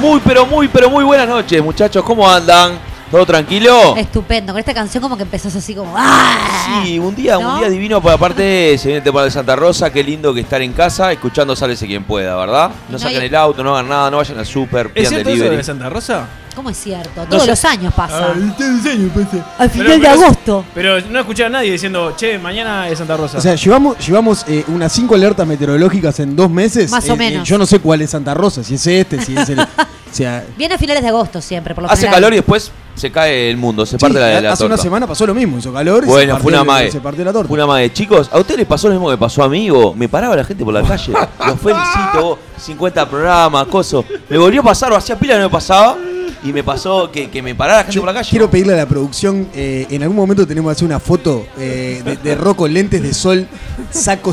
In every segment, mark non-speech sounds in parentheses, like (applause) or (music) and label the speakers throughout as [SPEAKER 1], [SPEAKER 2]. [SPEAKER 1] Muy, pero muy, pero muy buenas noches, muchachos. ¿Cómo andan? ¿Todo (laughs) tranquilo?
[SPEAKER 2] Estupendo, con esta canción como que empezás así como... ¡Ah!
[SPEAKER 1] Sí, un día, un
[SPEAKER 2] ¿No?
[SPEAKER 1] día divino. Por aparte, se viene el tema de Santa Rosa. Qué lindo que estar en casa escuchando Sálvese quien pueda, ¿verdad? No
[SPEAKER 2] No
[SPEAKER 1] saquen
[SPEAKER 2] hay-
[SPEAKER 1] el auto, no hagan nada, no vayan al súper,
[SPEAKER 3] ¿Es
[SPEAKER 1] pidan
[SPEAKER 3] cierto eso
[SPEAKER 1] delivery.
[SPEAKER 3] de Santa Rosa?
[SPEAKER 2] ¿Cómo es cierto? Todos
[SPEAKER 3] sé.
[SPEAKER 2] los años pasa. Al
[SPEAKER 3] Pero-
[SPEAKER 2] final de
[SPEAKER 3] pero-
[SPEAKER 2] agosto.
[SPEAKER 3] Pero no escuché a nadie diciendo, che, mañana es Santa Rosa.
[SPEAKER 4] O sea, llevamos, llevamos eh, unas cinco alertas meteorológicas en dos meses.
[SPEAKER 2] Más o
[SPEAKER 4] Eh, eh,
[SPEAKER 2] menos.
[SPEAKER 4] yo no sé cuál es Santa Rosa, si es este, si
[SPEAKER 2] (laughs)
[SPEAKER 4] es el. o sea,
[SPEAKER 2] Viene a finales de agosto siempre, por lo
[SPEAKER 1] Hace
[SPEAKER 2] general.
[SPEAKER 1] calor y después se cae el mundo, se parte
[SPEAKER 4] sí,
[SPEAKER 1] la, la
[SPEAKER 4] hace
[SPEAKER 1] torta.
[SPEAKER 4] una semana pasó lo mismo, hizo calor. y
[SPEAKER 1] Bueno,
[SPEAKER 4] se
[SPEAKER 1] fue una
[SPEAKER 4] partió-
[SPEAKER 1] mae.
[SPEAKER 4] Se partió la torta.
[SPEAKER 1] Fue una mae. Chicos, ¿a ustedes les pasó lo mismo que pasó a mí? vos? Me paraba la gente por
[SPEAKER 4] (laughs)
[SPEAKER 1] la calle. Los felicito, vos. 50 programas, coso. Me volvió a pasar, o hacía pila no me pasaba. Y me pasó que, que me parara la gente
[SPEAKER 4] Yo
[SPEAKER 1] por la calle.
[SPEAKER 4] Quiero pedirle a la producción, eh, en algún momento tenemos que hacer una foto eh, de, de Rocco, lentes de sol, saco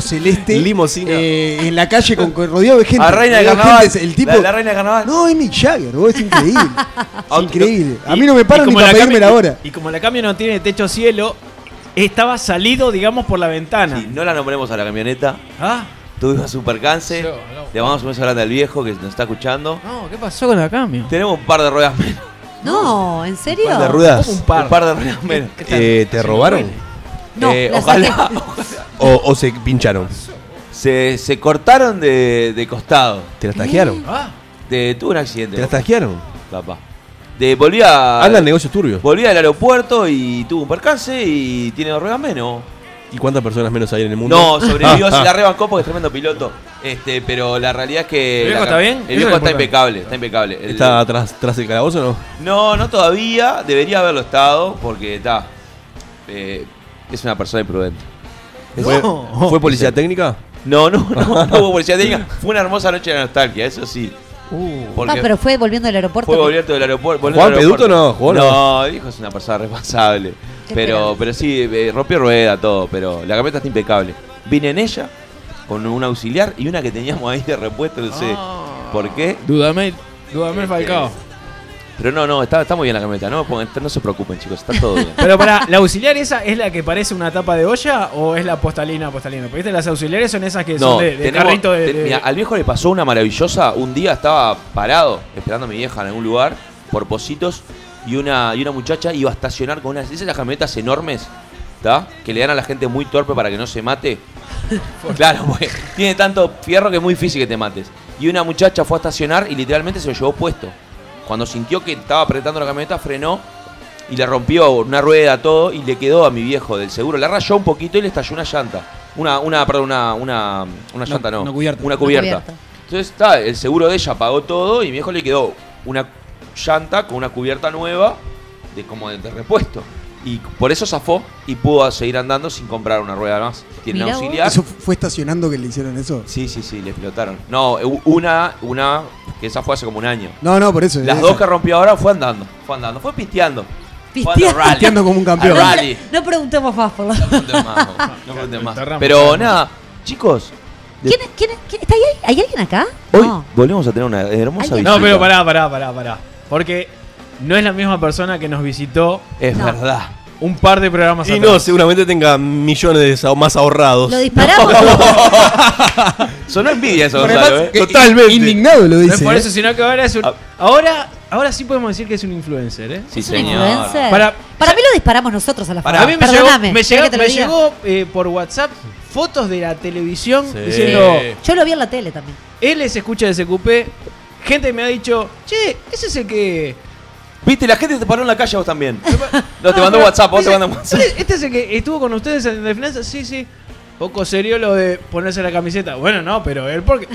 [SPEAKER 1] (laughs)
[SPEAKER 4] celeste.
[SPEAKER 5] Limosina.
[SPEAKER 4] eh, en la calle con, con- rodeado de gente.
[SPEAKER 1] a Reina de
[SPEAKER 4] rodeado de
[SPEAKER 1] Carnaval.
[SPEAKER 4] gente, el tipo.
[SPEAKER 1] La, la Reina de Carnaval.
[SPEAKER 4] No, es Mick Jagger, vos, es increíble.
[SPEAKER 1] (laughs) Ah,
[SPEAKER 4] Es increíble. A mí
[SPEAKER 3] Y-
[SPEAKER 4] no me paran
[SPEAKER 3] y
[SPEAKER 4] ni
[SPEAKER 3] como
[SPEAKER 4] para
[SPEAKER 3] cami-
[SPEAKER 4] pedirme la hora.
[SPEAKER 3] Y como la cami no tiene techo cielo, estaba salido, digamos, por la ventana.
[SPEAKER 1] Si no la nombremos a la camioneta,
[SPEAKER 3] Ah,
[SPEAKER 1] tuvimos un percance.
[SPEAKER 3] Yo, no.
[SPEAKER 1] Le mandamos un beso grande al viejo que nos está escuchando.
[SPEAKER 3] no, ¿qué pasó con la cami?
[SPEAKER 1] Tenemos un par de ruedas menos.
[SPEAKER 2] No, ¿en serio?
[SPEAKER 5] ¿Cuál de
[SPEAKER 3] ¿Cómo
[SPEAKER 5] ruedas?
[SPEAKER 3] un par?
[SPEAKER 1] Un par de ruedas menos.
[SPEAKER 5] Eh, ¿Te robaron?
[SPEAKER 2] No,
[SPEAKER 1] Eh,
[SPEAKER 2] la
[SPEAKER 1] ojalá.
[SPEAKER 2] saqué.
[SPEAKER 5] O, o se pincharon?
[SPEAKER 1] Se, se cortaron de, de costado.
[SPEAKER 5] ¿Te las tajearon?
[SPEAKER 3] Ah,
[SPEAKER 1] De, tuve un accidente.
[SPEAKER 5] ¿Te las tajearon?
[SPEAKER 1] Papá. De, volví a.
[SPEAKER 5] Andan negocios turbios.
[SPEAKER 1] Volví al aeropuerto y tuvo un percance y tiene dos ruedas menos.
[SPEAKER 5] ¿Y cuántas personas menos hay en el mundo?
[SPEAKER 1] No,
[SPEAKER 5] (laughs)
[SPEAKER 1] sobrevivió,
[SPEAKER 4] (laughs)
[SPEAKER 5] Ah,
[SPEAKER 1] se
[SPEAKER 5] ah.
[SPEAKER 1] la rebancó porque es tremendo piloto. Este, pero la realidad es que.
[SPEAKER 3] ¿El viejo
[SPEAKER 1] la-
[SPEAKER 3] está bien?
[SPEAKER 1] El
[SPEAKER 3] Eso es
[SPEAKER 1] viejo está
[SPEAKER 3] importante.
[SPEAKER 1] impecable, está impecable. El-
[SPEAKER 5] ¿Está atrás, tras el calabozo o no?
[SPEAKER 1] No, no todavía. Debería haberlo estado porque está. eh, es una persona imprudente.
[SPEAKER 5] ¿Fue, fue policía técnica?
[SPEAKER 1] No, no, no, no hubo policía técnica. Fue una hermosa noche de nostalgia, eso sí.
[SPEAKER 2] Ah, pero fue volviendo del aeropuerto.
[SPEAKER 1] Fue volviendo del aeropuerto. volviendo
[SPEAKER 5] ¿Jugaba
[SPEAKER 1] del
[SPEAKER 5] peduto
[SPEAKER 1] aeropuerto.
[SPEAKER 5] o no? ¿Jugó o
[SPEAKER 1] No, el hijo es una persona responsable.
[SPEAKER 2] Qué
[SPEAKER 1] Pero,
[SPEAKER 2] esperanza.
[SPEAKER 1] pero sí, eh, rompió rueda, todo, pero la camioneta está impecable. Vine en ella con un auxiliar y una que teníamos ahí de repuesto, no sé por qué. Este,
[SPEAKER 3] Dudamel, Dudamel Falcao.
[SPEAKER 1] Pero no, no, está, está muy bien la camioneta, no, Pongan- no se preocupen, chicos, está todo bien.
[SPEAKER 3] Pero para, ¿la auxiliar esa es la que parece una tapa de olla o es la postalina postalina? Porque ¿viste? las auxiliares son esas que
[SPEAKER 1] No,
[SPEAKER 3] son de, de
[SPEAKER 1] tenemos-
[SPEAKER 3] carrito de.
[SPEAKER 1] ten-
[SPEAKER 3] de-
[SPEAKER 1] mira, al viejo le pasó una maravillosa. Un día estaba parado, esperando a mi vieja en algún lugar, por positos, y una, y una muchacha iba a estacionar con unas. Esas las camionetas enormes, ¿está? Que le dan a la gente muy torpe para que no se mate. (laughs) claro, porque tiene tanto fierro que es muy difícil que te mates. Y una muchacha fue a estacionar y literalmente se lo llevó puesto. Cuando sintió que estaba apretando la camioneta, frenó y le rompió una rueda, todo, y le quedó a mi viejo del seguro. La rayó un poquito y le estalló una llanta. Una, una, perdón, una, una, una llanta, no.
[SPEAKER 4] una cubierta.
[SPEAKER 1] Una cubierta.
[SPEAKER 2] Una cubierta.
[SPEAKER 1] Entonces, está, el seguro de ella pagó todo y mi viejo le quedó una llanta con una cubierta nueva, de como de, de repuesto. Y por eso zafó y pudo seguir andando sin comprar una rueda más. Tiene un
[SPEAKER 2] Mirá vos.
[SPEAKER 1] auxiliar.
[SPEAKER 4] ¿Eso fue estacionando que le hicieron eso?
[SPEAKER 1] Sí, sí, sí, le explotaron. No, u- una, una, que esa fue hace como un año.
[SPEAKER 4] No, no, por eso. eh.
[SPEAKER 1] Las
[SPEAKER 4] es
[SPEAKER 1] dos
[SPEAKER 4] eso.
[SPEAKER 1] que rompió ahora fue andando, fue andando, fue pisteando.
[SPEAKER 2] Pisteando.
[SPEAKER 1] rally.
[SPEAKER 4] Pisteando como un campeón.
[SPEAKER 1] Al rally.
[SPEAKER 2] No preguntemos más por lo
[SPEAKER 1] No pregunten más, no, no
[SPEAKER 3] (laughs)
[SPEAKER 1] pregunten más.
[SPEAKER 3] Enterramos,
[SPEAKER 1] Pero
[SPEAKER 3] enterramos.
[SPEAKER 1] nada, chicos, de-
[SPEAKER 2] ¿Quién, es- quién, es- quién- está ahí? ¿Hay alguien acá?
[SPEAKER 1] hoy
[SPEAKER 2] No.
[SPEAKER 1] volvemos a tener una hermosa
[SPEAKER 2] Alguien-
[SPEAKER 1] visita.
[SPEAKER 3] No, pero pará, pará, pará, pará. Porque no es la misma persona que nos visitó
[SPEAKER 1] Es
[SPEAKER 2] No.
[SPEAKER 1] verdad.
[SPEAKER 3] un par de programas
[SPEAKER 5] Y no,
[SPEAKER 3] atrás.
[SPEAKER 5] seguramente tenga millones de sa- más ahorrados.
[SPEAKER 2] ¿Lo
[SPEAKER 1] (laughs)
[SPEAKER 2] disparamos?
[SPEAKER 1] Sonó envidia eso,
[SPEAKER 4] Pero
[SPEAKER 1] Gonzalo,
[SPEAKER 4] además,
[SPEAKER 1] ¿eh?
[SPEAKER 4] que-
[SPEAKER 5] Totalmente.
[SPEAKER 4] Indignado lo
[SPEAKER 3] No
[SPEAKER 4] dice.
[SPEAKER 3] es por
[SPEAKER 4] ¿eh?
[SPEAKER 3] eso, sino que ahora es un.
[SPEAKER 1] Ah.
[SPEAKER 3] Ahora, ahora sí podemos decir que es un influencer, ¿eh?
[SPEAKER 1] Sí,
[SPEAKER 2] ¿Es un influencer?
[SPEAKER 3] Para-
[SPEAKER 2] Para, mí lo disparamos nosotros a la
[SPEAKER 1] Para-
[SPEAKER 2] para
[SPEAKER 3] a mí me
[SPEAKER 2] Perdóname.
[SPEAKER 3] llegó, me
[SPEAKER 2] ¿querés
[SPEAKER 3] llegó,
[SPEAKER 2] que te lo
[SPEAKER 3] me
[SPEAKER 2] diga?
[SPEAKER 3] llegó, eh, por WhatsApp fotos de la televisión
[SPEAKER 5] Sí.
[SPEAKER 3] diciendo:
[SPEAKER 5] Sí.
[SPEAKER 2] Yo lo vi en la tele también.
[SPEAKER 3] Él es escucha de SQP. Gente me ha dicho: Che, ese es el que.
[SPEAKER 1] Viste, la gente te paró en la calle vos
[SPEAKER 4] (laughs)
[SPEAKER 1] también. No,
[SPEAKER 3] Ah,
[SPEAKER 1] te mandó WhatsApp, vos te
[SPEAKER 3] Dice,
[SPEAKER 1] mandó WhatsApp.
[SPEAKER 2] (laughs)
[SPEAKER 3] "Este- Este es el que estuvo con ustedes en defensa. Sí, sí. Poco serio lo de ponerse la camiseta. Bueno, no, pero
[SPEAKER 2] (laughs)
[SPEAKER 3] él porque.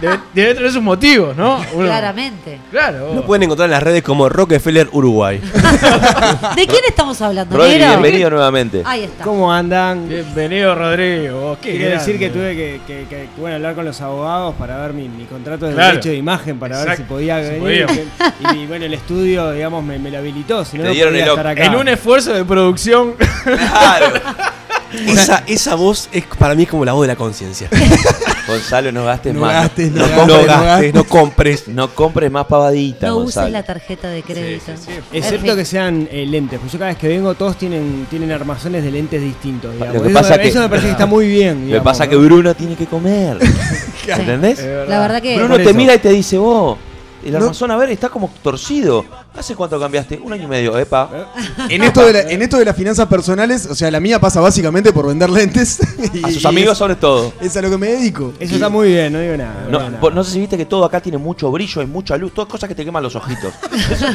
[SPEAKER 3] Debe, debe tener sus motivos, ¿no? Uno-
[SPEAKER 2] Claramente.
[SPEAKER 3] Claro.
[SPEAKER 5] Lo pueden encontrar en las redes como Rockefeller Uruguay.
[SPEAKER 2] ¿De quién estamos hablando,
[SPEAKER 1] Rodri,
[SPEAKER 2] Nero?
[SPEAKER 1] bienvenido nuevamente.
[SPEAKER 2] Ahí está.
[SPEAKER 6] ¿Cómo andan?
[SPEAKER 3] Bienvenido, Rodrigo. Qué
[SPEAKER 6] Quiero decir que
[SPEAKER 3] grande.
[SPEAKER 6] tuve que, que- que tuve que hablar con los abogados para ver mi, mi contrato de
[SPEAKER 3] Claro.
[SPEAKER 6] derecho de imagen, para ver
[SPEAKER 3] Exacto,
[SPEAKER 6] si podía
[SPEAKER 3] si
[SPEAKER 6] venir. Y, y bueno, el estudio, digamos, me, me lo habilitó. Si no,
[SPEAKER 1] Te
[SPEAKER 6] no
[SPEAKER 1] dieron
[SPEAKER 6] podía
[SPEAKER 1] el ok.
[SPEAKER 6] estar acá.
[SPEAKER 3] En un esfuerzo de producción.
[SPEAKER 1] Claro.
[SPEAKER 5] esa, esa voz es para mí es como la voz de la conciencia.
[SPEAKER 1] Gonzalo, no gastes
[SPEAKER 4] No
[SPEAKER 1] más.
[SPEAKER 4] gastes, no
[SPEAKER 5] No,
[SPEAKER 4] gastes,
[SPEAKER 5] gastes, no compres.
[SPEAKER 1] No compres más pavadita,
[SPEAKER 2] No
[SPEAKER 1] Gonzalo.
[SPEAKER 2] uses la tarjeta de crédito.
[SPEAKER 6] Excepto que sean eh, lentes, porque yo cada vez que vengo todos tienen, tienen armazones de lentes distintos. digamos.
[SPEAKER 1] que
[SPEAKER 6] eso,
[SPEAKER 1] pasa
[SPEAKER 6] me-
[SPEAKER 1] que-
[SPEAKER 6] eso me parece que está muy bien.
[SPEAKER 1] Lo que
[SPEAKER 6] digamos,
[SPEAKER 1] pasa es que
[SPEAKER 6] ¿no?
[SPEAKER 1] Bruno tiene que comer. ¿Entendés?
[SPEAKER 2] La verdad que...
[SPEAKER 1] Bruno
[SPEAKER 6] Por
[SPEAKER 1] te
[SPEAKER 6] eso.
[SPEAKER 1] mira y te dice, vos, el
[SPEAKER 4] No.
[SPEAKER 1] armazón, a ver, está como torcido. ¿Hace cuánto cambiaste? Un año y medio, epa.
[SPEAKER 4] En esto, de la- en esto de las finanzas personales, o sea, la mía pasa básicamente por vender lentes. (laughs) y-
[SPEAKER 1] A sus
[SPEAKER 4] y
[SPEAKER 1] amigos
[SPEAKER 4] es-
[SPEAKER 1] sobre todo.
[SPEAKER 4] Es, a lo que me dedico.
[SPEAKER 6] Eso está muy bien, no digo nada.
[SPEAKER 1] No,
[SPEAKER 6] digo nada.
[SPEAKER 1] vos- no sé si viste que todo acá tiene mucho brillo, hay mucha luz, todas cosas que te queman los ojitos. Eso,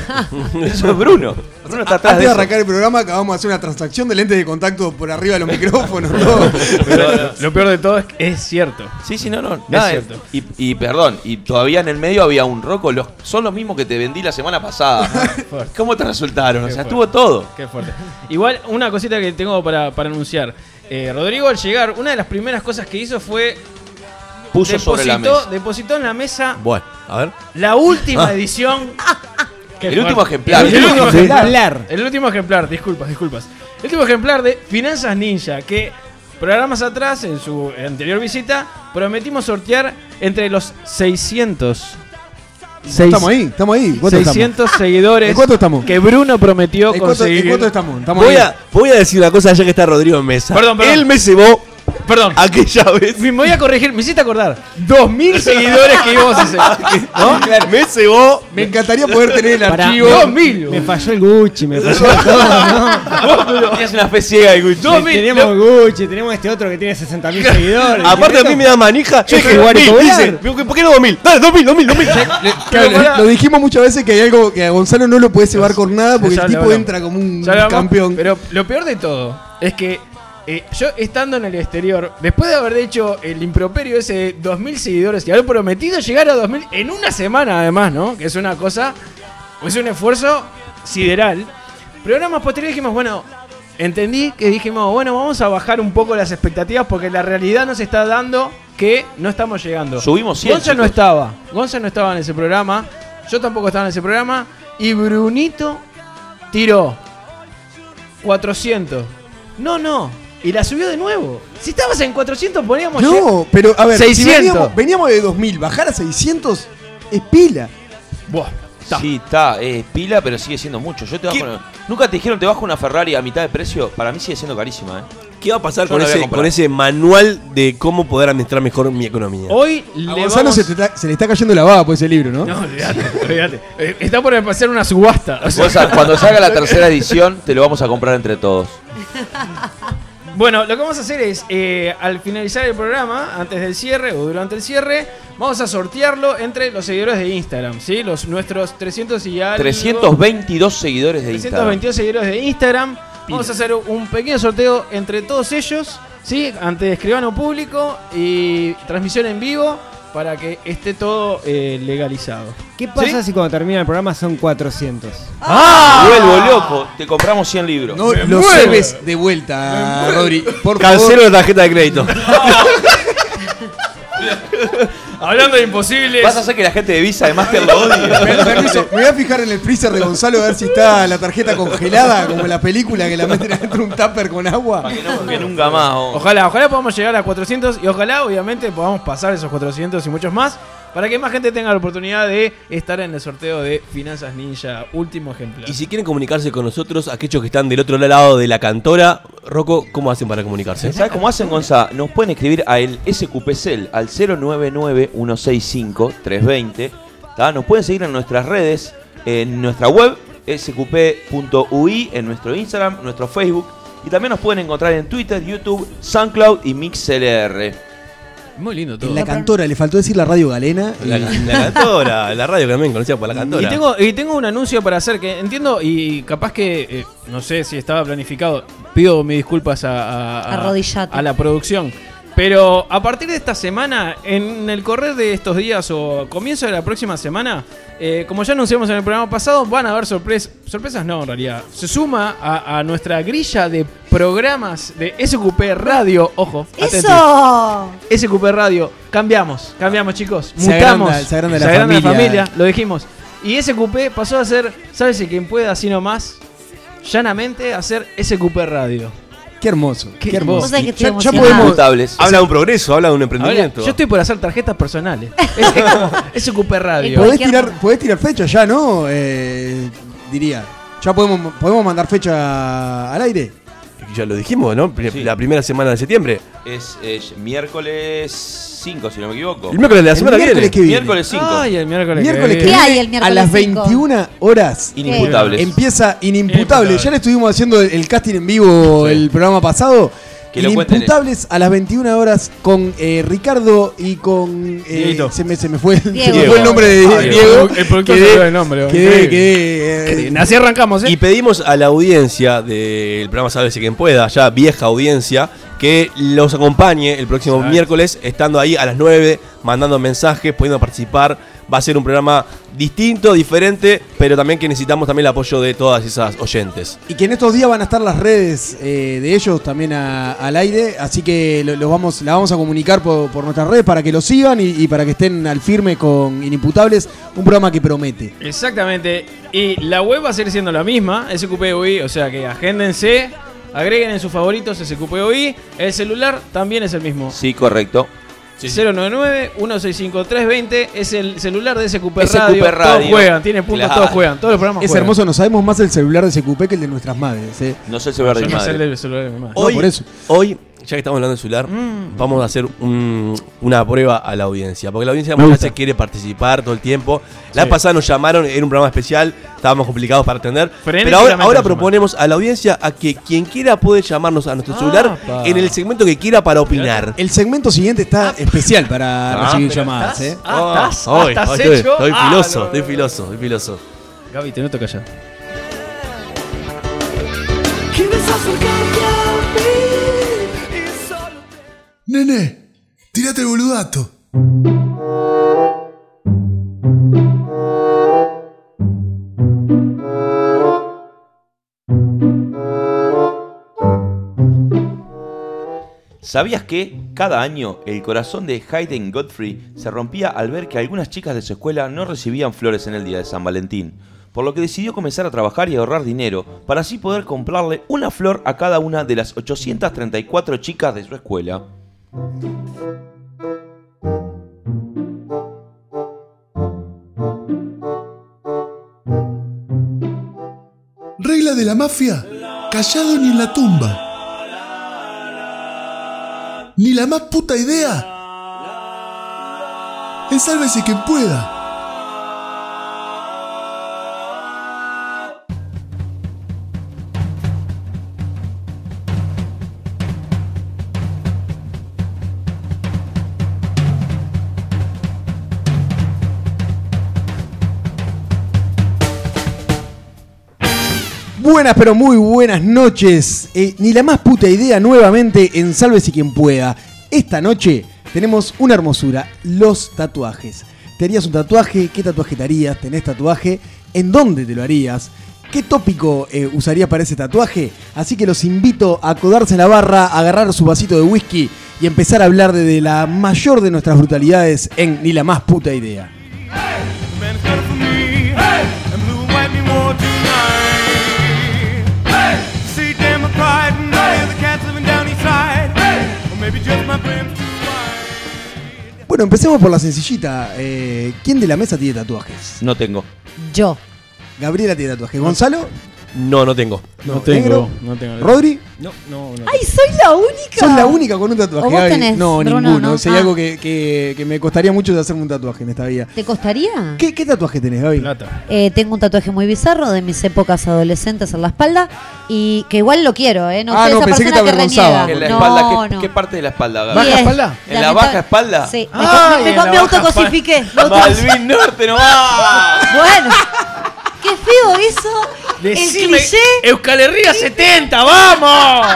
[SPEAKER 1] eso es Bruno. Bruno está atrás
[SPEAKER 4] Antes
[SPEAKER 1] de
[SPEAKER 4] de
[SPEAKER 1] eso.
[SPEAKER 4] arrancar el programa, acabamos de hacer una transacción de lentes de contacto por arriba de los micrófonos. ¿no?
[SPEAKER 1] (laughs) Pero, no,
[SPEAKER 3] (laughs) Lo peor de todo es que es cierto.
[SPEAKER 1] Sí, sí, no, no. nada,
[SPEAKER 3] cierto.
[SPEAKER 1] Y, y perdón, y todavía en el medio había un roco. Los, son los mismos que te vendí la semana pasada.
[SPEAKER 3] fuerte.
[SPEAKER 1] ¿Cómo te resultaron? O
[SPEAKER 3] Qué
[SPEAKER 1] sea,
[SPEAKER 3] fuerte.
[SPEAKER 1] estuvo todo.
[SPEAKER 3] Qué fuerte. Igual, una cosita que tengo para, para anunciar. Eh, Rodrigo, al llegar, una de las primeras cosas que hizo fue.
[SPEAKER 1] Puso sobre la
[SPEAKER 3] depositó-
[SPEAKER 1] mesa. Ah.
[SPEAKER 3] Depositó en la mesa
[SPEAKER 5] Bueno, a ver.
[SPEAKER 1] (laughs)
[SPEAKER 3] la última edición. Qué
[SPEAKER 1] El
[SPEAKER 3] fuerte.
[SPEAKER 1] último ejemplar.
[SPEAKER 3] El último
[SPEAKER 6] (laughs) Sí, hablar.
[SPEAKER 3] El último ejemplar, disculpas, disculpas. El último ejemplar de Finanzas Ninja, que programas atrás, en su anterior visita, prometimos sortear entre los 600. Seis-
[SPEAKER 4] Estamos ahí, estamos ahí. ¿Cuánto estamos?
[SPEAKER 3] 600 seguidores
[SPEAKER 4] ¿En cuánto estamos?
[SPEAKER 3] que Bruno prometió
[SPEAKER 4] ¿En cuánto,
[SPEAKER 3] conseguir.
[SPEAKER 4] en cuánto estamos? Estamos
[SPEAKER 5] Voy
[SPEAKER 4] ahí.
[SPEAKER 5] a, voy a decir una cosa ya que está Rodrigo en mesa.
[SPEAKER 3] Perdón, perdón.
[SPEAKER 5] Él me cebó
[SPEAKER 3] Perdón,
[SPEAKER 4] Ah.
[SPEAKER 5] aquella (laughs) vez.
[SPEAKER 3] me voy a corregir, me hiciste acordar. 2.000 seguidores que íbamos a
[SPEAKER 4] (laughs)
[SPEAKER 3] hacer. ¿No?
[SPEAKER 5] Me cebó.
[SPEAKER 4] Me encantaría poder tener el
[SPEAKER 6] Pará,
[SPEAKER 4] archivo.
[SPEAKER 3] Dos
[SPEAKER 6] me-
[SPEAKER 3] mil.
[SPEAKER 6] Me falló el Gucci, me falló
[SPEAKER 1] Tenías una fe ciega de Gucci.
[SPEAKER 3] Dos mil.
[SPEAKER 6] Tenemos Gucci, tenemos este otro que tiene 60.000 seguidores.
[SPEAKER 5] Aparte a mí me da manija. Yo
[SPEAKER 6] que
[SPEAKER 5] dije,
[SPEAKER 6] igual y
[SPEAKER 5] "Mil",
[SPEAKER 6] cobrar.
[SPEAKER 5] dice, ¿por qué no 2000? Dale, 2000, 2000, 2000.
[SPEAKER 4] Claro,
[SPEAKER 3] Pero pará.
[SPEAKER 4] lo dijimos muchas veces que hay algo que a Gonzalo no lo puede cebar con nada porque
[SPEAKER 3] Ya
[SPEAKER 4] el
[SPEAKER 3] lo
[SPEAKER 4] tipo
[SPEAKER 3] hablamos.
[SPEAKER 4] entra como un
[SPEAKER 3] Ya hablamos,
[SPEAKER 4] campeón.
[SPEAKER 3] Pero lo peor de todo es que eh, yo estando en el exterior, después de haber hecho el improperio ese de 2.000 seguidores y haber prometido llegar a 2.000 en una semana además, ¿no? Que es una cosa, es un esfuerzo sideral. Programas posteriores dijimos, bueno, entendí que dijimos, bueno, vamos a bajar un poco las expectativas porque la realidad nos está dando que no estamos llegando.
[SPEAKER 1] Subimos 100,
[SPEAKER 3] Gonza no
[SPEAKER 1] chicos.
[SPEAKER 3] estaba. Gonza no estaba en ese programa. Yo tampoco estaba en ese programa. Y Brunito tiró 400. No, no. Y la subió de nuevo. Si estabas en 400 poníamos... ya-
[SPEAKER 4] No, pero a ver, si
[SPEAKER 3] 600.
[SPEAKER 4] veníamos, veníamos de 2000, bajar a 600 es pila.
[SPEAKER 3] Buah. está.
[SPEAKER 1] Sí, está, es pila, pero sigue siendo mucho. Yo te bajo
[SPEAKER 5] ¿Qué?
[SPEAKER 1] una- Nunca te dijeron te bajo una Ferrari a mitad de precio. Para mí sigue siendo carísima, ¿eh?
[SPEAKER 5] ¿Qué va a pasar
[SPEAKER 1] Yo
[SPEAKER 5] con
[SPEAKER 1] no la voy a
[SPEAKER 5] ese,
[SPEAKER 1] comprar.
[SPEAKER 5] con ese manual de cómo poder administrar mejor mi economía?
[SPEAKER 3] Hoy
[SPEAKER 4] A
[SPEAKER 3] le
[SPEAKER 4] Gonzalo
[SPEAKER 3] vamos...
[SPEAKER 4] se, te está- se le está cayendo la baba por ese libro, ¿no?
[SPEAKER 3] No, olvídate, olvídate. Eh, Está por pasar una subasta. o sea-
[SPEAKER 5] (laughs)
[SPEAKER 1] Gonza, cuando salga la tercera edición, te lo vamos a comprar entre todos.
[SPEAKER 3] Bueno, lo que vamos a hacer es, eh, al finalizar el programa, antes del cierre o durante el cierre, vamos a sortearlo entre los seguidores de Instagram, ¿sí? Los nuestros 300 y algo...
[SPEAKER 1] 322 seguidores de Instagram.
[SPEAKER 3] 322 seguidores de Instagram. Vamos a hacer un pequeño sorteo entre todos ellos, ¿sí? Ante escribano público y transmisión en vivo para que esté todo eh, legalizado.
[SPEAKER 6] ¿Qué pasa
[SPEAKER 3] ¿Sí?
[SPEAKER 6] si cuando termina el programa son 400?
[SPEAKER 1] Vuelvo loco, te compramos 100 libros.
[SPEAKER 4] No, lo cebes de vuelta, Rodri. Por
[SPEAKER 5] Cancelo
[SPEAKER 4] favor.
[SPEAKER 5] la tarjeta de crédito. (laughs)
[SPEAKER 3] Hablando de imposibles.
[SPEAKER 1] Vas a hacer que la gente de Visa de Master lo odie.
[SPEAKER 5] (laughs)
[SPEAKER 4] Per- permiso, me voy a fijar en el freezer de Gonzalo a ver si está la tarjeta congelada, como en la película que la meten adentro de un tupper con agua.
[SPEAKER 1] Para que, no- que nunca más. oh.
[SPEAKER 3] Ojalá, ojalá podamos llegar a 400 y ojalá, obviamente, podamos pasar esos 400 y muchos más para que más gente tenga la oportunidad de estar en el sorteo de Finanzas Ninja, último ejemplar.
[SPEAKER 5] Y si quieren comunicarse con nosotros, aquellos que están del otro lado de la cantora, Rocco, ¿cómo hacen para comunicarse?
[SPEAKER 1] ¿Sabes cómo hacen, Gonza? Nos pueden escribir a el SQPCEL al 099-165-320. ¿tá? Nos pueden seguir en nuestras redes, en nuestra web, sqp.ui, en nuestro Instagram, nuestro Facebook. Y también nos pueden encontrar en Twitter, YouTube, SoundCloud y MixLR.
[SPEAKER 3] Muy lindo todo.
[SPEAKER 4] En la cantora, le faltó decir la radio galena. y-
[SPEAKER 5] La, la cantora, la radio que también conocida por la cantora.
[SPEAKER 3] Y tengo, y tengo un anuncio para hacer que entiendo y capaz que eh, no sé si estaba planificado. Pido mis disculpas a, a- a-
[SPEAKER 2] Arrodillate.
[SPEAKER 3] a la producción. Pero a partir de esta semana, en el correr de estos días o comienzo de la próxima semana, eh, como ya anunciamos en el programa pasado, van a haber sorpresas. Sorpresas no, en realidad. Se suma a, a nuestra grilla de programas de SQP Radio. Ojo, atenti.
[SPEAKER 2] ¡Eso!
[SPEAKER 3] SQP Radio. Cambiamos, cambiamos, chicos.
[SPEAKER 4] Se
[SPEAKER 3] Mutamos.
[SPEAKER 4] agranda- se agranda la familia. eh.
[SPEAKER 3] Lo dijimos. Y SQP pasó a ser, ¿sabes quién puede así nomás? Llanamente a ser SQP Radio.
[SPEAKER 4] Qué hermoso, qué,
[SPEAKER 3] Qué
[SPEAKER 4] hermoso.
[SPEAKER 2] vos sabés que estoy
[SPEAKER 4] Ya- ya
[SPEAKER 2] emocionada.
[SPEAKER 4] podemos,
[SPEAKER 1] Mutables.
[SPEAKER 5] Habla de un progreso, habla de un
[SPEAKER 3] Ahora,
[SPEAKER 5] emprendimiento.
[SPEAKER 3] yo estoy por hacer tarjetas
[SPEAKER 4] (laughs)
[SPEAKER 3] personales. Es, es como SQP Radio.
[SPEAKER 4] Podés
[SPEAKER 2] Cualquier
[SPEAKER 4] tirar,
[SPEAKER 2] cosa.
[SPEAKER 4] podés tirar fecha ya, ¿no? Eh, diría. Ya podemos, podemos mandar fecha al aire.
[SPEAKER 5] ya lo dijimos, ¿no? Pri-
[SPEAKER 1] Sí.
[SPEAKER 5] La primera semana de septiembre.
[SPEAKER 1] Es, eh, miércoles 5, si no me equivoco.
[SPEAKER 5] El miércoles de la
[SPEAKER 4] El
[SPEAKER 5] semana que viene.
[SPEAKER 4] miércoles que viene.
[SPEAKER 1] Miércoles 5.
[SPEAKER 3] Ay, el miércoles.
[SPEAKER 4] Miércoles que
[SPEAKER 2] ¿Qué
[SPEAKER 4] viene,
[SPEAKER 2] hay el
[SPEAKER 4] a
[SPEAKER 2] miércoles
[SPEAKER 4] las
[SPEAKER 2] cinco?
[SPEAKER 4] 21 horas
[SPEAKER 1] Inimputables.
[SPEAKER 3] Em-
[SPEAKER 4] empieza
[SPEAKER 3] Inimputable.
[SPEAKER 4] Inimputable. Ya le estuvimos haciendo el, el casting en vivo
[SPEAKER 1] Sí.
[SPEAKER 4] el programa pasado.
[SPEAKER 1] Que lo cuenten
[SPEAKER 4] Inimputables a las 21 horas con eh, Ricardo y con. eh,
[SPEAKER 3] Dieguito.
[SPEAKER 4] se, me, se me fue, el- se me
[SPEAKER 2] Diego.
[SPEAKER 4] fue el nombre de
[SPEAKER 3] Ah, Diego.
[SPEAKER 4] Diego.
[SPEAKER 3] El productor se
[SPEAKER 4] Quedé-
[SPEAKER 3] olvidó el nombre,
[SPEAKER 4] quedé-
[SPEAKER 3] increíble.
[SPEAKER 4] quedé, eh,
[SPEAKER 3] Así arrancamos, ¿eh?
[SPEAKER 5] Y pedimos a la audiencia del programa Sálvese quien pueda, ya vieja audiencia, que los acompañe el próximo miércoles, estando ahí a las 9, mandando mensajes, pudiendo participar. Va a ser un programa distinto, diferente, pero también que necesitamos también el apoyo de todas esas oyentes.
[SPEAKER 4] Y que en estos días van a estar las redes eh, de ellos también a- al aire, así que lo- los vamos, la vamos a comunicar por, por nuestras redes para que los sigan y, y para que estén al firme con Inimputables, un programa que promete.
[SPEAKER 3] Exactamente. Y la web va a seguir siendo la misma, SQPUI, o sea que agéndense, agreguen en sus favoritos SQPUI. El celular también es el mismo.
[SPEAKER 1] Sí, correcto.
[SPEAKER 3] 099-165-320 es el celular de SQP
[SPEAKER 1] SQP
[SPEAKER 3] Radio. Todos
[SPEAKER 1] Radio.
[SPEAKER 3] juegan, tienen puntos,
[SPEAKER 1] Claro.
[SPEAKER 3] todos juegan, todos los programas
[SPEAKER 4] Es
[SPEAKER 3] juegan.
[SPEAKER 4] hermoso, nos sabemos más el celular de SQP que el de nuestras madres. eh.
[SPEAKER 1] No sé el celular de
[SPEAKER 3] Yo
[SPEAKER 1] mi
[SPEAKER 3] no sé el
[SPEAKER 1] madre.
[SPEAKER 3] del celular de mi madre.
[SPEAKER 4] No,
[SPEAKER 5] Hoy,
[SPEAKER 4] por eso.
[SPEAKER 5] hoy ya que estamos hablando del celular, vamos a hacer un- una prueba a la audiencia. Porque la audiencia
[SPEAKER 3] Me
[SPEAKER 5] muchas
[SPEAKER 3] gusta.
[SPEAKER 5] veces quiere participar todo el tiempo. La
[SPEAKER 3] Sí.
[SPEAKER 5] vez pasada nos llamaron, era un programa especial, estábamos complicados para atender. Pero ahora,
[SPEAKER 3] Frenéticamente
[SPEAKER 5] ahora
[SPEAKER 3] nos
[SPEAKER 5] proponemos a la audiencia a que quien quiera puede llamarnos a nuestro
[SPEAKER 3] Ah,
[SPEAKER 5] celular
[SPEAKER 3] pa.
[SPEAKER 5] en el segmento que quiera para opinar.
[SPEAKER 3] Eh,
[SPEAKER 4] El segmento siguiente está especial para
[SPEAKER 5] Ah,
[SPEAKER 4] recibir
[SPEAKER 3] pero
[SPEAKER 4] llamadas.
[SPEAKER 3] Ah, estás-
[SPEAKER 4] eh.
[SPEAKER 3] Ah,
[SPEAKER 5] Ah,
[SPEAKER 3] estás-
[SPEAKER 5] hoy,
[SPEAKER 3] estás
[SPEAKER 5] hoy estoy,
[SPEAKER 3] hecho.
[SPEAKER 5] estoy
[SPEAKER 3] Ah,
[SPEAKER 5] filoso,
[SPEAKER 3] no, no,
[SPEAKER 5] estoy
[SPEAKER 3] no.
[SPEAKER 5] filoso, estoy filoso.
[SPEAKER 3] Gaby, te noto callado.
[SPEAKER 7] Nene, tírate el boludato.
[SPEAKER 1] ¿Sabías que cada año el corazón de Hayden Godfrey se rompía al ver que algunas chicas de su escuela no recibían flores en el día de San Valentín? Por lo que decidió comenzar a trabajar y ahorrar dinero para así poder comprarle una flor a cada una de las 834 chicas de su escuela.
[SPEAKER 7] Regla de la mafia. Callado ni en la tumba. Ni la más puta idea. El sálvese quien pueda.
[SPEAKER 4] Buenas, pero muy buenas noches. Eh, ni la más puta idea nuevamente en Sálvese quien pueda. Esta noche tenemos una hermosura, los tatuajes. ¿Te harías un tatuaje? ¿Qué tatuaje te harías? ¿Tenés tatuaje? ¿En dónde te lo harías? ¿Qué tópico eh, usarías para ese tatuaje? Así que los invito a acodarse en la barra, a agarrar su vasito de whisky y empezar a hablar de, de la mayor de nuestras brutalidades en Ni la más puta idea. Bueno, empecemos por la sencillita. Eh, ¿Quién de la mesa tiene tatuajes?
[SPEAKER 1] No tengo.
[SPEAKER 2] Yo.
[SPEAKER 4] Gabriela tiene tatuaje. Gonzalo,
[SPEAKER 5] No, no tengo.
[SPEAKER 3] No,
[SPEAKER 4] No,
[SPEAKER 3] tengo,
[SPEAKER 4] negro.
[SPEAKER 3] no tengo.
[SPEAKER 4] Rodri,
[SPEAKER 6] No, no, no.
[SPEAKER 2] ¡Ay, soy la única!
[SPEAKER 4] sos la única con un tatuaje.
[SPEAKER 2] ¿O vos
[SPEAKER 4] Gaby.
[SPEAKER 2] tenés,
[SPEAKER 4] no,
[SPEAKER 2] Bruno,
[SPEAKER 4] ninguno.
[SPEAKER 2] no?
[SPEAKER 4] Si hay
[SPEAKER 2] Ah.
[SPEAKER 4] algo que, que- que me costaría mucho de hacerme un tatuaje en esta vida.
[SPEAKER 2] ¿Te costaría?
[SPEAKER 4] ¿Qué, qué tatuaje tenés, Gaby?
[SPEAKER 3] Plata.
[SPEAKER 2] Eh, tengo un tatuaje muy bizarro de mis épocas adolescentes en la espalda y que igual lo quiero, ¿eh? No
[SPEAKER 4] Ah,
[SPEAKER 2] soy
[SPEAKER 4] no,
[SPEAKER 2] esa
[SPEAKER 4] pensé que
[SPEAKER 2] persona
[SPEAKER 4] te avergonzaba.
[SPEAKER 2] reniega.
[SPEAKER 1] En la
[SPEAKER 2] no,
[SPEAKER 1] espalda, ¿qué,
[SPEAKER 2] no.
[SPEAKER 1] qué parte de la espalda? Gaby?
[SPEAKER 2] Y
[SPEAKER 3] ¿Baja
[SPEAKER 2] es-
[SPEAKER 3] espalda?
[SPEAKER 1] ¿En la baja espalda?
[SPEAKER 2] Sí, me,
[SPEAKER 3] Ay,
[SPEAKER 2] me- me-
[SPEAKER 3] en la
[SPEAKER 2] me
[SPEAKER 3] baja
[SPEAKER 2] autocosifiqué. me auto-
[SPEAKER 1] Malvin Norte no va.
[SPEAKER 2] Bueno, qué feo eso. el
[SPEAKER 3] Decime,
[SPEAKER 2] cliché.
[SPEAKER 3] Euskal Herria 70, ¡vamos!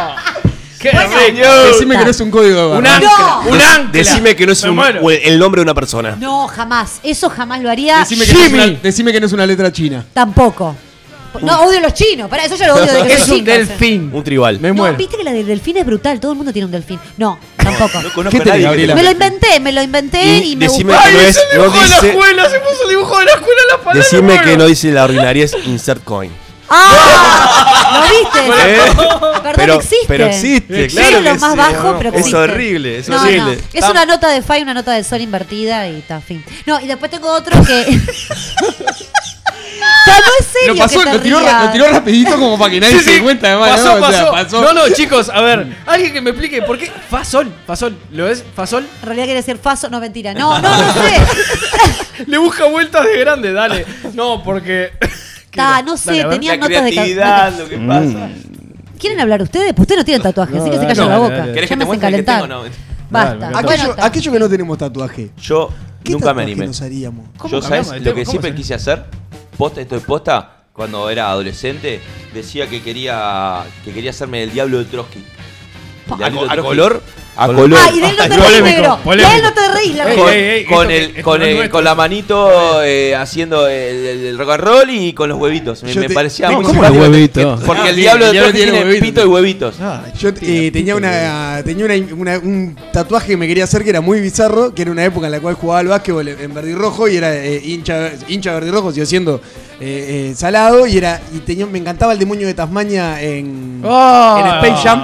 [SPEAKER 3] ¡Qué señor!
[SPEAKER 4] Eh, Decime que no es un código de barra.
[SPEAKER 3] Un ancla,
[SPEAKER 2] No.
[SPEAKER 3] un ancla.
[SPEAKER 5] Decime que no es
[SPEAKER 3] Me
[SPEAKER 5] un-
[SPEAKER 3] muero.
[SPEAKER 5] el nombre de una persona.
[SPEAKER 2] No, jamás. Eso jamás lo haría.
[SPEAKER 4] Decime que, no es una, decime que no es una letra china.
[SPEAKER 2] Tampoco. No, odio a los chinos. Para eso yo lo odio de que
[SPEAKER 3] Es
[SPEAKER 2] soy
[SPEAKER 3] un
[SPEAKER 2] chica, o sea.
[SPEAKER 3] delfín.
[SPEAKER 5] Un tribal.
[SPEAKER 3] Me
[SPEAKER 2] No,
[SPEAKER 3] muero.
[SPEAKER 2] viste que la del delfín es brutal. Todo el mundo tiene un delfín. No, tampoco.
[SPEAKER 1] No conozco
[SPEAKER 4] ¿Qué
[SPEAKER 1] a
[SPEAKER 4] tenés,
[SPEAKER 1] nadie que
[SPEAKER 4] Gabriela?
[SPEAKER 2] me lo inventé, me lo inventé y,
[SPEAKER 5] Y
[SPEAKER 2] me
[SPEAKER 5] decime
[SPEAKER 2] gustó.
[SPEAKER 5] que no es-
[SPEAKER 3] ese dibujo
[SPEAKER 5] no
[SPEAKER 3] de la
[SPEAKER 5] dice-
[SPEAKER 3] escuela! ¡Se puso el dibujo de la escuela en la espalda!
[SPEAKER 5] Decime
[SPEAKER 3] me
[SPEAKER 5] que no
[SPEAKER 3] muero.
[SPEAKER 5] dice la ordinaria es insert coin.
[SPEAKER 2] ¡Ah! ¿Lo viste?
[SPEAKER 5] ¿Eh?
[SPEAKER 2] Perdón, existe.
[SPEAKER 5] Pero existe,
[SPEAKER 2] Sí,
[SPEAKER 5] claro.
[SPEAKER 2] es lo
[SPEAKER 5] que
[SPEAKER 2] más
[SPEAKER 5] sí.
[SPEAKER 2] bajo, pero
[SPEAKER 5] Es
[SPEAKER 2] existe.
[SPEAKER 5] horrible, es
[SPEAKER 2] No, no.
[SPEAKER 5] horrible.
[SPEAKER 2] Es una nota de fa y una (laughs) nota de sol invertida y está, fin. No, y después tengo otro que... sea, no es serio
[SPEAKER 8] Lo pasó,
[SPEAKER 2] que te
[SPEAKER 8] lo tiró,
[SPEAKER 2] rías.
[SPEAKER 8] ra- lo tiró rapidito como para que nadie se dé cuenta. además,
[SPEAKER 3] pasó,
[SPEAKER 8] ¿no? O sea,
[SPEAKER 3] pasó. No, no, chicos, a ver, alguien que me explique por qué Fasol, Fasol, ¿lo ves? Fasol
[SPEAKER 2] En realidad quiere decir faso, no mentira. No, no, no sé.
[SPEAKER 3] le busca vueltas de grande, dale.
[SPEAKER 2] (laughs)
[SPEAKER 3] No, porque
[SPEAKER 2] Ta, no sé,
[SPEAKER 3] Dale, a ver.
[SPEAKER 2] tenía
[SPEAKER 1] La
[SPEAKER 2] notas de ca-
[SPEAKER 1] creatividad, lo que
[SPEAKER 4] Mm.
[SPEAKER 1] pasa.
[SPEAKER 2] ¿Quieren hablar ustedes? Pues ustedes no tienen tatuajes, así que se callan
[SPEAKER 3] no,
[SPEAKER 2] la
[SPEAKER 3] dale,
[SPEAKER 2] boca.
[SPEAKER 3] dale.
[SPEAKER 1] ¿Querés
[SPEAKER 2] Ya
[SPEAKER 1] que
[SPEAKER 2] me
[SPEAKER 1] te
[SPEAKER 2] hacen
[SPEAKER 1] muestre el que
[SPEAKER 2] calentar.
[SPEAKER 1] tengo? No, mentira.
[SPEAKER 2] Basta.
[SPEAKER 4] Aquello,
[SPEAKER 2] Ah, Bueno, ta.
[SPEAKER 4] aquello que no tenemos tatuaje.
[SPEAKER 1] Yo
[SPEAKER 4] ¿Qué
[SPEAKER 1] nunca me
[SPEAKER 4] tatuaje
[SPEAKER 1] animé.
[SPEAKER 4] nos haríamos?
[SPEAKER 3] ¿Cómo
[SPEAKER 1] Yo,
[SPEAKER 3] cambiamos
[SPEAKER 1] ¿sabes?
[SPEAKER 3] de
[SPEAKER 1] Lo
[SPEAKER 3] tema?
[SPEAKER 1] que
[SPEAKER 3] ¿Cómo
[SPEAKER 1] siempre
[SPEAKER 3] se-
[SPEAKER 1] quise hacer, posta, esto de posta, cuando era adolescente, decía que quería que quería hacerme el diablo de Trotsky. El
[SPEAKER 5] ¿A,
[SPEAKER 1] Diablito
[SPEAKER 5] a
[SPEAKER 1] Trotsky.
[SPEAKER 5] color?
[SPEAKER 1] A
[SPEAKER 5] Col-
[SPEAKER 1] color.
[SPEAKER 2] Ah, y de él no te reís,
[SPEAKER 3] Polémico,
[SPEAKER 2] negro. De él no te reís, la
[SPEAKER 3] Ey,
[SPEAKER 1] Con,
[SPEAKER 2] verdad.
[SPEAKER 3] ey, ey,
[SPEAKER 1] con
[SPEAKER 3] esto-
[SPEAKER 1] el,
[SPEAKER 3] esto
[SPEAKER 1] con,
[SPEAKER 3] no es
[SPEAKER 1] el-
[SPEAKER 3] nuestro.
[SPEAKER 1] con la manito eh, haciendo el, el- el rock and roll y con los huevitos. Me,
[SPEAKER 4] Yo
[SPEAKER 1] me
[SPEAKER 4] te-
[SPEAKER 1] parecía
[SPEAKER 4] No,
[SPEAKER 1] muy
[SPEAKER 4] ¿cómo
[SPEAKER 1] simpático
[SPEAKER 8] los
[SPEAKER 1] que-
[SPEAKER 8] huevitos?
[SPEAKER 1] que- Porque
[SPEAKER 8] Ah,
[SPEAKER 1] el
[SPEAKER 8] sí,
[SPEAKER 1] diablo
[SPEAKER 8] el
[SPEAKER 1] de
[SPEAKER 8] diablo
[SPEAKER 1] Trotsky tiene,
[SPEAKER 8] tiene huevitos.
[SPEAKER 1] pito y huevitos.
[SPEAKER 4] Yo eh, tenía una tenía una- una- un tatuaje que me quería hacer que era muy bizarro, que era una época en la cual jugaba al básquetbol en verde y rojo y era eh, hincha, hincha verde y rojo, sigo siendo eh, eh, salado y era y tenía, me encantaba el demonio de Tasmania en, en Space Jam.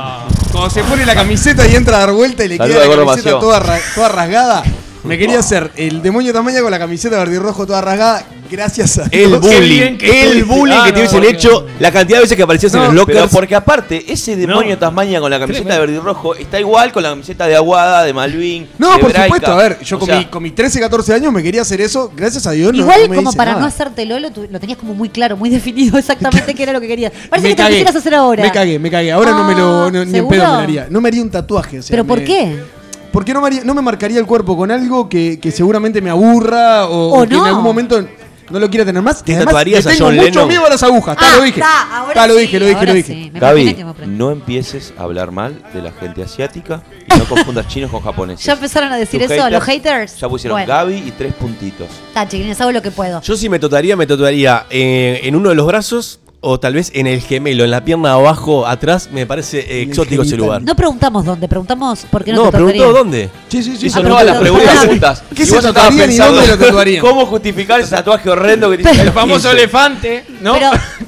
[SPEAKER 4] Cuando se pone la camiseta y entra a dar vuelta y le
[SPEAKER 1] Saluda
[SPEAKER 4] queda
[SPEAKER 1] a
[SPEAKER 4] la
[SPEAKER 1] Gordo
[SPEAKER 4] camiseta
[SPEAKER 1] Mació.
[SPEAKER 4] toda, ra- toda rasgada. Me quería hacer el demonio de Tasmania con la camiseta verde y rojo toda rasgada, gracias
[SPEAKER 1] Eh,
[SPEAKER 4] a
[SPEAKER 5] El
[SPEAKER 4] Dios.
[SPEAKER 5] bullying.
[SPEAKER 3] bien que
[SPEAKER 5] El
[SPEAKER 3] estuviste.
[SPEAKER 5] bullying
[SPEAKER 3] Ah,
[SPEAKER 5] que
[SPEAKER 3] no,
[SPEAKER 5] te hubiesen
[SPEAKER 3] porque-
[SPEAKER 5] hecho. La cantidad de veces que aparecías en
[SPEAKER 1] No,
[SPEAKER 5] los
[SPEAKER 1] pero
[SPEAKER 5] lockers.
[SPEAKER 1] porque aparte, ese demonio
[SPEAKER 3] No.
[SPEAKER 1] Tasmania con la camiseta de verde y rojo está igual con la camiseta de Aguada, de Malvin.
[SPEAKER 4] No,
[SPEAKER 1] de
[SPEAKER 4] por
[SPEAKER 1] Braica.
[SPEAKER 4] supuesto, a ver, yo
[SPEAKER 1] O
[SPEAKER 4] con,
[SPEAKER 1] sea,
[SPEAKER 4] mi, con mis 13, 14 años me quería hacer eso, gracias a Dios no-
[SPEAKER 2] Igual
[SPEAKER 4] no me
[SPEAKER 2] como
[SPEAKER 4] dice
[SPEAKER 2] para
[SPEAKER 4] nada.
[SPEAKER 2] no hacerte Lolo, tú lo tenías como muy claro, muy (laughs) definido exactamente qué era lo que querías. Parece
[SPEAKER 4] Ah. Me
[SPEAKER 2] que te lo
[SPEAKER 4] cagué.
[SPEAKER 2] quisieras hacer ahora.
[SPEAKER 4] Me cagué, me cagué. Ahora no me lo.
[SPEAKER 2] Ah,
[SPEAKER 4] no- ni en
[SPEAKER 2] ¿seguro?
[SPEAKER 4] pedo me lo haría. No me haría un tatuaje. o sea,
[SPEAKER 2] ¿Pero por
[SPEAKER 4] me-
[SPEAKER 2] qué?
[SPEAKER 4] Porque no me, haría- no me marcaría el cuerpo con algo que, que seguramente me aburra o,
[SPEAKER 2] O
[SPEAKER 4] o que en
[SPEAKER 2] no.
[SPEAKER 4] algún momento no lo quiera tener más.
[SPEAKER 5] ¿Te
[SPEAKER 4] Y además,
[SPEAKER 5] tatuarías
[SPEAKER 4] le
[SPEAKER 5] a
[SPEAKER 4] tengo
[SPEAKER 5] John
[SPEAKER 4] mucho
[SPEAKER 5] Lennon?
[SPEAKER 4] miedo a las agujas.
[SPEAKER 2] Ah,
[SPEAKER 4] Ta, lo dije.
[SPEAKER 2] ta, ahora
[SPEAKER 4] Ta, lo
[SPEAKER 2] sí,
[SPEAKER 4] dije, lo dije,
[SPEAKER 2] ahora
[SPEAKER 4] lo dije.
[SPEAKER 2] sí. Me imaginé
[SPEAKER 1] Gaby,
[SPEAKER 2] que me aprendí.
[SPEAKER 1] no empieces a hablar mal de la gente asiática y no
[SPEAKER 2] (laughs)
[SPEAKER 1] confundas chinos con japoneses.
[SPEAKER 2] Ya empezaron a decir
[SPEAKER 1] Tus
[SPEAKER 2] eso, los haters.
[SPEAKER 1] Ya pusieron
[SPEAKER 2] Bueno.
[SPEAKER 1] Gaby y tres puntitos.
[SPEAKER 2] Ta, chiquilines, hago lo que puedo.
[SPEAKER 5] Yo si me tatuaría, me tatuaría eh, en uno de los brazos o tal vez en el gemelo, en la pierna abajo, atrás. Me parece
[SPEAKER 4] el
[SPEAKER 5] exótico ese
[SPEAKER 4] genital.
[SPEAKER 5] lugar.
[SPEAKER 2] No preguntamos dónde, preguntamos por qué no, te
[SPEAKER 5] preguntó
[SPEAKER 2] tatuarías.
[SPEAKER 5] dónde.
[SPEAKER 4] Sí, sí, sí.
[SPEAKER 1] Hizo
[SPEAKER 4] Ah,
[SPEAKER 1] todas
[SPEAKER 4] pero-
[SPEAKER 1] las preguntas
[SPEAKER 2] pará.
[SPEAKER 1] juntas.
[SPEAKER 4] ¿Qué
[SPEAKER 1] Y
[SPEAKER 4] se
[SPEAKER 1] vos estabas
[SPEAKER 4] tatuarían y
[SPEAKER 1] pensando,
[SPEAKER 4] dónde lo tatuarían?
[SPEAKER 1] ¿Cómo justificar ese tatuaje horrendo que te hiciste a
[SPEAKER 3] El
[SPEAKER 1] los
[SPEAKER 3] famoso
[SPEAKER 1] 15?
[SPEAKER 3] elefante, ¿no?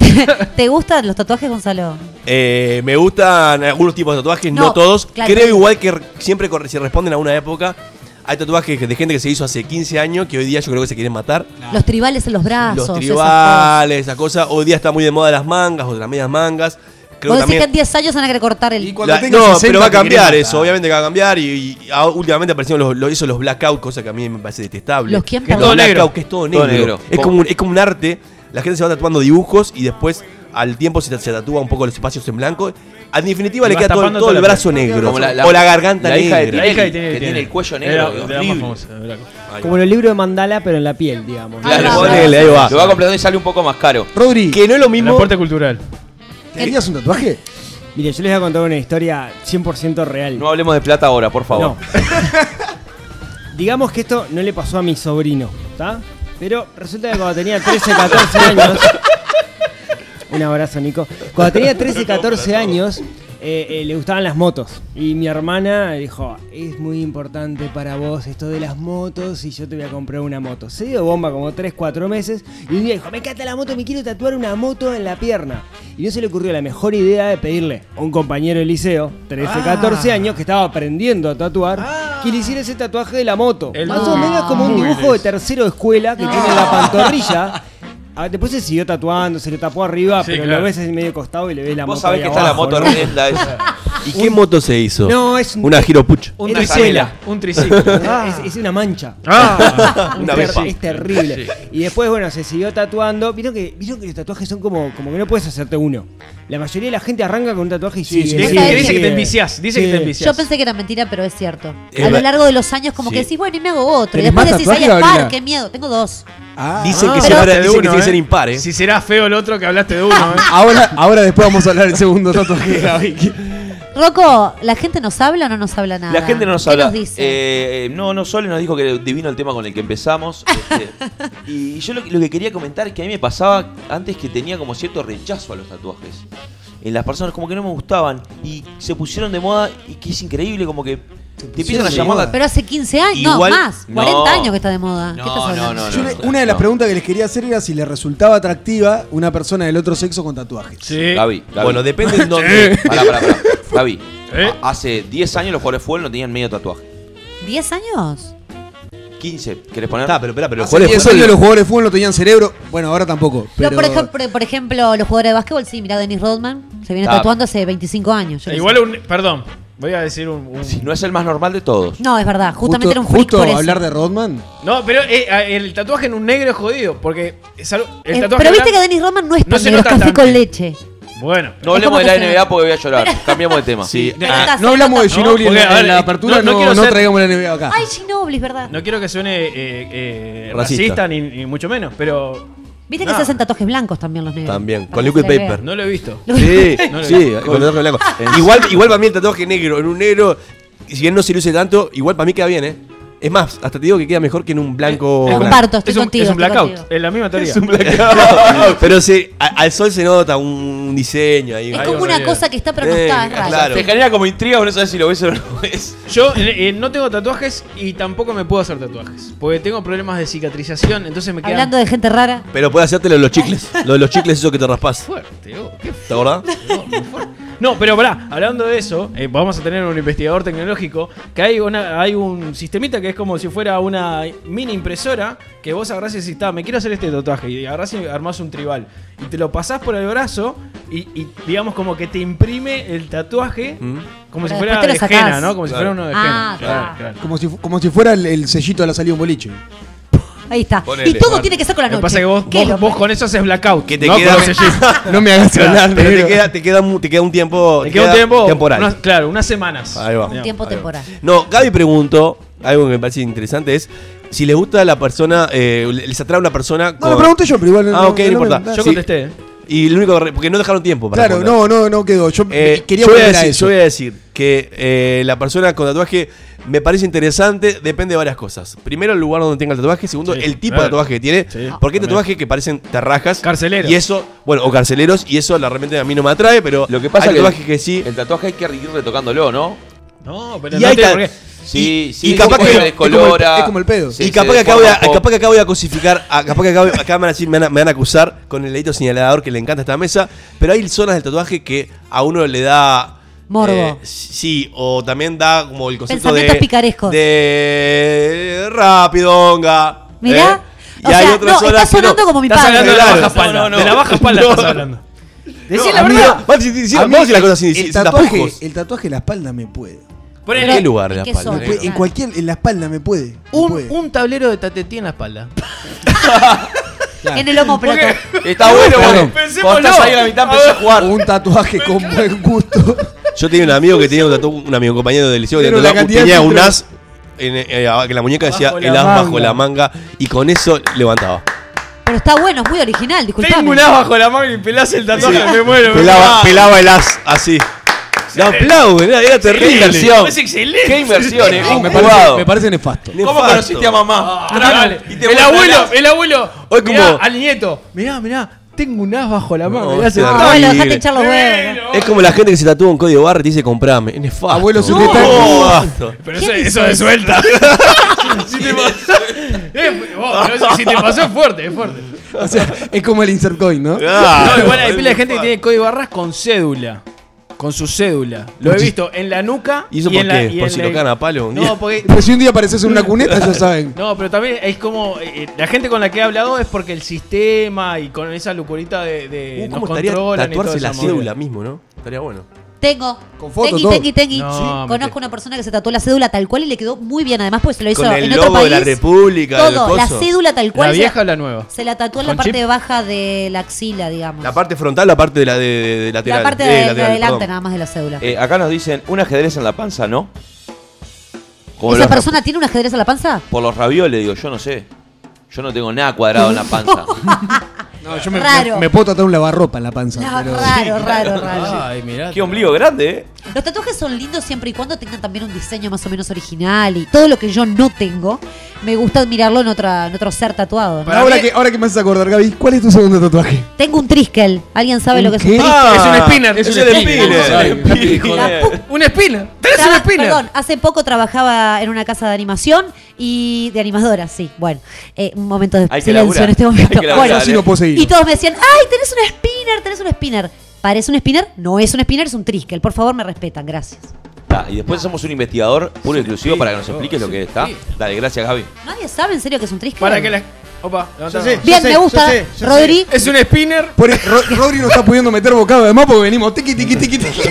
[SPEAKER 2] Pero, (laughs) ¿te gustan los tatuajes, Gonzalo?
[SPEAKER 5] Eh, me gustan algunos tipos de tatuajes, no,
[SPEAKER 2] No,
[SPEAKER 5] todos.
[SPEAKER 2] claro.
[SPEAKER 5] Creo igual que re- siempre corre- se responden a una época. Hay tatuajes de gente que se hizo hace 15 años que hoy día yo creo que se quieren matar.
[SPEAKER 2] Los tribales en los brazos.
[SPEAKER 5] Los
[SPEAKER 2] esas
[SPEAKER 5] tribales, esas cosas. Hoy día está muy de moda las mangas o las medias mangas.
[SPEAKER 2] cosas.
[SPEAKER 5] Creo
[SPEAKER 2] Vos
[SPEAKER 5] que
[SPEAKER 2] decís que en
[SPEAKER 5] también.
[SPEAKER 2] 10 años van a querer cortar el...
[SPEAKER 4] Y cuando
[SPEAKER 5] la-
[SPEAKER 4] tenga
[SPEAKER 5] no,
[SPEAKER 4] 60
[SPEAKER 5] pero va a
[SPEAKER 4] te querés
[SPEAKER 5] cambiar
[SPEAKER 4] matar.
[SPEAKER 5] eso, obviamente que va a cambiar. Y, y a- últimamente aparecieron los, los, esos, los blackout, cosa que a mí me parece detestable.
[SPEAKER 2] ¿Los quién,
[SPEAKER 5] Que es
[SPEAKER 2] perdón?
[SPEAKER 5] blackout,
[SPEAKER 3] negro.
[SPEAKER 5] que es todo negro.
[SPEAKER 1] Todo negro.
[SPEAKER 5] Es, como un, es como un arte. La gente se va tatuando dibujos y después al tiempo se, se tatúa un poco los espacios en blanco. En definitiva,
[SPEAKER 3] Y
[SPEAKER 5] le
[SPEAKER 3] vas
[SPEAKER 5] queda todo,
[SPEAKER 3] tapando
[SPEAKER 5] todo el
[SPEAKER 3] toda la
[SPEAKER 5] brazo negro.
[SPEAKER 1] Como la- la-
[SPEAKER 5] o la garganta
[SPEAKER 1] la hija
[SPEAKER 5] negra.
[SPEAKER 1] de
[SPEAKER 3] La hija
[SPEAKER 1] que
[SPEAKER 3] que tiene,
[SPEAKER 1] tiene el cuello negro,
[SPEAKER 3] Era- era
[SPEAKER 1] horrible.
[SPEAKER 3] más famosa, era la-
[SPEAKER 6] Como los libros de mandala, pero en la piel, digamos.
[SPEAKER 2] Ah,
[SPEAKER 1] Claro,
[SPEAKER 2] va,
[SPEAKER 5] ponele,
[SPEAKER 1] va.
[SPEAKER 5] ahí va.
[SPEAKER 1] Lo va comprando y sale un poco más caro.
[SPEAKER 4] Rodri,
[SPEAKER 5] Que no es lo
[SPEAKER 3] El
[SPEAKER 5] mismo.
[SPEAKER 3] aporte cultural.
[SPEAKER 4] ¿te harías un tatuaje?
[SPEAKER 6] Mire, yo les voy a contar una historia 100% real.
[SPEAKER 1] No hablemos de plata ahora, por favor.
[SPEAKER 6] No. Digamos que esto no le pasó a mi sobrino, ¿está? Pero resulta que cuando tenía 13, 14 años. Un abrazo, Nico. Cuando tenía 13, 14 años, eh, eh, le gustaban las motos. Y mi hermana dijo: Es muy importante para vos esto de las motos y yo te voy a comprar una moto. Se dio bomba como 3, 4 meses. Y un día dijo: Me encanta la moto, me quiero tatuar una moto en la pierna. Y no se le ocurrió la mejor idea de pedirle a un compañero del liceo, 13, 14 años, que estaba aprendiendo a tatuar, que le hiciera ese tatuaje de la moto.
[SPEAKER 3] El
[SPEAKER 6] Más o
[SPEAKER 3] Bull.
[SPEAKER 6] menos como un
[SPEAKER 3] Bull
[SPEAKER 6] dibujo de
[SPEAKER 3] es.
[SPEAKER 6] tercero de escuela que tiene en la pantorrilla. Ah, Después se siguió tatuando, se le tapó arriba,
[SPEAKER 3] Sí,
[SPEAKER 6] pero
[SPEAKER 3] claro.
[SPEAKER 6] lo ves así medio costado y le ves la moto.
[SPEAKER 1] Vos sabés
[SPEAKER 6] ahí
[SPEAKER 1] que está la
[SPEAKER 6] abajo, ¿eh?
[SPEAKER 1] moto
[SPEAKER 6] ¿no?
[SPEAKER 1] horrenda esa.
[SPEAKER 5] ¿Y qué moto se hizo?
[SPEAKER 6] No, es un-
[SPEAKER 5] una Giro Puch.
[SPEAKER 3] Un
[SPEAKER 6] Era
[SPEAKER 3] triciclo.
[SPEAKER 6] escuela.
[SPEAKER 3] Un
[SPEAKER 6] (laughs)
[SPEAKER 3] triciclo.
[SPEAKER 6] Es, es una mancha.
[SPEAKER 3] Ah,
[SPEAKER 6] Es ter- es terrible. Y después, bueno, se siguió tatuando. Vieron que, vieron que los tatuajes son como, como que no puedes hacerte uno. La mayoría de la gente arranca con un tatuaje y sigue.
[SPEAKER 4] sí,
[SPEAKER 2] sí, sí.
[SPEAKER 3] Dice-
[SPEAKER 6] sigue,
[SPEAKER 3] Dice que
[SPEAKER 6] sigue.
[SPEAKER 3] te enviciás. Dice que
[SPEAKER 6] Sí.
[SPEAKER 3] te
[SPEAKER 2] Yo
[SPEAKER 3] enviciás.
[SPEAKER 2] pensé que era mentira, pero es cierto.
[SPEAKER 5] Es
[SPEAKER 2] a lo
[SPEAKER 5] ver-
[SPEAKER 2] largo de los años, como
[SPEAKER 5] Eh, Sí.
[SPEAKER 2] que decís, bueno, y me hago otro. Y
[SPEAKER 4] ¿Tenés
[SPEAKER 2] después
[SPEAKER 4] más
[SPEAKER 2] decís, ay,
[SPEAKER 4] tatuajes,
[SPEAKER 2] es par,
[SPEAKER 4] Gabriela?
[SPEAKER 2] qué miedo. Tengo dos.
[SPEAKER 4] Ah,
[SPEAKER 5] Dicen que
[SPEAKER 2] pero-
[SPEAKER 5] se van a-
[SPEAKER 3] Hablaste de
[SPEAKER 5] dicen que
[SPEAKER 3] uno,
[SPEAKER 5] se
[SPEAKER 3] ¿eh?
[SPEAKER 5] dicen impar, ¿eh?
[SPEAKER 3] Si será feo el otro que hablaste de uno, ¿eh?
[SPEAKER 4] ahora, ahora después vamos a hablar del segundo tatuaje,
[SPEAKER 5] (laughs)
[SPEAKER 4] Gaby.
[SPEAKER 2] Rocco, ¿la gente nos habla o no nos habla nada?
[SPEAKER 1] La gente no nos
[SPEAKER 2] ¿Qué
[SPEAKER 1] habla.
[SPEAKER 2] nos dice?
[SPEAKER 1] Eh, eh, no, no, Sole nos dijo que era divino el tema con el que empezamos.
[SPEAKER 2] (laughs)
[SPEAKER 1] este, y yo lo, que- lo que quería comentar es que a mí me pasaba antes que tenía como cierto rechazo a los tatuajes. En las personas como que no me gustaban y se pusieron de moda y que es increíble como que te empiezan a
[SPEAKER 4] de
[SPEAKER 1] llamar la...
[SPEAKER 2] pero hace 15 años,
[SPEAKER 1] Igual-
[SPEAKER 2] no, más.
[SPEAKER 1] no.
[SPEAKER 2] 40 años que está de moda. ¿Qué
[SPEAKER 1] No,
[SPEAKER 2] estás hablando?
[SPEAKER 1] no, no,
[SPEAKER 4] Yo le- una de las
[SPEAKER 1] no.
[SPEAKER 4] preguntas que les quería hacer era si les resultaba atractiva una persona del otro sexo con tatuajes.
[SPEAKER 3] Sí.
[SPEAKER 1] Gaby, Gaby.
[SPEAKER 5] Bueno, depende
[SPEAKER 1] (laughs)
[SPEAKER 5] de dónde.
[SPEAKER 1] Pará, pará, pará. Gaby,
[SPEAKER 3] ¿Eh?
[SPEAKER 1] a- hace 10 años los jugadores de fútbol no tenían medio tatuaje.
[SPEAKER 2] ¿10 años?
[SPEAKER 1] 15, ¿querés poner?
[SPEAKER 5] Está, Ah, pero espera, pero los
[SPEAKER 4] Hace
[SPEAKER 5] jugadores
[SPEAKER 4] 10
[SPEAKER 5] de
[SPEAKER 4] años
[SPEAKER 5] fútbol-
[SPEAKER 4] los jugadores de fútbol no tenían cerebro. Bueno, ahora tampoco. Pero,
[SPEAKER 2] Pero por ejemplo, por ejemplo, los jugadores de básquetbol, sí, mirá, Dennis Rodman se viene
[SPEAKER 1] Ah.
[SPEAKER 2] tatuando hace 25 años. yo qué sé.
[SPEAKER 3] Eh, Igual un. Perdón, voy a decir un. un-
[SPEAKER 1] Si no es el más normal de todos.
[SPEAKER 2] No, es verdad, justamente
[SPEAKER 4] justo,
[SPEAKER 2] era un freak
[SPEAKER 4] justo
[SPEAKER 2] por eso.
[SPEAKER 4] hablar de Rodman.
[SPEAKER 3] No, pero eh, a- el tatuaje en un negro es jodido. Porque. es algo- el
[SPEAKER 2] Eh,
[SPEAKER 3] tatuaje
[SPEAKER 2] pero viste que
[SPEAKER 3] blanco-
[SPEAKER 2] Dennis Rodman no es
[SPEAKER 3] No
[SPEAKER 2] tan
[SPEAKER 3] se
[SPEAKER 2] negro, es
[SPEAKER 3] nota
[SPEAKER 2] café
[SPEAKER 3] tanto.
[SPEAKER 2] con leche.
[SPEAKER 1] No
[SPEAKER 3] Bueno.
[SPEAKER 2] Es como
[SPEAKER 1] hablemos de la
[SPEAKER 2] que se-
[SPEAKER 1] NBA porque voy a
[SPEAKER 2] (laughs)
[SPEAKER 1] llorar. Cambiamos de tema.
[SPEAKER 5] Sí,
[SPEAKER 2] Pero
[SPEAKER 5] ah,
[SPEAKER 2] está-
[SPEAKER 4] No hablamos de
[SPEAKER 3] No,
[SPEAKER 4] Ginobili en,
[SPEAKER 3] porque, a
[SPEAKER 4] la- en
[SPEAKER 3] ver,
[SPEAKER 4] la
[SPEAKER 3] eh,
[SPEAKER 4] apertura,
[SPEAKER 3] no-
[SPEAKER 4] no,
[SPEAKER 3] no quiero
[SPEAKER 4] no
[SPEAKER 3] ser-
[SPEAKER 4] traigamos la NBA acá.
[SPEAKER 2] Ay, Ginobili, es verdad.
[SPEAKER 3] No quiero que suene eh, eh,
[SPEAKER 5] Racista.
[SPEAKER 3] racista, ni, ni mucho menos, pero.
[SPEAKER 2] Viste que
[SPEAKER 3] no,
[SPEAKER 2] se hacen tatuajes blancos también los negros.
[SPEAKER 5] También, con
[SPEAKER 2] Para que
[SPEAKER 5] liquid
[SPEAKER 2] se le vea.
[SPEAKER 5] paper.
[SPEAKER 3] No lo he visto.
[SPEAKER 5] Sí,
[SPEAKER 3] No lo
[SPEAKER 5] sí,
[SPEAKER 3] vi.
[SPEAKER 5] con el tatuaje blanco.
[SPEAKER 3] (laughs)
[SPEAKER 5] Igual, igual para mí el tatuaje negro, en un negro, si bien no se luce tanto, igual para mí queda bien, ¿eh? Es más, hasta te digo que queda mejor que en un blanco.
[SPEAKER 2] Es un
[SPEAKER 5] blanco. (laughs)
[SPEAKER 2] Comparto, estoy
[SPEAKER 3] es un,
[SPEAKER 2] contigo,
[SPEAKER 3] Es un
[SPEAKER 2] estoy
[SPEAKER 3] blackout.
[SPEAKER 2] contigo.
[SPEAKER 3] Es la misma teoría.
[SPEAKER 5] Pero sí, a- al sol se nota un diseño ahí.
[SPEAKER 2] Es
[SPEAKER 5] Ahí
[SPEAKER 2] como
[SPEAKER 5] va.
[SPEAKER 2] una cosa que está pero no está, es
[SPEAKER 5] Eh,
[SPEAKER 2] raro.
[SPEAKER 5] claro.
[SPEAKER 1] Te genera como intriga, vos no sabes si lo ves o no lo ves.
[SPEAKER 3] Yo eh, no tengo tatuajes y tampoco me puedo hacer tatuajes. Porque tengo problemas de cicatrización, entonces me quedan.
[SPEAKER 2] Hablando de gente rara.
[SPEAKER 5] Pero podés hacértelo de
[SPEAKER 3] (laughs)
[SPEAKER 5] los chicles. Lo de los chicles, eso que te raspás.
[SPEAKER 3] Fuerte, oh, qué oh,
[SPEAKER 5] ¿Te acordás?
[SPEAKER 3] No, pero pará, hablando de eso, eh, vamos a tener un investigador tecnológico que hay, una, hay un sistemita que es como si fuera una mini impresora que vos agarrás y decís, "Ta, me quiero hacer este tatuaje. Y agarrás y armás un tribal. Y te lo pasás por el brazo y, y digamos como que te imprime el tatuaje como si
[SPEAKER 2] Pero
[SPEAKER 3] fuera
[SPEAKER 2] después te lo
[SPEAKER 3] de
[SPEAKER 2] sacás.
[SPEAKER 3] henna, ¿no? Como si
[SPEAKER 5] Mm. Claro.
[SPEAKER 3] fuera uno de
[SPEAKER 2] Ah,
[SPEAKER 3] henna.
[SPEAKER 2] claro.
[SPEAKER 4] Como si, fu- como si fuera el, el sellito de la salida de un boliche.
[SPEAKER 2] Ahí está.
[SPEAKER 5] Ponele,
[SPEAKER 2] y todo
[SPEAKER 5] ponele.
[SPEAKER 2] tiene que ser con la
[SPEAKER 3] Lo que
[SPEAKER 2] noche.
[SPEAKER 3] pasa es que vos,
[SPEAKER 2] ¿Qué
[SPEAKER 3] vos,
[SPEAKER 2] lo-
[SPEAKER 3] vos con eso haces blackout.
[SPEAKER 5] Que te
[SPEAKER 3] ¿no?
[SPEAKER 5] queda-
[SPEAKER 3] Con los sellitos.
[SPEAKER 4] No me hagas hablar.
[SPEAKER 5] Pero te
[SPEAKER 4] negro.
[SPEAKER 5] queda, te, queda, un- te queda un tiempo.
[SPEAKER 3] Te queda un tiempo.
[SPEAKER 5] Temporal.
[SPEAKER 3] unas- claro, unas semanas.
[SPEAKER 5] Ahí va.
[SPEAKER 2] Un tiempo temporal.
[SPEAKER 5] No, Gaby preguntó, algo que me parece interesante es. Si les gusta la persona, eh, les atrae una persona
[SPEAKER 4] No,
[SPEAKER 5] con.
[SPEAKER 4] lo pregunté yo, pero igual.
[SPEAKER 5] Ah, ok, no
[SPEAKER 4] me-
[SPEAKER 5] importa.
[SPEAKER 3] Yo
[SPEAKER 5] Sí.
[SPEAKER 3] contesté. ¿eh?
[SPEAKER 5] Y lo único que re- porque no dejaron tiempo para
[SPEAKER 4] Claro,
[SPEAKER 5] responder.
[SPEAKER 4] no, no, no quedó. Yo
[SPEAKER 5] Eh,
[SPEAKER 4] quería
[SPEAKER 5] yo voy, a
[SPEAKER 4] volver a
[SPEAKER 5] decir,
[SPEAKER 4] eso.
[SPEAKER 5] yo voy a decir que eh, la persona con tatuaje me parece interesante, depende de varias cosas. Primero, el lugar donde tenga el tatuaje. Segundo,
[SPEAKER 3] Sí,
[SPEAKER 5] el tipo
[SPEAKER 3] claro.
[SPEAKER 5] de tatuaje que tiene.
[SPEAKER 3] Sí,
[SPEAKER 5] porque hay
[SPEAKER 3] también.
[SPEAKER 5] tatuajes que parecen terrajas.
[SPEAKER 3] Carceleros.
[SPEAKER 5] Y eso, bueno, o carceleros. Y eso la, realmente a mí no me atrae, pero
[SPEAKER 1] Lo que pasa
[SPEAKER 5] hay
[SPEAKER 1] que,
[SPEAKER 5] tatuajes que sí.
[SPEAKER 1] El tatuaje hay que ir retocándolo, ¿no?
[SPEAKER 3] No, pero
[SPEAKER 5] Y
[SPEAKER 3] no
[SPEAKER 5] hay
[SPEAKER 3] tiene
[SPEAKER 5] ca-
[SPEAKER 3] por qué.
[SPEAKER 1] Sí,
[SPEAKER 5] Y-
[SPEAKER 1] sí.
[SPEAKER 5] y capaz
[SPEAKER 1] se
[SPEAKER 5] que-
[SPEAKER 1] pone
[SPEAKER 4] es como el-
[SPEAKER 1] descolora,
[SPEAKER 4] es como el pedo.
[SPEAKER 1] se-
[SPEAKER 5] y
[SPEAKER 1] se
[SPEAKER 5] capaz que, acá voy
[SPEAKER 1] deforma un
[SPEAKER 5] a,
[SPEAKER 1] poco.
[SPEAKER 5] capaz que acá voy a cosificar, a- capaz que acá, voy- acá me van a decir, me van a, me van a acusar con el dedito señalador que le encanta esta mesa, pero hay zonas del tatuaje que a uno le da...
[SPEAKER 2] Morbo.
[SPEAKER 5] eh, sí, o también da como el concepto de...
[SPEAKER 2] Pensamientos picarescos.
[SPEAKER 5] De... Rápido, onga.
[SPEAKER 2] Mirá.
[SPEAKER 5] ¿eh?
[SPEAKER 2] O sea, no,
[SPEAKER 5] zonas
[SPEAKER 2] está
[SPEAKER 5] que no.
[SPEAKER 2] sonando como mi
[SPEAKER 3] Estás
[SPEAKER 2] padre.
[SPEAKER 3] hablando de la
[SPEAKER 5] Claro.
[SPEAKER 3] baja espalda.
[SPEAKER 5] No, no, no.
[SPEAKER 3] De la baja espalda
[SPEAKER 5] No.
[SPEAKER 3] estás hablando.
[SPEAKER 5] No,
[SPEAKER 3] Decí la
[SPEAKER 5] a mí
[SPEAKER 3] verdad.
[SPEAKER 5] no. Vamos a decir-
[SPEAKER 4] A
[SPEAKER 5] vamos
[SPEAKER 4] mí
[SPEAKER 5] a decir las cosas sin,
[SPEAKER 4] el
[SPEAKER 5] sin
[SPEAKER 4] tatuaje,
[SPEAKER 5] tapujos.
[SPEAKER 4] el tatuaje en la espalda me puede.
[SPEAKER 5] ¿En
[SPEAKER 2] Pero,
[SPEAKER 5] qué lugar
[SPEAKER 2] ¿en
[SPEAKER 5] de la
[SPEAKER 2] qué
[SPEAKER 5] espalda?
[SPEAKER 2] zona?
[SPEAKER 4] Me puede- en cualquier, en la espalda me puede. me
[SPEAKER 3] Un,
[SPEAKER 4] puede.
[SPEAKER 3] un tablero de tatetí en la espalda.
[SPEAKER 2] En el homoplato.
[SPEAKER 1] Está bueno,
[SPEAKER 4] Perdón.
[SPEAKER 1] bueno. Cuando
[SPEAKER 3] Pensémoslo.
[SPEAKER 1] estás ahí a la
[SPEAKER 2] (laughs)
[SPEAKER 1] mitad empecé a jugar.
[SPEAKER 4] un tatuaje con buen gusto.
[SPEAKER 5] Yo tenía un amigo que tenía un tatuaje, un amigo, un compañero del liceo que
[SPEAKER 4] Pero
[SPEAKER 5] tenía,
[SPEAKER 4] la
[SPEAKER 5] un tatuaje,
[SPEAKER 4] cantidad de
[SPEAKER 5] tenía un
[SPEAKER 4] filtros.
[SPEAKER 5] as en, eh, abajo, que la muñeca decía
[SPEAKER 3] Bajo la
[SPEAKER 5] el as bajo
[SPEAKER 3] manga.
[SPEAKER 5] la manga y con eso levantaba.
[SPEAKER 2] Pero está bueno, es muy original, disculpame.
[SPEAKER 3] Tengo un as bajo la mano y pelás el tatuaje. Me muero.
[SPEAKER 5] Pelaba, pelaba el as así. Lo aplauden, era, era terrible.
[SPEAKER 3] Es excelente.
[SPEAKER 1] Qué inversión, eh. Un
[SPEAKER 4] me,
[SPEAKER 1] jugado.
[SPEAKER 4] parece, me parece nefasto.
[SPEAKER 1] ¿Cómo
[SPEAKER 5] Nefasto.
[SPEAKER 1] conociste a mamá?
[SPEAKER 3] Ah, Dale.
[SPEAKER 1] Y te
[SPEAKER 3] El
[SPEAKER 1] muestra
[SPEAKER 3] abuelo,
[SPEAKER 1] las-
[SPEAKER 3] el abuelo.
[SPEAKER 5] Hoy
[SPEAKER 3] Mirá,
[SPEAKER 5] como-
[SPEAKER 3] Al nieto. Mirá, mirá. Tengo un as bajo la mano.
[SPEAKER 5] No,
[SPEAKER 3] mirá, se-
[SPEAKER 5] no.
[SPEAKER 2] Ah, bueno,
[SPEAKER 5] horrible.
[SPEAKER 2] dejate echar los huevos.
[SPEAKER 5] Es como la gente que se tatúa un código barra y te dice comprame. Es nefasto.
[SPEAKER 4] Abuelo, se
[SPEAKER 5] No.
[SPEAKER 4] te está-
[SPEAKER 5] Nefasto.
[SPEAKER 3] Pero
[SPEAKER 2] ¿Qué
[SPEAKER 3] eso,
[SPEAKER 2] dices?
[SPEAKER 3] eh. eso de
[SPEAKER 5] (laughs)
[SPEAKER 3] suelta. (laughs) si te pasó. Eh, vos, pero eso, si te pasó es fuerte, es fuerte.
[SPEAKER 4] O
[SPEAKER 5] (laughs)
[SPEAKER 4] sea, es como el insert coin, ¿no?
[SPEAKER 5] Ah,
[SPEAKER 3] No, igual hay pila de gente que tiene código barras con cédula. Con su cédula. Lo he visto en la nuca.
[SPEAKER 5] ¿Y eso por
[SPEAKER 3] en la-
[SPEAKER 5] qué?
[SPEAKER 3] y
[SPEAKER 5] ¿Por
[SPEAKER 3] en
[SPEAKER 5] si
[SPEAKER 3] la-
[SPEAKER 5] lo cagan a palo un día?
[SPEAKER 3] No, porque.
[SPEAKER 4] Pero si un día apareces en una cuneta, ya saben.
[SPEAKER 3] No, pero también es como. eh, la gente con la que he hablado es porque el sistema y con esa locurita de. de
[SPEAKER 5] Uh, ¿Cómo
[SPEAKER 3] nos
[SPEAKER 5] estaría
[SPEAKER 3] controlan y toda
[SPEAKER 5] tatuarse
[SPEAKER 3] esa
[SPEAKER 5] la
[SPEAKER 3] movida.
[SPEAKER 5] cédula mismo, no? Estaría bueno.
[SPEAKER 2] Tengo.
[SPEAKER 4] Con foto,
[SPEAKER 2] tengui,
[SPEAKER 4] todo.
[SPEAKER 2] tengui, tengui.
[SPEAKER 3] No,
[SPEAKER 2] Sí.
[SPEAKER 3] mete.
[SPEAKER 2] Conozco una persona que se tatuó la cédula tal cual y le quedó muy bien, además, porque se lo hizo
[SPEAKER 5] Con
[SPEAKER 2] en
[SPEAKER 5] el
[SPEAKER 2] otro
[SPEAKER 5] logo de
[SPEAKER 2] país.
[SPEAKER 5] la república. del
[SPEAKER 2] todo, la
[SPEAKER 5] coso.
[SPEAKER 2] cédula tal cual.
[SPEAKER 3] ¿La
[SPEAKER 2] se
[SPEAKER 3] vieja o la nueva?
[SPEAKER 2] Se la tatuó en la
[SPEAKER 3] ¿Con
[SPEAKER 2] parte
[SPEAKER 3] chip?
[SPEAKER 2] baja de la axila, digamos.
[SPEAKER 5] La parte frontal, la parte de la de, de- de lateral.
[SPEAKER 2] La parte
[SPEAKER 5] de
[SPEAKER 2] de, de
[SPEAKER 5] lateral,
[SPEAKER 2] adelante,
[SPEAKER 5] perdón.
[SPEAKER 2] nada más de la cédula.
[SPEAKER 1] Eh, acá nos dicen un ajedrez en la panza, ¿no? Como
[SPEAKER 2] ¿Esa
[SPEAKER 1] los-
[SPEAKER 2] persona tiene un ajedrez a la panza?
[SPEAKER 1] Por los ravioles, digo, yo no sé. Yo no tengo nada cuadrado en
[SPEAKER 2] (laughs)
[SPEAKER 1] la panza.
[SPEAKER 4] No, yo me,
[SPEAKER 2] Raro.
[SPEAKER 4] me- me puedo tatuar un lavarropa en la panza.
[SPEAKER 2] No,
[SPEAKER 4] pero-
[SPEAKER 2] raro, raro, raro.
[SPEAKER 3] Ay, mirá.
[SPEAKER 1] Qué ombligo grande, ¿eh?
[SPEAKER 2] Los tatuajes son lindos siempre y cuando tengan también un diseño más o menos original y todo lo que yo no tengo, me gusta admirarlo en, otra, en otro ser tatuado. ¿no?
[SPEAKER 3] Para
[SPEAKER 4] ahora,
[SPEAKER 3] mí-
[SPEAKER 4] que, ahora que me haces acordar, Gaby, ¿cuál es tu segundo tatuaje?
[SPEAKER 2] Tengo un triskel. ¿Alguien sabe lo que es un
[SPEAKER 4] ¿Qué?
[SPEAKER 2] triskel?
[SPEAKER 5] Ah,
[SPEAKER 3] Es un spinner,
[SPEAKER 5] Es
[SPEAKER 3] es
[SPEAKER 5] un
[SPEAKER 3] un
[SPEAKER 5] spinner.
[SPEAKER 4] spinner.
[SPEAKER 5] Es un
[SPEAKER 2] La
[SPEAKER 5] spinner.
[SPEAKER 2] pu-
[SPEAKER 3] ¡Una espina! ¡Tenés una
[SPEAKER 2] Traba-
[SPEAKER 3] espina!
[SPEAKER 2] Perdón, hace poco trabajaba en una casa de animación y de animadora, sí. Bueno, eh, un momento de
[SPEAKER 1] Hay que
[SPEAKER 2] silencio
[SPEAKER 1] laburar,
[SPEAKER 2] en este
[SPEAKER 1] hay
[SPEAKER 2] momento.
[SPEAKER 1] que laburar, eh.
[SPEAKER 2] Bueno,
[SPEAKER 1] Dale.
[SPEAKER 4] Así no puedo seguir.
[SPEAKER 2] y todos me decían, ay, tenés un spinner, tenés un spinner. Parece un spinner, no es un spinner, es un triskel. Por favor, me respetan, gracias.
[SPEAKER 1] Ta, y después hacemos un investigador puro y exclusivo para que nos expliques lo que es. ta. Dale, gracias, Gaby.
[SPEAKER 2] Nadie sabe en serio que es un trisque.
[SPEAKER 3] Para que la. Opa, levanta
[SPEAKER 6] Yo
[SPEAKER 3] la
[SPEAKER 6] sé,
[SPEAKER 3] mano.
[SPEAKER 6] yo
[SPEAKER 2] Bien,
[SPEAKER 6] sé,
[SPEAKER 2] me
[SPEAKER 6] yo
[SPEAKER 2] gusta. ¿eh?
[SPEAKER 6] sé, yo sé.
[SPEAKER 2] Rodri,
[SPEAKER 3] Es un spinner.
[SPEAKER 4] Por eso, Ro- Rodri no está pudiendo meter bocado de más porque venimos tiqui, tiqui, tiqui, tiqui.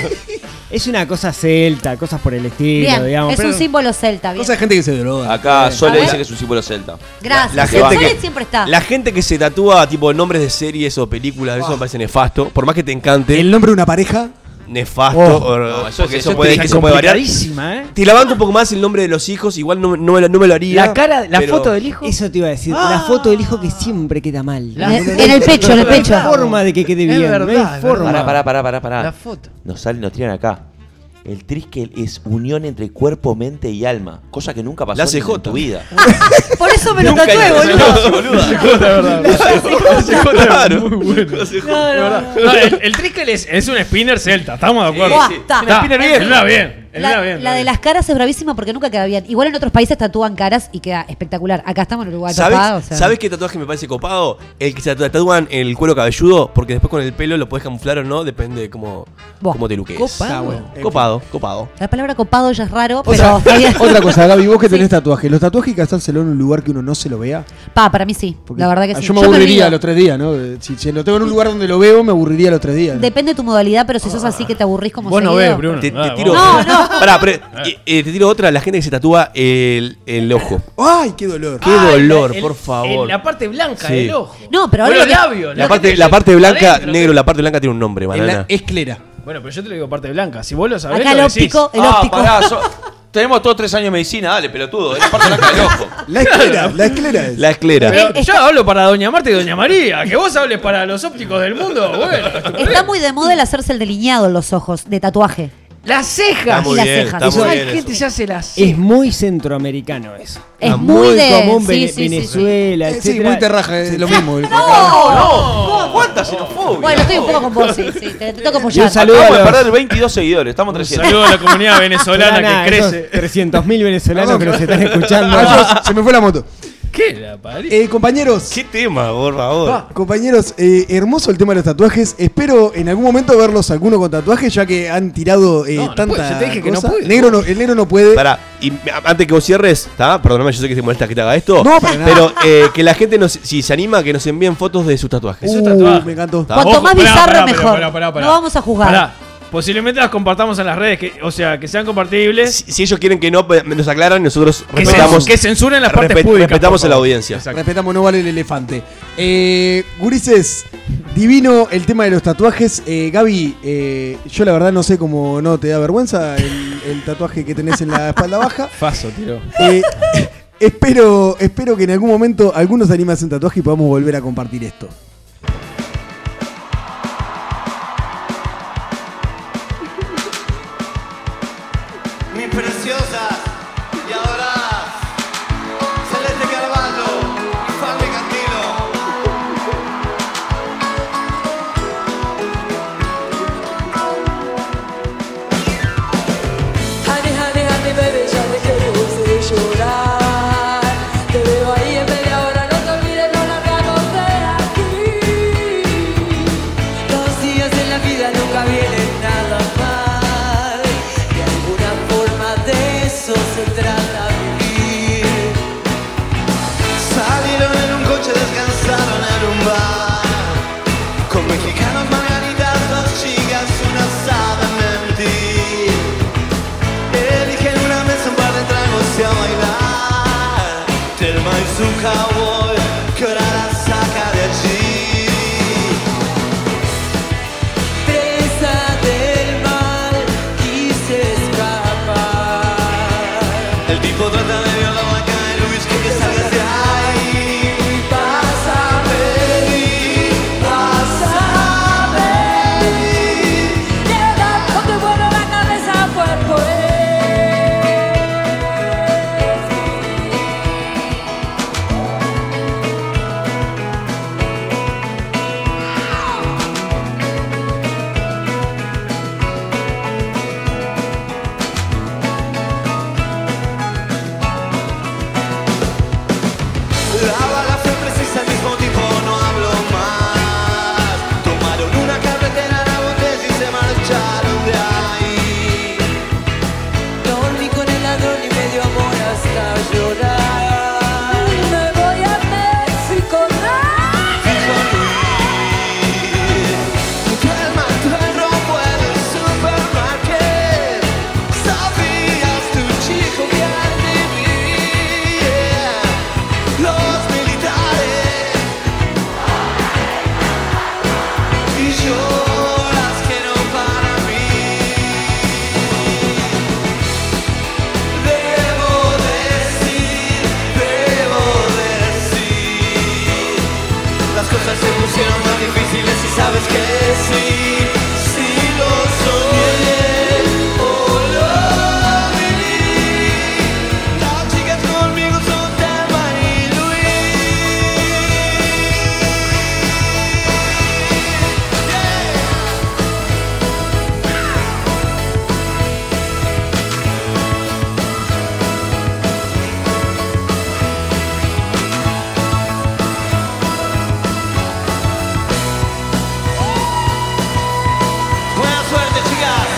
[SPEAKER 6] Es una cosa celta, cosas por el estilo,
[SPEAKER 2] bien.
[SPEAKER 6] digamos.
[SPEAKER 2] es
[SPEAKER 6] pero-
[SPEAKER 2] un símbolo celta. Bien.
[SPEAKER 4] Cosa de gente que se droga.
[SPEAKER 1] Acá
[SPEAKER 2] A
[SPEAKER 1] Sole
[SPEAKER 2] ver.
[SPEAKER 1] dice que es un símbolo celta.
[SPEAKER 2] Gracias.
[SPEAKER 5] La
[SPEAKER 2] Sole
[SPEAKER 5] gente que-
[SPEAKER 2] siempre está.
[SPEAKER 5] La gente que se tatúa tipo nombres de series o películas, eso me parece nefasto. Por más que te encante,
[SPEAKER 4] El nombre de una pareja.
[SPEAKER 5] nefasto.
[SPEAKER 4] Oh.
[SPEAKER 5] o-
[SPEAKER 1] No, eso-
[SPEAKER 5] porque
[SPEAKER 1] eso
[SPEAKER 5] eso, puede,
[SPEAKER 1] es
[SPEAKER 5] eso puede variar.
[SPEAKER 6] Complicadísima, ¿eh?
[SPEAKER 5] Te la banco un poco más el nombre de los hijos, igual no, no me, lo, no me lo haría.
[SPEAKER 9] La cara, la
[SPEAKER 5] pero-
[SPEAKER 9] foto del hijo.
[SPEAKER 6] Eso te iba a decir. La foto del hijo que siempre queda mal.
[SPEAKER 2] Ah. La- en el pecho, en el pecho.
[SPEAKER 6] (laughs) No hay forma de que quede bien. no hay
[SPEAKER 9] verdad, es
[SPEAKER 6] forma.
[SPEAKER 1] Pará, pará, pará, pará, pará.
[SPEAKER 9] La foto.
[SPEAKER 1] Nos salen, nos tiran acá. El triskel es unión entre cuerpo, mente y alma. Cosa que nunca pasó
[SPEAKER 5] La
[SPEAKER 1] en-
[SPEAKER 5] CJ.
[SPEAKER 1] en tu vida.
[SPEAKER 2] Por eso me lo tatué, boludo.
[SPEAKER 5] (laughs) Claro.
[SPEAKER 3] No, el, el Triskel es, es un spinner celta, estamos de acuerdo.
[SPEAKER 2] Buah, está.
[SPEAKER 3] Está, en una bien. en una
[SPEAKER 2] La,
[SPEAKER 3] bien,
[SPEAKER 2] la de las caras es bravísima porque nunca queda bien. Igual en otros países tatúan caras y queda espectacular. Acá estamos en Uruguay.
[SPEAKER 5] ¿Sabes,
[SPEAKER 2] papá, o sea.
[SPEAKER 5] ¿Sabes qué tatuaje me parece copado? El que se tatúan el cuero cabelludo, porque después con el pelo lo puedes camuflar o no, depende de cómo,
[SPEAKER 2] Buah.
[SPEAKER 5] cómo te luques.
[SPEAKER 2] Copado.
[SPEAKER 5] Copado, copado.
[SPEAKER 2] La palabra copado ya es raro, pero está bien.
[SPEAKER 4] Otra cosa, Gaby, vos que tenés
[SPEAKER 2] Sí.
[SPEAKER 4] tatuajes. ¿Los tatuajes hay que hacérselo en un lugar que uno no se lo vea?
[SPEAKER 2] Pa, para mí sí.
[SPEAKER 4] Porque
[SPEAKER 2] La verdad que
[SPEAKER 4] ah,
[SPEAKER 2] sí.
[SPEAKER 4] Yo me
[SPEAKER 2] olvido.
[SPEAKER 4] aburriría a los tres días, ¿no? Eh, Si, si lo tengo en un lugar donde lo veo, me aburriría a los tres días. ¿no?
[SPEAKER 2] Depende de tu modalidad, pero si sos
[SPEAKER 3] Ah.
[SPEAKER 2] así que te aburrís como
[SPEAKER 3] Vos no
[SPEAKER 2] seguido.
[SPEAKER 3] ves, Bruno.
[SPEAKER 5] Te, te
[SPEAKER 3] Ah,
[SPEAKER 5] tiro.
[SPEAKER 3] vos-
[SPEAKER 2] No, no.
[SPEAKER 5] Pará, pero, eh, eh, te tiro otra, la gente que se tatúa el, el ojo.
[SPEAKER 4] ¡Ay, qué dolor!
[SPEAKER 5] Qué
[SPEAKER 3] Ay,
[SPEAKER 5] dolor,
[SPEAKER 3] Ah, el-
[SPEAKER 5] por favor.
[SPEAKER 3] el- La parte blanca
[SPEAKER 5] Sí.
[SPEAKER 3] del ojo.
[SPEAKER 2] No, pero ahora
[SPEAKER 3] Bueno,
[SPEAKER 2] lo que-
[SPEAKER 3] labio,
[SPEAKER 5] La
[SPEAKER 3] ¿no?
[SPEAKER 5] parte,
[SPEAKER 3] Que
[SPEAKER 5] la
[SPEAKER 3] te-
[SPEAKER 5] parte blanca,
[SPEAKER 3] adentro,
[SPEAKER 5] negro, la parte blanca tiene un nombre,
[SPEAKER 4] En la
[SPEAKER 5] banana.
[SPEAKER 4] esclera.
[SPEAKER 3] Bueno, pero yo te lo digo parte blanca. Si vos lo sabés,
[SPEAKER 2] Acá el
[SPEAKER 3] lo decís.
[SPEAKER 2] óptico, el
[SPEAKER 1] Ah,
[SPEAKER 2] óptico.
[SPEAKER 1] pará, so- tenemos todos tres años de medicina, dale, pelotudo. Es la parte blanca del ojo.
[SPEAKER 4] La esclera, la esclera es.
[SPEAKER 5] La esclera.
[SPEAKER 3] Pero yo hablo para Doña Marta y Doña María. Que vos hables para los ópticos del mundo, bueno.
[SPEAKER 2] Está muy de moda el hacerse el delineado en los ojos, de tatuaje.
[SPEAKER 3] Las
[SPEAKER 5] Está
[SPEAKER 3] cejas.
[SPEAKER 2] y
[SPEAKER 5] muy
[SPEAKER 2] las
[SPEAKER 5] bien,
[SPEAKER 2] cejas.
[SPEAKER 5] está
[SPEAKER 2] Eso
[SPEAKER 5] muy
[SPEAKER 3] Hay
[SPEAKER 5] bien. eso. Eh,
[SPEAKER 3] gente que se hace las cejas.
[SPEAKER 6] Es muy centroamericano eso.
[SPEAKER 2] Es
[SPEAKER 5] Ah,
[SPEAKER 2] muy, de.
[SPEAKER 6] común
[SPEAKER 2] sí,
[SPEAKER 6] Vene-
[SPEAKER 2] sí, sí, sí.
[SPEAKER 6] Venezuela,
[SPEAKER 4] Eh, sí,
[SPEAKER 6] etcétera.
[SPEAKER 4] muy terraja, es lo mismo.
[SPEAKER 1] No, ¿Cuánta xenofobia?
[SPEAKER 2] Bueno, estoy un poco con vos, sí, sí. Te, te toco
[SPEAKER 6] Y un
[SPEAKER 2] apoyar.
[SPEAKER 6] saludo a
[SPEAKER 1] Vamos a
[SPEAKER 6] los-
[SPEAKER 1] perder 22 seguidores, estamos 300.
[SPEAKER 3] Saludo a la comunidad
[SPEAKER 6] Solana,
[SPEAKER 3] venezolana que
[SPEAKER 6] esos
[SPEAKER 3] crece.
[SPEAKER 6] 300.000 venezolanos que nos están escuchando.
[SPEAKER 4] Rayos, Ah, se me fue la moto.
[SPEAKER 3] ¿Qué la parió?
[SPEAKER 4] Eh, compañeros,
[SPEAKER 5] ¿Qué tema, por favor?
[SPEAKER 4] compañeros, eh, hermoso el tema de los tatuajes. Espero en algún momento verlos alguno con tatuajes, ya que han tirado eh,
[SPEAKER 3] No, no
[SPEAKER 4] tanta
[SPEAKER 3] puede, yo te dije que no
[SPEAKER 4] cosa.
[SPEAKER 3] puede.
[SPEAKER 4] negro no- el negro no puede.
[SPEAKER 5] (laughs) Pará, y a- antes que vos cierres, ¿tá? Perdóname, yo sé que te molesta que te haga esto.
[SPEAKER 4] No, para nada.
[SPEAKER 5] Pero eh, que la gente, nos, si se anima, que nos envíen fotos de sus tatuajes.
[SPEAKER 4] Uh,
[SPEAKER 3] tatuaje.
[SPEAKER 4] me encantó.
[SPEAKER 5] Ta-
[SPEAKER 2] Cuanto
[SPEAKER 3] Ojo,
[SPEAKER 2] más
[SPEAKER 3] pará,
[SPEAKER 2] bizarro,
[SPEAKER 3] pará,
[SPEAKER 2] mejor.
[SPEAKER 3] pará, pará, pará.
[SPEAKER 2] No vamos a jugar.
[SPEAKER 3] Pará. Posiblemente las compartamos en las redes, que, o sea, que sean compartibles.
[SPEAKER 5] Si, si ellos quieren que no, pues, nos aclaran, nosotros
[SPEAKER 3] Que, cen-
[SPEAKER 5] respetamos.
[SPEAKER 3] que censuren las partes
[SPEAKER 5] respet-
[SPEAKER 3] públicas.
[SPEAKER 5] respetamos
[SPEAKER 3] por
[SPEAKER 5] a la
[SPEAKER 3] favor.
[SPEAKER 5] audiencia.
[SPEAKER 3] Exacto.
[SPEAKER 4] Respetamos, no vale el elefante. Eh, gurises, divino el tema de los tatuajes. Eh, Gaby, eh, yo la verdad no sé cómo no te da vergüenza el, el tatuaje que tenés en la espalda
[SPEAKER 3] (laughs)
[SPEAKER 4] baja.
[SPEAKER 3] Faso, tío.
[SPEAKER 4] Eh, (laughs) espero, espero que en algún momento algunos se anime a hacer un tatuaje y podamos volver a compartir esto.
[SPEAKER 10] mis preciosas y adoradas Celeste Carvalho y Fanny Cantilo.
[SPEAKER 11] Honey, honey, honey, baby, ya te quiero de llorar. Te veo ahí en media hora, no te olvides, no largamos de aquí. Los días de la vida nunca vienen nada mal. De alguna forma de eso se trata vivir.
[SPEAKER 10] Salieron en un coche, descansaron en un bar. Con mexicanos, margaritas, dos chicas, una sabe mentir. Eligen una mesa, un par de tragos y a bailar. Telma y su cowboy, que ahora la saca de allí.
[SPEAKER 11] Presa del mal, quise escapar.
[SPEAKER 10] El tipo trata de violar la calle Luis que te salgas de ahí Vas a venir, vas a
[SPEAKER 11] Queda o te vuelo la cabeza cuerpo eh. es. hasta llorar. Me voy a México,
[SPEAKER 10] Tu alma, tu robo en el supermarket Sabías tu chico que al vivir Los militares Y yo las quiero para mí Debo decir, debo decir las cosas se pusieron más difíciles y sabes que sí, sí lo soñé. Oh, lo viví. Las chicas conmigo son Thelma y Luis. Yeah. Buena suerte, chicas.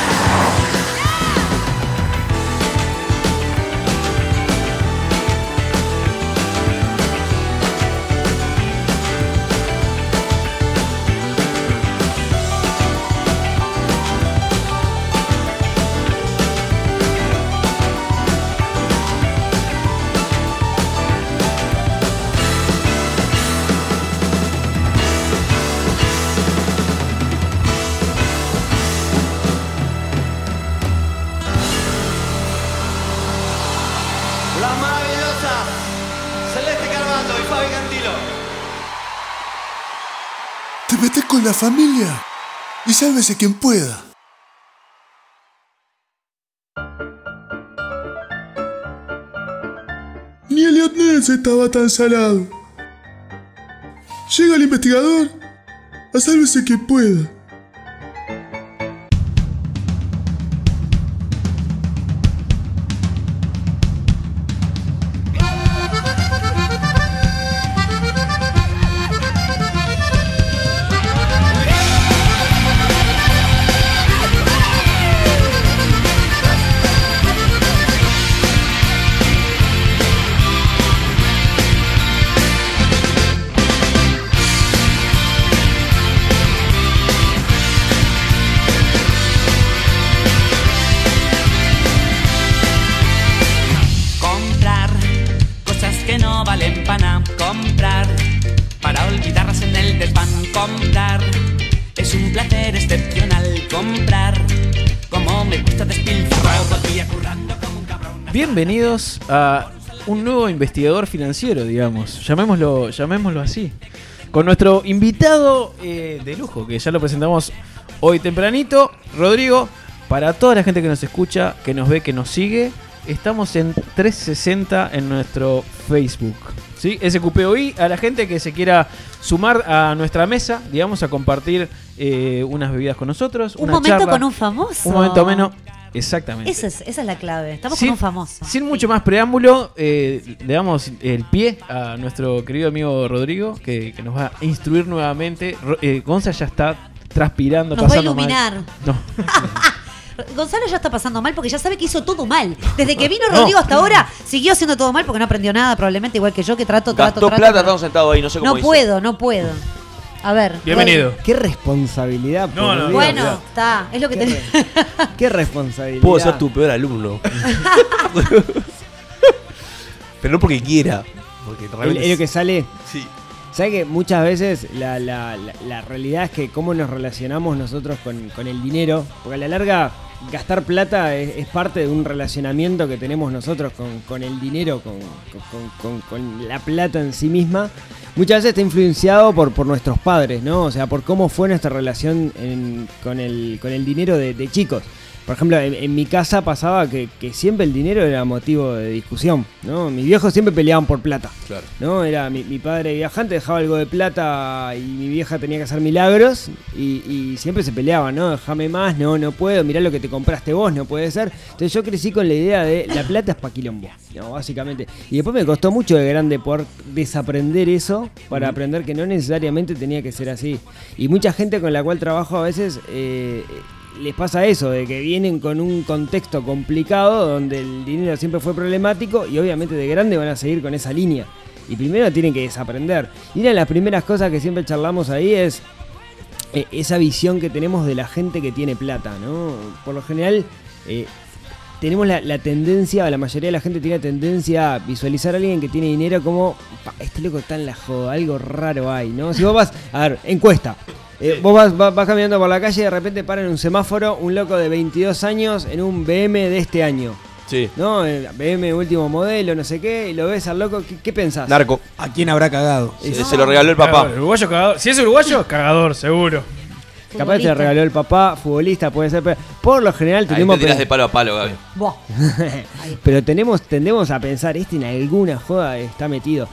[SPEAKER 10] Las maravillosas Celeste Carballo y Fabi Cantilo.
[SPEAKER 7] Te metes con la familia y sálvese quien pueda. Ni Elliot Ness estaba tan salado. Llega el investigador a sálvese quien pueda.
[SPEAKER 9] Comprar cosas que no valen pana. Comprar para olvidarlas en el desván. Comprar es un placer excepcional. Comprar como me gusta despilfarrar. Volvía currando como un cabrón.
[SPEAKER 3] Bienvenidos a un nuevo investigador financiero, digamos. Llamémoslo, llamémoslo así. Con nuestro invitado eh, de lujo, que ya lo presentamos hoy tempranito, Rodrigo. Para toda la gente que nos escucha, que nos ve, que nos sigue, estamos en 360 en nuestro Facebook. ¿Sí? SQPOI, a la gente que se quiera sumar a nuestra mesa, digamos, a compartir eh, unas bebidas con nosotros.
[SPEAKER 2] Un
[SPEAKER 3] una
[SPEAKER 2] momento
[SPEAKER 3] charla,
[SPEAKER 2] con un famoso.
[SPEAKER 3] Un momento menos. Exactamente.
[SPEAKER 2] Esa es, esa es la clave. Estamos
[SPEAKER 3] Sin-
[SPEAKER 2] con un famoso.
[SPEAKER 3] Sin mucho más preámbulo, eh, le damos el pie a nuestro querido amigo Rodrigo, que, que nos va a instruir nuevamente. Ro- eh, Gonza ya está transpirando,
[SPEAKER 2] Nos va a
[SPEAKER 3] pasando mal.
[SPEAKER 2] iluminar.
[SPEAKER 3] No.
[SPEAKER 2] Gonzalo ya está pasando mal porque ya sabe que hizo todo mal. Desde
[SPEAKER 1] (laughs)
[SPEAKER 2] que vino Rodrigo hasta ahora, siguió haciendo todo mal porque no aprendió nada, probablemente igual que yo, que trato, trato,
[SPEAKER 1] Gastó
[SPEAKER 2] trato.
[SPEAKER 1] plata, estamos sentados ahí, no sé cómo
[SPEAKER 2] No
[SPEAKER 1] hizo.
[SPEAKER 2] puedo, no puedo. A ver.
[SPEAKER 1] Bienvenido.
[SPEAKER 6] Qué responsabilidad. por Dios.
[SPEAKER 2] Bueno, está. Es lo que tenés. (laughs)
[SPEAKER 6] Qué responsabilidad.
[SPEAKER 5] Puedo ser tu peor alumno. Pero no porque quiera. Porque
[SPEAKER 6] El,
[SPEAKER 5] realmente
[SPEAKER 6] el que sale.
[SPEAKER 5] Sí.
[SPEAKER 6] ¿Sabes que muchas veces la, la- la- la realidad es que cómo nos relacionamos nosotros con, con el dinero? Porque a la larga gastar plata es, es parte de un relacionamiento que tenemos nosotros con, con el dinero, con, con- con- con- con la plata en sí misma. Muchas veces está influenciado por, por nuestros padres, ¿no? O sea, por cómo fue nuestra relación en- con, el, con el dinero de, de chicos. Por ejemplo, en, en mi casa pasaba que, que siempre el dinero era motivo de discusión, ¿no? Mis viejos siempre peleaban por plata.
[SPEAKER 5] Claro.
[SPEAKER 6] ¿no? Era mi, mi padre viajante, dejaba algo de plata y mi vieja tenía que hacer milagros y, y siempre se peleaban, ¿no? Déjame más, no, no puedo, mirá lo que te compraste vos, no puede ser. Entonces yo crecí con la idea de la plata es pa' quilombo, ¿no? Básicamente. Y después me costó mucho de grande poder desaprender eso para aprender que no necesariamente tenía que ser así. Y mucha gente con la cual trabajo a veces... eh, les pasa eso, de que vienen con un contexto complicado donde el dinero siempre fue problemático y obviamente de grande van a seguir con esa línea. Y primero tienen que desaprender. Y una de las primeras cosas que siempre charlamos ahí es eh, esa visión que tenemos de la gente que tiene plata, ¿no? Por lo general, eh, tenemos la, la tendencia, o la mayoría de la gente tiene la tendencia a visualizar a alguien que tiene dinero como, "Pa, este loco está en la joda, algo raro hay, ¿no? Si vos vas, a ver, encuesta. Eh, vos vas, vas- vas caminando por la calle y de repente para en un semáforo un loco de 22 años en un BM de este año.
[SPEAKER 5] Sí.
[SPEAKER 6] ¿No? El BM último modelo, no sé qué, y lo ves al loco, ¿qué, qué pensás?
[SPEAKER 5] Narco.
[SPEAKER 4] ¿A quién habrá cagado?
[SPEAKER 1] Eh, Se lo regaló el papá.
[SPEAKER 3] Claro, uruguayo cagador. Si es uruguayo, cagador, seguro.
[SPEAKER 6] Capaz te
[SPEAKER 3] Futbolista.
[SPEAKER 6] lo regaló el papá, futbolista, puede ser, pero por lo general
[SPEAKER 1] Ahí
[SPEAKER 6] tenemos...
[SPEAKER 1] te tiras de palo a palo, Gaby.
[SPEAKER 6] (laughs) pero tenemos, tendemos a pensar, este en alguna joda está metido.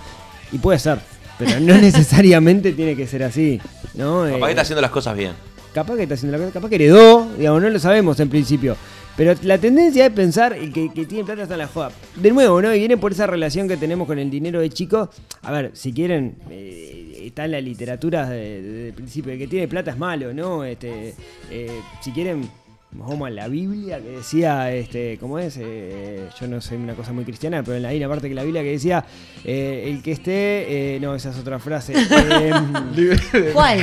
[SPEAKER 6] Y puede ser, pero no (laughs) necesariamente tiene que ser así. ¿no?
[SPEAKER 1] Papá que
[SPEAKER 6] Eh,
[SPEAKER 1] está haciendo las cosas bien.
[SPEAKER 6] capaz que está haciendo la cosa, capaz que heredó, digamos, no lo sabemos en principio. Pero la tendencia es pensar el que, que tiene plata está en la joda. De nuevo, ¿no? Y viene por esa relación que tenemos con el dinero de chico. A ver, si quieren, eh, está en la literatura de- de- del principio. El que tiene plata es malo, ¿no? Este, eh, si quieren, vamos a la Biblia que decía, este, ¿cómo es? Eh, yo no soy una cosa muy cristiana, pero hay una parte que la Biblia que decía, eh, el que esté, eh, no, esa es otra frase. Eh, Em,
[SPEAKER 2] ¿Cuál?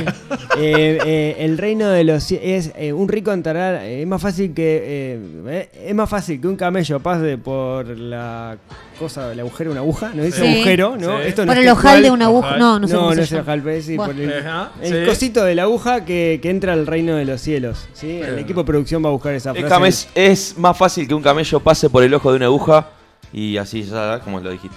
[SPEAKER 6] eh, eh, el reino de los cie- es eh, un rico enterrar eh, es más fácil que eh, eh, es más fácil que un camello pase por la cosa el agujero de una aguja no dice
[SPEAKER 2] Sí.
[SPEAKER 6] agujero no
[SPEAKER 2] Sí.
[SPEAKER 6] esto no
[SPEAKER 2] Por
[SPEAKER 6] es
[SPEAKER 2] el ojal
[SPEAKER 6] textual.
[SPEAKER 2] de una aguja- no, no sé cómo se
[SPEAKER 6] es el
[SPEAKER 2] llama.
[SPEAKER 6] ojal pero es, sí,
[SPEAKER 2] Bueno.
[SPEAKER 6] por el,
[SPEAKER 2] Ajá,
[SPEAKER 6] el
[SPEAKER 2] sí.
[SPEAKER 6] cosito de la aguja que, que entra al reino de los cielos sí el
[SPEAKER 1] Pero-
[SPEAKER 6] equipo de producción va a buscar esa
[SPEAKER 1] Es,
[SPEAKER 6] frase
[SPEAKER 1] cames- es más fácil que un camello pase por el ojo de una aguja y así ya como lo dijiste.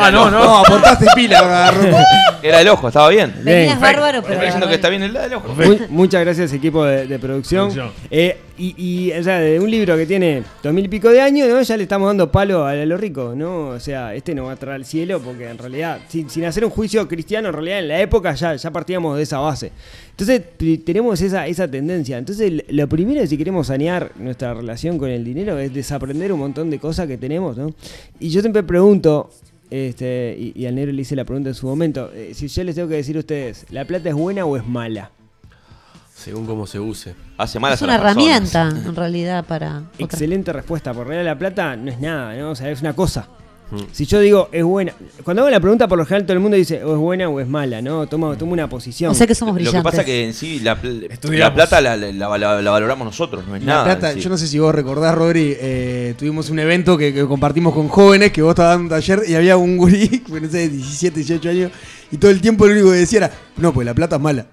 [SPEAKER 3] Ah, no, no.
[SPEAKER 4] No, aportaste pila, (laughs) agarró.
[SPEAKER 1] Era el ojo, estaba bien.
[SPEAKER 6] Venías
[SPEAKER 1] Perfecto.
[SPEAKER 6] bárbaro,
[SPEAKER 1] Estoy
[SPEAKER 6] pero-
[SPEAKER 1] diciendo que está bien el del ojo.
[SPEAKER 6] Mu- muchas gracias equipo de, de producción.
[SPEAKER 1] Producción.
[SPEAKER 6] Eh, y, y, o sea, de un libro que tiene dos mil y pico de años, ¿no? ya le estamos dando palo a lo rico, ¿no? O sea, este no va a entrar al cielo porque en realidad, sin, sin hacer un juicio cristiano, en realidad en la época ya, ya partíamos de esa base. Entonces t- tenemos esa, esa tendencia. Entonces l- lo primero si queremos sanear nuestra relación con el dinero es desaprender un montón de cosas que tenemos, ¿no? Y yo siempre pregunto, este, y, y al negro le hice la pregunta en su momento, eh, si yo les tengo que decir a ustedes, ¿la plata es buena o es mala?
[SPEAKER 5] Según cómo se use.
[SPEAKER 1] Hace
[SPEAKER 2] Es una herramienta, en realidad, para. otra-
[SPEAKER 6] Excelente respuesta, porque en realidad la plata no es nada, ¿no? O sea, es una cosa. Si yo digo, es buena. Cuando hago la pregunta, por lo general todo el mundo dice, o es buena o es mala, ¿no? Toma, toma una posición.
[SPEAKER 1] Lo que pasa que en sí la, pl-
[SPEAKER 6] Estudiamos.
[SPEAKER 1] la plata la, la- la- la- la valoramos nosotros, no es
[SPEAKER 4] La
[SPEAKER 1] nada.
[SPEAKER 4] plata,
[SPEAKER 1] en sí.
[SPEAKER 4] yo no sé si vos recordás, Rodri, eh, tuvimos un evento que, que compartimos con jóvenes, que vos estabas dando un taller y había un gurí, (laughs) que no sé, de 17, 18 años, y todo el tiempo lo único que decía era, no, pues la plata es mala.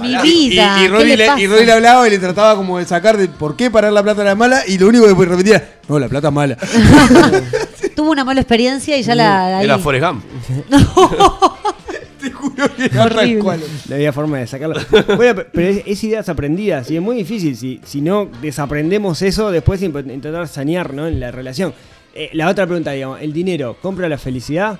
[SPEAKER 2] Mi
[SPEAKER 4] Y,
[SPEAKER 2] vida.
[SPEAKER 4] y
[SPEAKER 2] ¿qué
[SPEAKER 4] Rodri
[SPEAKER 2] le
[SPEAKER 4] le,
[SPEAKER 2] pasa?
[SPEAKER 4] y Rodri le hablaba y le trataba como de sacar de por qué parar la plata era mala, y lo único que repetía era, no, la plata es (laughs) mala.
[SPEAKER 2] Tuvo una mala experiencia
[SPEAKER 1] Uh,
[SPEAKER 2] y ya la. ahí-
[SPEAKER 5] Era Forrest Gump.
[SPEAKER 4] (laughs)
[SPEAKER 6] Horrible. No había forma de sacarlo. Bueno, pe- pero es, es ideas aprendidas y es muy difícil si, si no desaprendemos eso después imp- intentar sanear ¿no? en la relación. Eh, la otra pregunta, digamos, ¿el dinero compra la felicidad?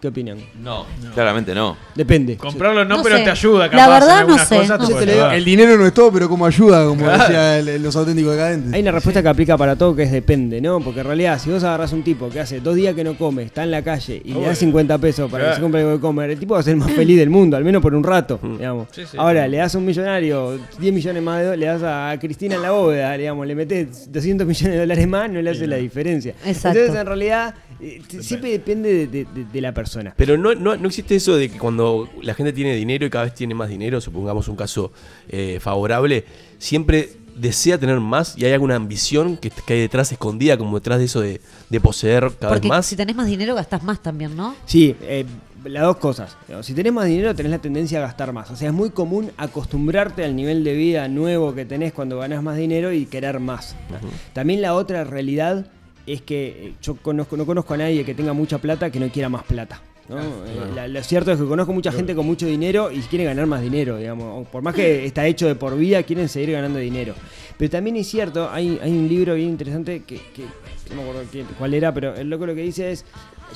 [SPEAKER 6] ¿Qué opinan?
[SPEAKER 1] No. Claramente no.
[SPEAKER 6] Depende.
[SPEAKER 3] Comprarlo
[SPEAKER 2] (laughs)
[SPEAKER 3] no,
[SPEAKER 2] No
[SPEAKER 3] pero
[SPEAKER 2] sé.
[SPEAKER 3] te ayuda,
[SPEAKER 2] La
[SPEAKER 3] capaz. en
[SPEAKER 2] verdad no
[SPEAKER 3] algunas
[SPEAKER 2] sé,
[SPEAKER 3] cosas
[SPEAKER 2] no
[SPEAKER 3] te
[SPEAKER 2] sé.
[SPEAKER 3] puede
[SPEAKER 2] Te
[SPEAKER 3] ayudar.
[SPEAKER 4] El dinero no es todo, pero como ayuda, como
[SPEAKER 3] Claro.
[SPEAKER 4] decía el- los auténticos decadentes.
[SPEAKER 6] Hay una respuesta que aplica para todo que es depende, ¿no? Porque en realidad, si vos agarrás un tipo que hace dos días que no come, está en la calle y le
[SPEAKER 3] Obvio.
[SPEAKER 6] das 50 pesos para que
[SPEAKER 3] Ah, Claro. Mm.
[SPEAKER 6] se compre algo de comer, el tipo va a ser el más feliz del mundo, al menos por un rato, digamos.
[SPEAKER 3] Sí, sí.
[SPEAKER 6] Ahora, le das a un millonario 10 millones más de dólares, le das a Cristina en la bóveda, digamos, le metes 200 millones de dólares más, no le hace la diferencia.
[SPEAKER 2] Exacto.
[SPEAKER 6] Entonces, en realidad, eh, t- siempre depende de- de- de- de la persona.
[SPEAKER 5] Pero no, no, no existe eso de que cuando la gente tiene dinero y cada vez tiene más dinero, supongamos un caso eh, favorable, siempre desea tener más y hay alguna ambición que, que hay detrás escondida, como detrás de eso de, de poseer cada
[SPEAKER 2] Porque
[SPEAKER 5] vez más.
[SPEAKER 2] si tenés más dinero, gastás más también, ¿no?
[SPEAKER 6] Sí, eh, las dos cosas. Si tenés más dinero, tenés la tendencia a gastar más. O sea, es muy común acostumbrarte al nivel de vida nuevo que tenés cuando ganás más dinero y querer más. También la otra realidad es que eh, yo conozco, no conozco a nadie que tenga mucha plata que no quiera más plata. ¿no? Eh, la- lo cierto es que conozco mucha gente con mucho dinero y quiere ganar más dinero, digamos. O Por más que está hecho de por vida, quieren seguir ganando dinero. Pero también es cierto, hay, hay un libro bien interesante que, que- no me acuerdo quién- cuál era, pero el loco lo que dice es,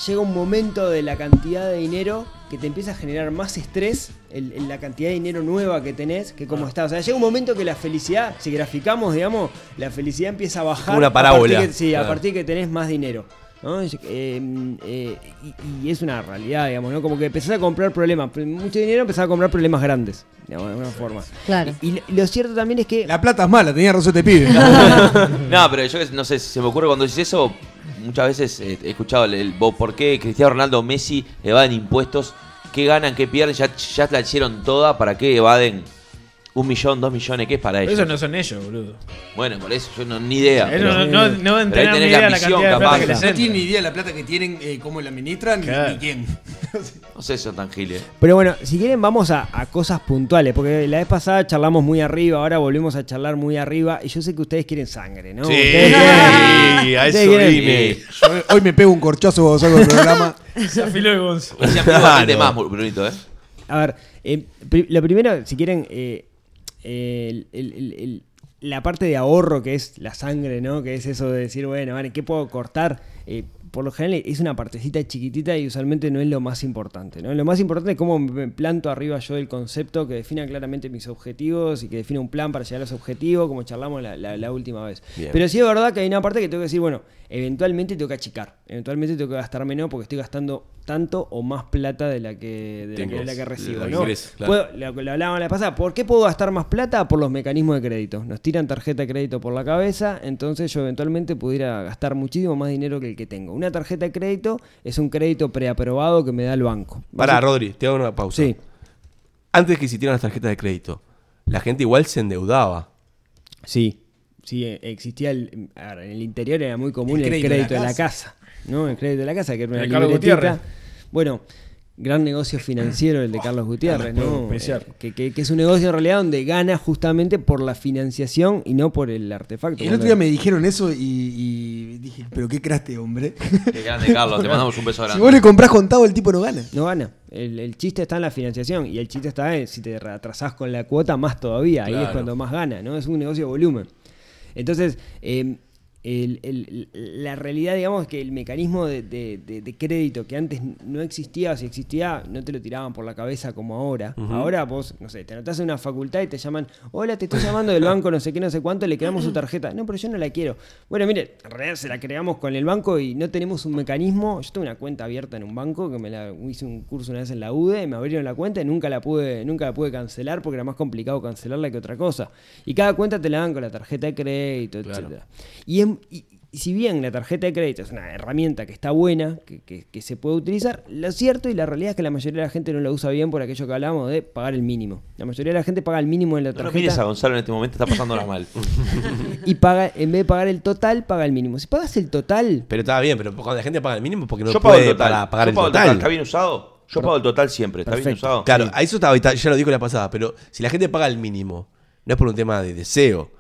[SPEAKER 6] llega un momento de la cantidad de dinero que te empieza a generar más estrés el, el- la cantidad de dinero nueva que tenés que
[SPEAKER 5] Ah.
[SPEAKER 6] como está. O sea, llega un momento que la felicidad, si graficamos, digamos, la felicidad empieza a bajar.
[SPEAKER 5] una
[SPEAKER 6] a partir
[SPEAKER 5] parábola.
[SPEAKER 6] que- sí, a
[SPEAKER 5] Claro.
[SPEAKER 6] partir que tenés más dinero. ¿no? Es, eh, eh, y, y es una realidad, digamos, ¿no? Como que empezás a comprar problemas. Mucho dinero empezás a comprar problemas grandes, digamos, de alguna forma.
[SPEAKER 2] Claro.
[SPEAKER 6] Y, y lo cierto también es que.
[SPEAKER 4] La plata es mala, tenía razón este (laughs) pibe.
[SPEAKER 1] (laughs) No, pero yo no sé, se me ocurre cuando dices eso, muchas veces eh, he escuchado el, el, "Vos, por qué Cristiano Ronaldo Messi evaden impuestos, qué ganan, qué pierden, ya, ya la hicieron toda, ¿para qué evaden un millón, dos millones? ¿Qué es para ellos?
[SPEAKER 3] Eso no son ellos, boludo.
[SPEAKER 1] Bueno, por eso yo no, ni idea.
[SPEAKER 3] Eso no- no- no
[SPEAKER 1] pero ahí
[SPEAKER 3] tener
[SPEAKER 1] tenés
[SPEAKER 3] ni idea de la
[SPEAKER 1] ambición,
[SPEAKER 3] cantidad de plata que
[SPEAKER 1] capaz.
[SPEAKER 4] No tienen ni idea de la plata que tienen, eh, cómo la administran, ni-
[SPEAKER 3] Claro.
[SPEAKER 4] ni quién.
[SPEAKER 1] No sé si son tan giles.
[SPEAKER 6] Pero bueno, si quieren vamos a, a cosas puntuales, porque la vez pasada charlamos muy arriba, ahora volvemos a charlar muy arriba, y yo sé que ustedes quieren sangre, ¿no?
[SPEAKER 5] Sí,
[SPEAKER 6] Ustedes quieren-
[SPEAKER 5] a
[SPEAKER 6] ustedes
[SPEAKER 5] eso
[SPEAKER 6] quieren-
[SPEAKER 5] vine.
[SPEAKER 4] Yo hoy me pego un corchazo cuando (laughs) salgo del programa.
[SPEAKER 3] (laughs) Se afiló el Gonzo.
[SPEAKER 1] Ese amigo aprende
[SPEAKER 5] Claro.
[SPEAKER 1] más, Brunito, ¿eh?
[SPEAKER 6] A ver, eh, pri- lo primero, si quieren, eh, eh, el- el- el- el- la parte de ahorro que es la sangre, ¿no? Que es eso de decir, bueno, vale, ¿qué puedo cortar? Eh, por lo general es una partecita chiquitita y usualmente no es lo más importante, ¿no? Lo más importante es cómo me planto arriba yo del concepto, que defina claramente mis objetivos y que defina un plan para llegar a los objetivos, como charlamos la, la- la última vez.
[SPEAKER 5] Bien.
[SPEAKER 6] Pero sí es verdad que hay una parte que tengo que decir, bueno, eventualmente tengo que achicar, eventualmente tengo que gastar menos porque estoy gastando tanto o más plata de la que, de la que,
[SPEAKER 5] Tengo.
[SPEAKER 6] de la que recibo.
[SPEAKER 5] La
[SPEAKER 6] ¿no?
[SPEAKER 5] ingreso, claro.
[SPEAKER 6] Puedo- lo que lo hablábamos la pasada, ¿por qué puedo gastar más plata? Por los mecanismos de crédito. Nos tiran tarjeta de crédito por la cabeza, entonces yo eventualmente pudiera gastar muchísimo más dinero que el que tengo. Una tarjeta de crédito es un crédito preaprobado que me da el banco.
[SPEAKER 5] Pará,
[SPEAKER 6] Basi-
[SPEAKER 5] Rodri, te hago una pausa.
[SPEAKER 6] Sí,
[SPEAKER 5] Antes que existieran las tarjetas de crédito, la gente igual se endeudaba.
[SPEAKER 6] sí, sí, eh, existía el, a ver, en el interior era muy común
[SPEAKER 4] El
[SPEAKER 6] el crédito,
[SPEAKER 4] crédito de la
[SPEAKER 6] de la casa. ¿no? El crédito de la casa, que era una
[SPEAKER 3] El Carlos
[SPEAKER 6] libretita.
[SPEAKER 3] Gutiérrez.
[SPEAKER 6] Bueno, gran negocio financiero el de Carlos Gutiérrez,
[SPEAKER 3] Carlos,
[SPEAKER 6] ¿no?
[SPEAKER 3] puedo apreciar.
[SPEAKER 6] Eh, que, que- que es un negocio en realidad donde gana justamente por la financiación y no por el artefacto.
[SPEAKER 4] Y el
[SPEAKER 6] por
[SPEAKER 4] otro
[SPEAKER 6] la-
[SPEAKER 4] día me dijeron eso y, y dije, pero qué craste, hombre. (laughs)
[SPEAKER 1] Qué grande, Carlos, te mandamos un beso
[SPEAKER 4] Si vos
[SPEAKER 1] grande.
[SPEAKER 4] le comprás contado, el tipo no gana.
[SPEAKER 6] No gana. El, el chiste está en la financiación y el chiste está en si te atrasás con la cuota, más todavía. Ahí es
[SPEAKER 5] Claro.
[SPEAKER 6] cuando más gana, ¿no? Es un negocio de volumen. Entonces, eh, el- el- la realidad, digamos, es que el mecanismo de, de- de- de crédito que antes no existía, o si existía, no te lo tiraban por la cabeza como ahora. Ahora vos, no sé, te anotás en una facultad y te llaman, hola, te estoy llamando del banco, no sé qué, no sé cuánto, le quedamos su tarjeta. No, pero yo no la quiero. Bueno, mire, en realidad se la creamos con el banco y no tenemos un mecanismo. Yo tengo una cuenta abierta en un banco que me la hice un curso una vez en la UDE, me abrieron la cuenta y nunca la pude, nunca la pude cancelar porque era más complicado cancelarla que otra cosa. Y cada cuenta te la dan con la tarjeta de crédito, etcétera. Y, es- y- y si bien la tarjeta de crédito es una herramienta que está buena, que, que- que se puede utilizar, lo cierto y la realidad es que la mayoría de la gente no la usa bien por aquello que hablábamos de pagar el mínimo. La mayoría de la gente paga el mínimo en la
[SPEAKER 1] No
[SPEAKER 6] tarjeta
[SPEAKER 1] nos mires a Gonzalo en este momento, está pasándolas mal.
[SPEAKER 6] y paga, en vez de pagar el total, paga el mínimo. Si pagas el total,
[SPEAKER 5] Pero estaba bien, pero cuando la gente paga el mínimo porque no
[SPEAKER 1] yo pago
[SPEAKER 5] puede
[SPEAKER 1] el total.
[SPEAKER 5] para pagar
[SPEAKER 1] Yo
[SPEAKER 5] el
[SPEAKER 1] pago
[SPEAKER 5] total.
[SPEAKER 1] ¿Está bien usado? Yo pago el total siempre. ¿Está bien
[SPEAKER 6] Perfecto.
[SPEAKER 1] usado?
[SPEAKER 5] Claro, a eso estaba, ya lo dijo la pasada, pero si la gente paga el mínimo, no es por un tema de deseo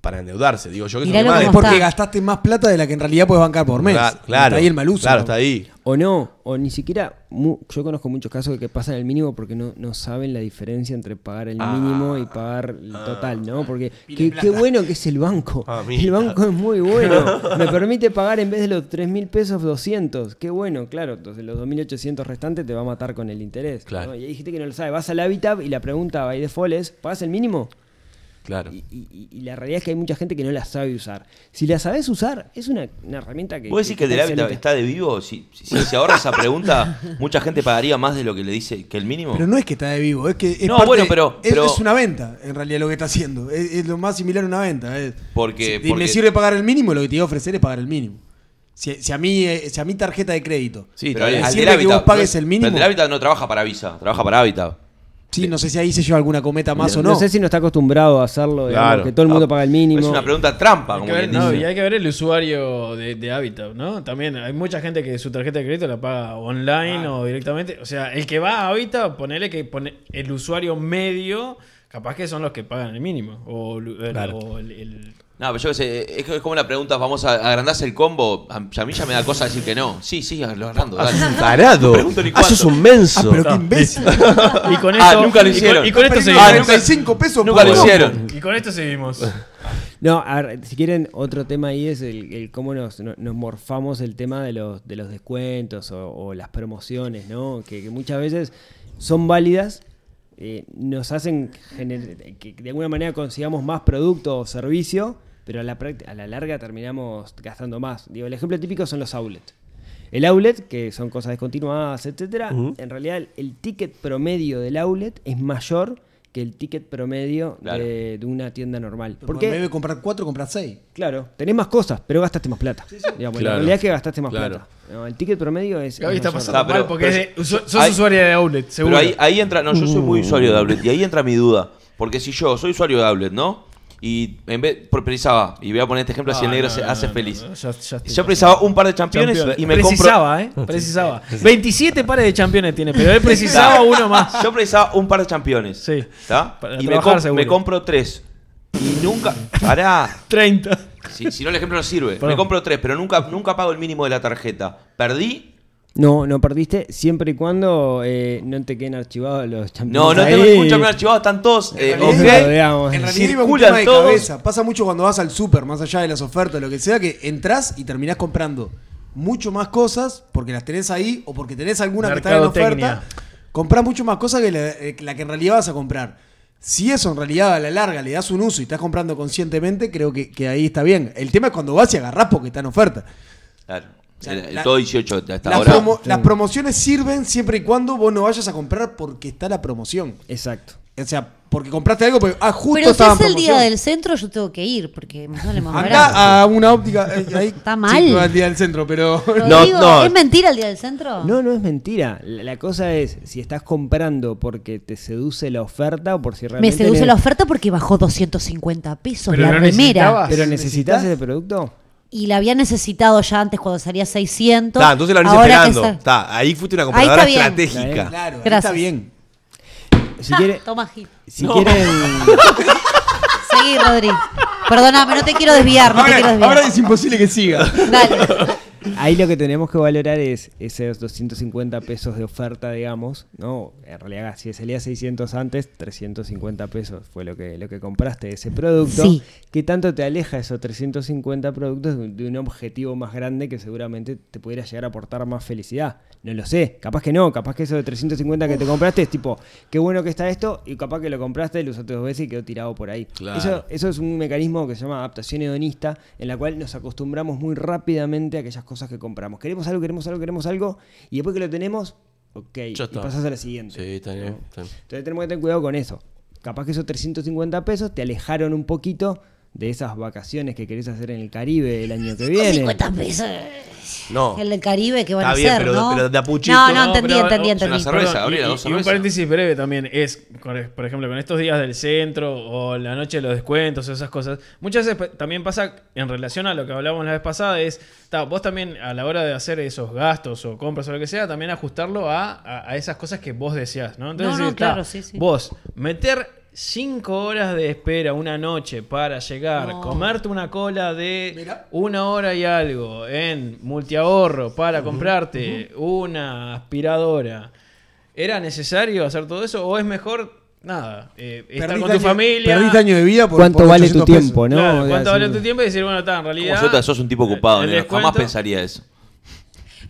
[SPEAKER 5] para endeudarse, digo yo que es un
[SPEAKER 2] Mirá lo
[SPEAKER 5] tema de
[SPEAKER 4] Es
[SPEAKER 2] ¿Cómo
[SPEAKER 4] porque
[SPEAKER 2] está?
[SPEAKER 4] gastaste más plata de la que en realidad puedes bancar por mes.
[SPEAKER 5] Claro,
[SPEAKER 4] Está
[SPEAKER 5] claro,
[SPEAKER 4] ahí el mal uso.
[SPEAKER 5] Claro,
[SPEAKER 4] ¿no?
[SPEAKER 5] está ahí.
[SPEAKER 6] o no, o ni siquiera. mu- yo conozco muchos casos que pasan el mínimo porque no, no saben la diferencia entre pagar el mínimo y pagar el total, ¿no? Porque qué, qué bueno que es el banco.
[SPEAKER 5] Ah, mira.
[SPEAKER 6] el banco es muy bueno. Me permite pagar en vez de los 3 mil pesos 200. Qué bueno, claro. Entonces los 2.800 restantes te va a matar con el interés.
[SPEAKER 5] Claro.
[SPEAKER 6] ¿no? Y ahí dijiste que no lo sabe. Vas al hábitat y la pregunta by default es: ¿pagas el mínimo?
[SPEAKER 5] Claro.
[SPEAKER 6] Y, y- y la realidad es que hay mucha gente que no la sabe usar. Si la sabes usar, es una, una herramienta que.
[SPEAKER 1] ¿Vos decís que el del
[SPEAKER 6] está
[SPEAKER 1] hábitat
[SPEAKER 6] solita.
[SPEAKER 1] está de vivo? Si, si- si se ahorra esa
[SPEAKER 6] (laughs)
[SPEAKER 1] pregunta, mucha gente pagaría más de lo que le dice que el mínimo.
[SPEAKER 4] Pero no es que está de vivo, es que es,
[SPEAKER 1] No, bueno, pero-
[SPEAKER 4] es,
[SPEAKER 1] pero-
[SPEAKER 4] es una venta, en realidad lo que está haciendo. Es, es lo más similar a una venta. es-
[SPEAKER 1] Porque-
[SPEAKER 4] si
[SPEAKER 1] porque-
[SPEAKER 4] me sirve pagar el mínimo, lo que te iba a ofrecer es pagar el mínimo. Si, si a mí, eh, si a mi tarjeta de crédito
[SPEAKER 5] Sí,
[SPEAKER 1] Pero
[SPEAKER 5] está
[SPEAKER 1] al-
[SPEAKER 5] bien.
[SPEAKER 1] al
[SPEAKER 4] Siempre
[SPEAKER 1] del
[SPEAKER 4] que vos
[SPEAKER 1] Hábitat,
[SPEAKER 4] pagues
[SPEAKER 1] no-
[SPEAKER 4] el mínimo.
[SPEAKER 1] pero El del hábitat no trabaja para Visa, trabaja para hábitat.
[SPEAKER 4] Sí, no sé si ahí se lleva alguna cometa más o no.
[SPEAKER 6] No sé si no está acostumbrado a hacerlo, digamos,
[SPEAKER 5] Claro.
[SPEAKER 6] que todo el mundo paga el mínimo.
[SPEAKER 1] Es una pregunta trampa,
[SPEAKER 3] Hay que
[SPEAKER 1] como
[SPEAKER 3] ver-
[SPEAKER 1] quien
[SPEAKER 3] no,
[SPEAKER 1] dice.
[SPEAKER 3] y hay que ver el usuario de, de Habitat, ¿no? También hay mucha gente que su tarjeta de crédito la paga online
[SPEAKER 1] Ah.
[SPEAKER 3] o directamente. O sea, el que va a Habitat, ponele que pone el usuario medio, capaz que son los que pagan el mínimo. O, lu- el-
[SPEAKER 5] Claro.
[SPEAKER 3] o el- el-
[SPEAKER 1] No, pero yo qué sé, es, es como la pregunta famosa, ¿agrandás el combo? A, a mí ya me da cosa decir que no. Sí, sí, lo agrando,
[SPEAKER 5] Ah,
[SPEAKER 1] dale.
[SPEAKER 5] sos un tarado.
[SPEAKER 1] Pregunto ni
[SPEAKER 5] Ah, sos
[SPEAKER 1] cuánto.
[SPEAKER 5] un menso.
[SPEAKER 4] Ah, pero qué imbécil.
[SPEAKER 3] Y
[SPEAKER 1] (laughs)
[SPEAKER 3] con
[SPEAKER 1] Ah,
[SPEAKER 3] esto.
[SPEAKER 1] nunca lo
[SPEAKER 3] y con-
[SPEAKER 1] hicieron.
[SPEAKER 3] Y con, esto
[SPEAKER 4] Pero
[SPEAKER 1] (laughs)
[SPEAKER 3] seguimos.
[SPEAKER 1] Ah, nunca-
[SPEAKER 4] 45 pesos
[SPEAKER 1] nunca
[SPEAKER 4] por
[SPEAKER 1] lo
[SPEAKER 4] combo.
[SPEAKER 1] hicieron.
[SPEAKER 3] Y con esto
[SPEAKER 1] (laughs)
[SPEAKER 3] seguimos.
[SPEAKER 6] No, a ver, si quieren, otro tema ahí es el, el cómo nos, no- nos morfamos el tema de los, de los descuentos o, o las promociones, ¿no? Que, que muchas veces son válidas, eh, nos hacen gener- que de alguna manera consigamos más producto o servicio, pero a la, práct- a la larga terminamos gastando más. Digo, el ejemplo típico son los outlets. El outlet, que son cosas descontinuadas, etcétera,
[SPEAKER 5] Ujú.
[SPEAKER 6] en realidad el- el ticket promedio del outlet es mayor que el ticket promedio de, de una tienda normal.
[SPEAKER 4] Porque
[SPEAKER 6] Porque
[SPEAKER 4] en vez de comprar cuatro, comprar seis.
[SPEAKER 6] Claro, tenés más cosas, pero gastaste más plata. Digamos,
[SPEAKER 4] Claro.
[SPEAKER 6] La realidad es que gastaste más
[SPEAKER 4] Claro.
[SPEAKER 6] plata. No, el ticket promedio es.
[SPEAKER 3] Gaby
[SPEAKER 6] es
[SPEAKER 3] está
[SPEAKER 6] mayor.
[SPEAKER 3] pasando Está, pero- mal porque
[SPEAKER 1] Pero- ahí- Pero ahí, ahí entra, no, yo soy muy usuario de Ablet y ahí entra mi duda. Porque si yo soy usuario de Ablet, ¿no? Y en vez, por- precisaba, y voy a poner este ejemplo así
[SPEAKER 3] Ah,
[SPEAKER 1] el negro
[SPEAKER 3] no,
[SPEAKER 1] se
[SPEAKER 3] no,
[SPEAKER 1] hace
[SPEAKER 3] no,
[SPEAKER 1] feliz.
[SPEAKER 3] no, ya- ya estoy-
[SPEAKER 1] yo precisaba un par de championes
[SPEAKER 3] Campeón.
[SPEAKER 1] y me
[SPEAKER 3] precisaba,
[SPEAKER 1] (laughs) compro.
[SPEAKER 3] ¿eh? Precisaba. 27 pares de campeones tiene, pero él
[SPEAKER 1] (laughs)
[SPEAKER 3] precisaba
[SPEAKER 1] Claro.
[SPEAKER 3] uno más.
[SPEAKER 1] Yo precisaba un par de championes. Sí. Y me,
[SPEAKER 3] trabajar,
[SPEAKER 1] com-
[SPEAKER 3] seguro.
[SPEAKER 1] me compro tres. Y nunca. Pará.
[SPEAKER 3] 30.
[SPEAKER 1] Si, si no, el ejemplo no sirve. Me
[SPEAKER 6] Perdón.
[SPEAKER 1] compro tres, pero nunca, nunca pago el mínimo de la tarjeta. Perdí.
[SPEAKER 6] No, no perdiste siempre y cuando eh, no te queden archivados los
[SPEAKER 1] No,
[SPEAKER 6] champiñones.
[SPEAKER 1] no tengo
[SPEAKER 6] ahí.
[SPEAKER 1] ningún champion archivado. Están todos. eh,
[SPEAKER 6] realidad,
[SPEAKER 1] ok.
[SPEAKER 6] claro, digamos.
[SPEAKER 4] En realidad iba un
[SPEAKER 1] Circulan
[SPEAKER 4] tema de
[SPEAKER 1] todos.
[SPEAKER 4] cabeza. Pasa mucho cuando vas al súper, más allá de las ofertas, lo que sea, que entras y terminás comprando mucho más cosas porque las tenés ahí o porque tenés alguna que está en
[SPEAKER 3] Mercadotecnia.
[SPEAKER 4] oferta. Comprás mucho más cosas que la, eh, la que en realidad vas a comprar. Si eso en realidad a la larga le das un uso y estás comprando conscientemente, creo que, que ahí está bien. El tema es cuando vas y agarrás porque está en oferta.
[SPEAKER 1] Claro. El- el
[SPEAKER 4] la-
[SPEAKER 1] todo 18 hasta
[SPEAKER 4] Las,
[SPEAKER 1] ahora.
[SPEAKER 4] promo- las promociones sirven siempre y cuando vos no vayas a comprar porque está la promoción.
[SPEAKER 6] Exacto.
[SPEAKER 4] O sea, porque compraste algo, porque ah, justo
[SPEAKER 2] Pero si
[SPEAKER 4] estaba
[SPEAKER 2] es
[SPEAKER 4] en
[SPEAKER 2] el día
[SPEAKER 4] promoción.
[SPEAKER 2] del centro, yo tengo que ir, porque me sale más barato.
[SPEAKER 6] ah,
[SPEAKER 4] Acá a una óptica. eh, ahí,
[SPEAKER 2] Está mal.
[SPEAKER 4] Sí, no, al día del centro, pero. (laughs)
[SPEAKER 2] Rodrigo, ¿es mentira el día del centro?
[SPEAKER 6] No, no es mentira. La, la cosa es si estás comprando porque te seduce la oferta o por si realmente.
[SPEAKER 2] Me seduce
[SPEAKER 6] ne-
[SPEAKER 2] la oferta porque bajó 250 pesos
[SPEAKER 6] Pero
[SPEAKER 2] la
[SPEAKER 6] no
[SPEAKER 2] remera.
[SPEAKER 6] necesitabas. Pero necesitas ese producto.
[SPEAKER 2] Y la había necesitado ya antes cuando salía 600.
[SPEAKER 5] Está, entonces la venís
[SPEAKER 2] Ahora que
[SPEAKER 5] esperando.
[SPEAKER 2] sal-
[SPEAKER 5] Está, ahí fuiste una
[SPEAKER 2] Ahí
[SPEAKER 5] compradora
[SPEAKER 2] está bien.
[SPEAKER 5] estratégica.
[SPEAKER 4] Claro, ahí
[SPEAKER 2] Gracias.
[SPEAKER 4] está bien.
[SPEAKER 2] Ah,
[SPEAKER 6] Si quiere-
[SPEAKER 2] Toma Gil.
[SPEAKER 6] Si quieren.
[SPEAKER 2] Seguí, Rodri. Perdóname, no te quiero desviar, no te quiero desviar.
[SPEAKER 4] es imposible que siga.
[SPEAKER 6] Ahí lo que tenemos que valorar es esos 250 pesos de oferta, digamos, ¿no? En realidad, si salía 600 antes, 350 pesos fue lo que, lo que compraste de ese producto.
[SPEAKER 2] Sí.
[SPEAKER 6] ¿Qué tanto te aleja esos 350 productos de un, de un objetivo más grande que seguramente te pudiera llegar a aportar más felicidad? No lo sé, capaz que no, capaz que eso de 350 que te compraste es tipo, qué bueno que está esto, y capaz que lo compraste, lo usaste dos veces y quedó tirado por ahí.
[SPEAKER 5] Claro.
[SPEAKER 6] Eso, eso es un mecanismo que se llama adaptación hedonista, en la cual nos acostumbramos muy rápidamente a aquellas cosas que compramos. Queremos algo, queremos algo, queremos algo, y después que lo tenemos, ok,
[SPEAKER 5] Ya
[SPEAKER 6] y
[SPEAKER 5] está.
[SPEAKER 6] pasás a la siguiente.
[SPEAKER 5] Sí, está bien, está bien.
[SPEAKER 6] Entonces tenemos que tener cuidado con eso. Capaz que esos 350 pesos te alejaron un poquito de esas vacaciones que querés hacer en el Caribe el año que viene.
[SPEAKER 2] 50 pesos.
[SPEAKER 5] No.
[SPEAKER 2] El del Caribe, que van
[SPEAKER 5] Está
[SPEAKER 2] a
[SPEAKER 5] bien,
[SPEAKER 2] hacer,
[SPEAKER 5] pero-
[SPEAKER 2] ¿no?
[SPEAKER 5] pero de a puchito.
[SPEAKER 2] No, no, entendí,
[SPEAKER 3] pero-
[SPEAKER 2] entendí,
[SPEAKER 3] es una
[SPEAKER 2] entendí.
[SPEAKER 3] cerveza,
[SPEAKER 1] Perdón,
[SPEAKER 3] abrí
[SPEAKER 1] y-
[SPEAKER 3] las dos
[SPEAKER 1] y un
[SPEAKER 3] cervezas. un
[SPEAKER 1] paréntesis
[SPEAKER 3] paréntesis breve también es, con- e, por ejemplo, con estos días del centro o la noche de los descuentos, esas cosas. Muchas veces pa- también pasa en relación a lo que hablábamos la vez pasada, es, ta, vos también a la hora de hacer esos gastos o compras o lo que sea, también ajustarlo a, a- a esas cosas que vos deseas, ¿no? Entonces,
[SPEAKER 2] No, no,
[SPEAKER 3] ta,
[SPEAKER 2] claro, sí, sí.
[SPEAKER 3] vos meter cinco horas de espera una noche para llegar,
[SPEAKER 2] No.
[SPEAKER 3] comerte una cola de una hora y algo en multiahorro para comprarte una aspiradora. ¿Era necesario hacer todo eso o es mejor nada? eh, estar
[SPEAKER 4] Perdiste
[SPEAKER 3] con tu
[SPEAKER 4] año-
[SPEAKER 3] familia.
[SPEAKER 4] perdiste año de vida por-
[SPEAKER 6] ¿Cuánto
[SPEAKER 4] por
[SPEAKER 6] vale tu
[SPEAKER 4] 800 pesos.
[SPEAKER 6] tiempo, no?
[SPEAKER 3] Claro,
[SPEAKER 6] O sea,
[SPEAKER 3] ¿Cuánto
[SPEAKER 6] sí.
[SPEAKER 3] vale tu tiempo? Y decir, bueno, está, en realidad.
[SPEAKER 1] Como Sota, sos un tipo ocupado,
[SPEAKER 3] el
[SPEAKER 1] nena,
[SPEAKER 3] descuento-
[SPEAKER 1] jamás pensaría eso.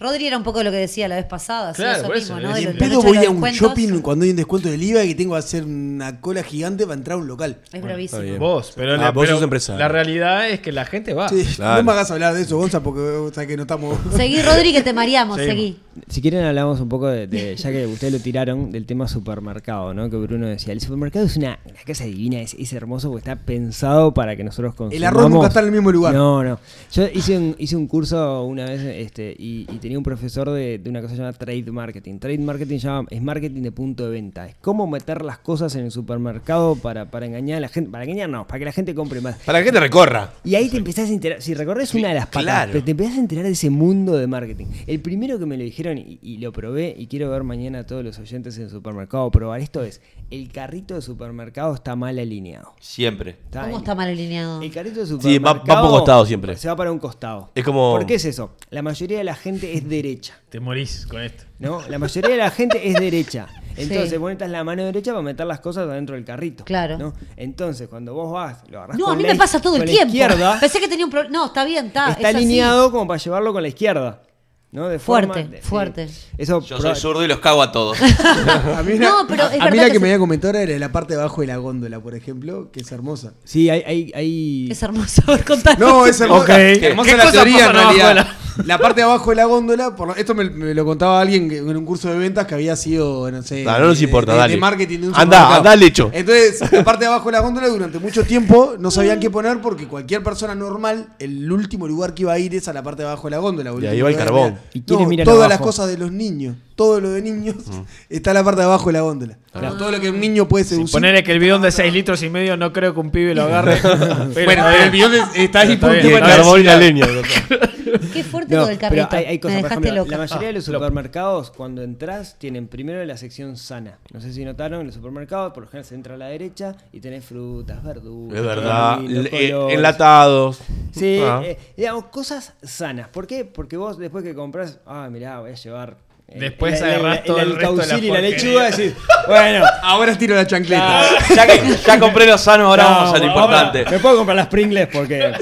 [SPEAKER 2] Rodri era un poco lo que decía la vez pasada, sí,
[SPEAKER 3] Claro,
[SPEAKER 2] eso
[SPEAKER 3] por
[SPEAKER 2] mismo,
[SPEAKER 3] eso,
[SPEAKER 2] ¿no?
[SPEAKER 3] es
[SPEAKER 2] De
[SPEAKER 4] Ni
[SPEAKER 2] lo-
[SPEAKER 4] en
[SPEAKER 2] de
[SPEAKER 4] pedo
[SPEAKER 2] los
[SPEAKER 4] voy a un
[SPEAKER 2] descuentos.
[SPEAKER 4] shopping cuando hay un descuento del IVA y que tengo que hacer una cola gigante para entrar a un local.
[SPEAKER 2] Es bravísimo.
[SPEAKER 5] está bien.
[SPEAKER 3] Vos, pero,
[SPEAKER 5] Ah,
[SPEAKER 3] la,
[SPEAKER 5] vos
[SPEAKER 3] pero
[SPEAKER 5] sos empresario.
[SPEAKER 3] la realidad es que la gente va.
[SPEAKER 4] Sí,
[SPEAKER 5] Claro.
[SPEAKER 4] No me hagas hablar de eso, Gonza, porque o sea, que no estamos.
[SPEAKER 2] Seguí, Rodri, que te mareamos,
[SPEAKER 3] Seguimos.
[SPEAKER 2] seguí.
[SPEAKER 6] Si quieren hablamos un poco de, de- ya que ustedes lo tiraron, del tema supermercado, ¿no? Que Bruno decía, el supermercado es una, una casa divina, es, es hermoso porque está pensado para que nosotros consumamos.
[SPEAKER 4] arroz nunca está en el mismo lugar.
[SPEAKER 6] No, no. Yo hice un, hice un curso una vez este, y, y tenía un profesor de, de una cosa llamada trade marketing. Trade marketing llama- es marketing de punto de venta. Es cómo meter las cosas en el supermercado para, para engañar a la gente, para engañarnos, para que la gente compre más.
[SPEAKER 5] Para que te recorra.
[SPEAKER 6] Y ahí te empezás a enterar, si recordás una de las patas,
[SPEAKER 5] claro.
[SPEAKER 6] pero te empezás a enterar de ese mundo de marketing. El primero que me lo dijeron y, y lo probé y quiero ver mañana a todos los oyentes en el supermercado probar esto es, el carrito de supermercado está mal alineado.
[SPEAKER 1] Siempre.
[SPEAKER 2] ¿Cómo está mal alineado?
[SPEAKER 6] El carrito de
[SPEAKER 5] Sí, va- va
[SPEAKER 6] supermercado
[SPEAKER 5] por un costado siempre.
[SPEAKER 6] Se va para un costado.
[SPEAKER 5] Es como-
[SPEAKER 6] ¿Por qué es eso? La mayoría de la gente es derecha.
[SPEAKER 3] Te morís con esto.
[SPEAKER 6] ¿no? La mayoría de la gente es derecha.
[SPEAKER 2] (laughs)
[SPEAKER 6] Entonces,
[SPEAKER 2] Sí.
[SPEAKER 6] pones la mano derecha para meter las cosas adentro del carrito.
[SPEAKER 2] Claro.
[SPEAKER 6] ¿no? Entonces, cuando vos vas, lo agarrás
[SPEAKER 2] No, a
[SPEAKER 6] con
[SPEAKER 2] mí
[SPEAKER 6] la
[SPEAKER 2] me
[SPEAKER 6] iz-
[SPEAKER 2] pasa todo el
[SPEAKER 6] con
[SPEAKER 2] (laughs)
[SPEAKER 6] la
[SPEAKER 2] tiempo.
[SPEAKER 6] izquierda,
[SPEAKER 2] Pensé que tenía un problema. No, está bien, está.
[SPEAKER 6] está
[SPEAKER 2] Ah, es así.
[SPEAKER 6] alineado como para llevarlo con la izquierda. ¿no? De
[SPEAKER 2] Fuerte,
[SPEAKER 6] forma de- sí.
[SPEAKER 2] fuerte.
[SPEAKER 6] Eso
[SPEAKER 1] Yo
[SPEAKER 6] pro-
[SPEAKER 1] soy zurdo y los cago a todos.
[SPEAKER 2] No, pero es
[SPEAKER 4] (laughs) a mí
[SPEAKER 2] verdad
[SPEAKER 4] la
[SPEAKER 2] que
[SPEAKER 4] que
[SPEAKER 2] se-
[SPEAKER 4] me había comentado era la parte de abajo de la góndola, por ejemplo, que es hermosa.
[SPEAKER 6] Sí, hay... hay, hay...
[SPEAKER 2] Es hermoso, a ver, contanos.
[SPEAKER 4] No, (laughs) es hermosa.
[SPEAKER 6] Ok. ¿Qué-
[SPEAKER 4] Hermosa
[SPEAKER 6] qué
[SPEAKER 4] la
[SPEAKER 6] cosas
[SPEAKER 4] teoría, en
[SPEAKER 6] pasan abajo
[SPEAKER 4] realidad. La parte de abajo de la góndola, por lo- esto me, me lo contaba alguien que- en un curso de ventas que había sido, no sé,
[SPEAKER 5] Ah, no nos
[SPEAKER 4] de-
[SPEAKER 5] importa,
[SPEAKER 4] de, de
[SPEAKER 5] dale.
[SPEAKER 4] marketing de un
[SPEAKER 5] Andá,
[SPEAKER 4] supermercado.
[SPEAKER 5] andá al hecho.
[SPEAKER 4] Entonces, la parte de abajo de la góndola durante mucho tiempo no sabían qué poner porque cualquier persona normal, el último lugar que iba a ir es a la parte de abajo de la góndola. boludo.
[SPEAKER 5] ahí va el
[SPEAKER 4] No,
[SPEAKER 5] carbón.
[SPEAKER 6] ¿Y quiénes
[SPEAKER 4] no,
[SPEAKER 6] miran
[SPEAKER 4] todas
[SPEAKER 6] abajo?
[SPEAKER 4] las cosas de los niños, todo lo de niños, está en la parte de abajo de la góndola.
[SPEAKER 5] Ah.
[SPEAKER 4] Todo lo que un niño puede seducir.
[SPEAKER 3] Ponerle que el bidón de 6 litros y medio no creo que un pibe lo agarre. pero
[SPEAKER 8] Bueno,
[SPEAKER 3] está
[SPEAKER 8] el
[SPEAKER 3] bien.
[SPEAKER 8] bidón es- está ahí
[SPEAKER 3] Está
[SPEAKER 8] por
[SPEAKER 3] bien,
[SPEAKER 8] tu
[SPEAKER 3] está
[SPEAKER 5] El
[SPEAKER 3] bien.
[SPEAKER 5] carbón y la leña.
[SPEAKER 2] Qué fuerte
[SPEAKER 6] No,
[SPEAKER 2] todo el
[SPEAKER 6] pero
[SPEAKER 2] carrito.
[SPEAKER 6] hay, hay cosas,
[SPEAKER 2] me
[SPEAKER 6] por
[SPEAKER 2] dejaste
[SPEAKER 6] ejemplo, la
[SPEAKER 2] loca.
[SPEAKER 6] mayoría de
[SPEAKER 5] Ah,
[SPEAKER 6] los supermercados, cuando entras, tienen primero la sección sana. No sé si notaron, en los supermercados, por lo general se entra a la derecha y tenés frutas, verduras.
[SPEAKER 5] Es verdad.
[SPEAKER 6] los
[SPEAKER 5] eh,
[SPEAKER 6] colores.
[SPEAKER 5] Enlatados.
[SPEAKER 6] Sí,
[SPEAKER 5] Ah.
[SPEAKER 6] eh, digamos, cosas sanas. ¿Por qué? Porque vos después que compras, ah, mirá, voy a llevar. eh,
[SPEAKER 3] Después agarrás todo el resto de la
[SPEAKER 6] alcaucil y la
[SPEAKER 3] porquería.
[SPEAKER 6] lechuga, decís, bueno,
[SPEAKER 4] Ahora tiro la chancleta.
[SPEAKER 1] ya, que- ya compré los sanos, ahora
[SPEAKER 6] No,
[SPEAKER 1] vamos a lo
[SPEAKER 6] ahora
[SPEAKER 1] importante.
[SPEAKER 6] Me puedo comprar las Pringles
[SPEAKER 1] (laughs)
[SPEAKER 6] porque.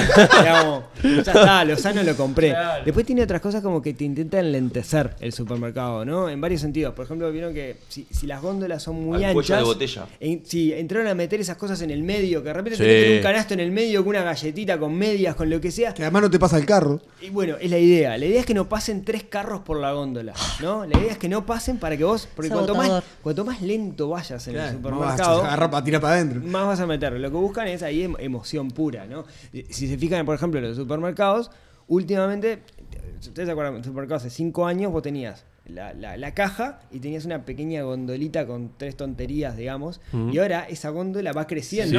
[SPEAKER 6] digamos, ya está, lo sano lo compré. Después tiene otras cosas como que te intenta enlentecer el supermercado, ¿no? En varios sentidos. Por ejemplo, vieron que si, si las góndolas son muy
[SPEAKER 1] Al cuello
[SPEAKER 6] anchas.
[SPEAKER 1] de botella.
[SPEAKER 6] en- si entraron a meter esas cosas en el medio, que de repente
[SPEAKER 5] Sí.
[SPEAKER 6] te meten un canasto en el medio con una galletita, con medias, con lo que sea.
[SPEAKER 4] Que además no te pasa el carro.
[SPEAKER 6] Y bueno, es la idea. La idea es que no pasen tres carros por la góndola, ¿no? La idea es que no pasen para que vos. Porque
[SPEAKER 2] Es
[SPEAKER 6] cuanto más,
[SPEAKER 2] agotador.
[SPEAKER 6] cuanto más lento vayas en el
[SPEAKER 4] Claro, no vas a
[SPEAKER 6] supermercado
[SPEAKER 4] agarrar para tirar para adentro.
[SPEAKER 6] más vas a meter. Lo que buscan es ahí em- emoción pura, ¿no? Y Si se fijan, por ejemplo, en los supermercados, últimamente, ustedes se acuerdan, en el supermercado hace cinco años vos tenías la, la- la caja y tenías una pequeña gondolita con tres tonterías, digamos, y ahora esa góndola va creciendo,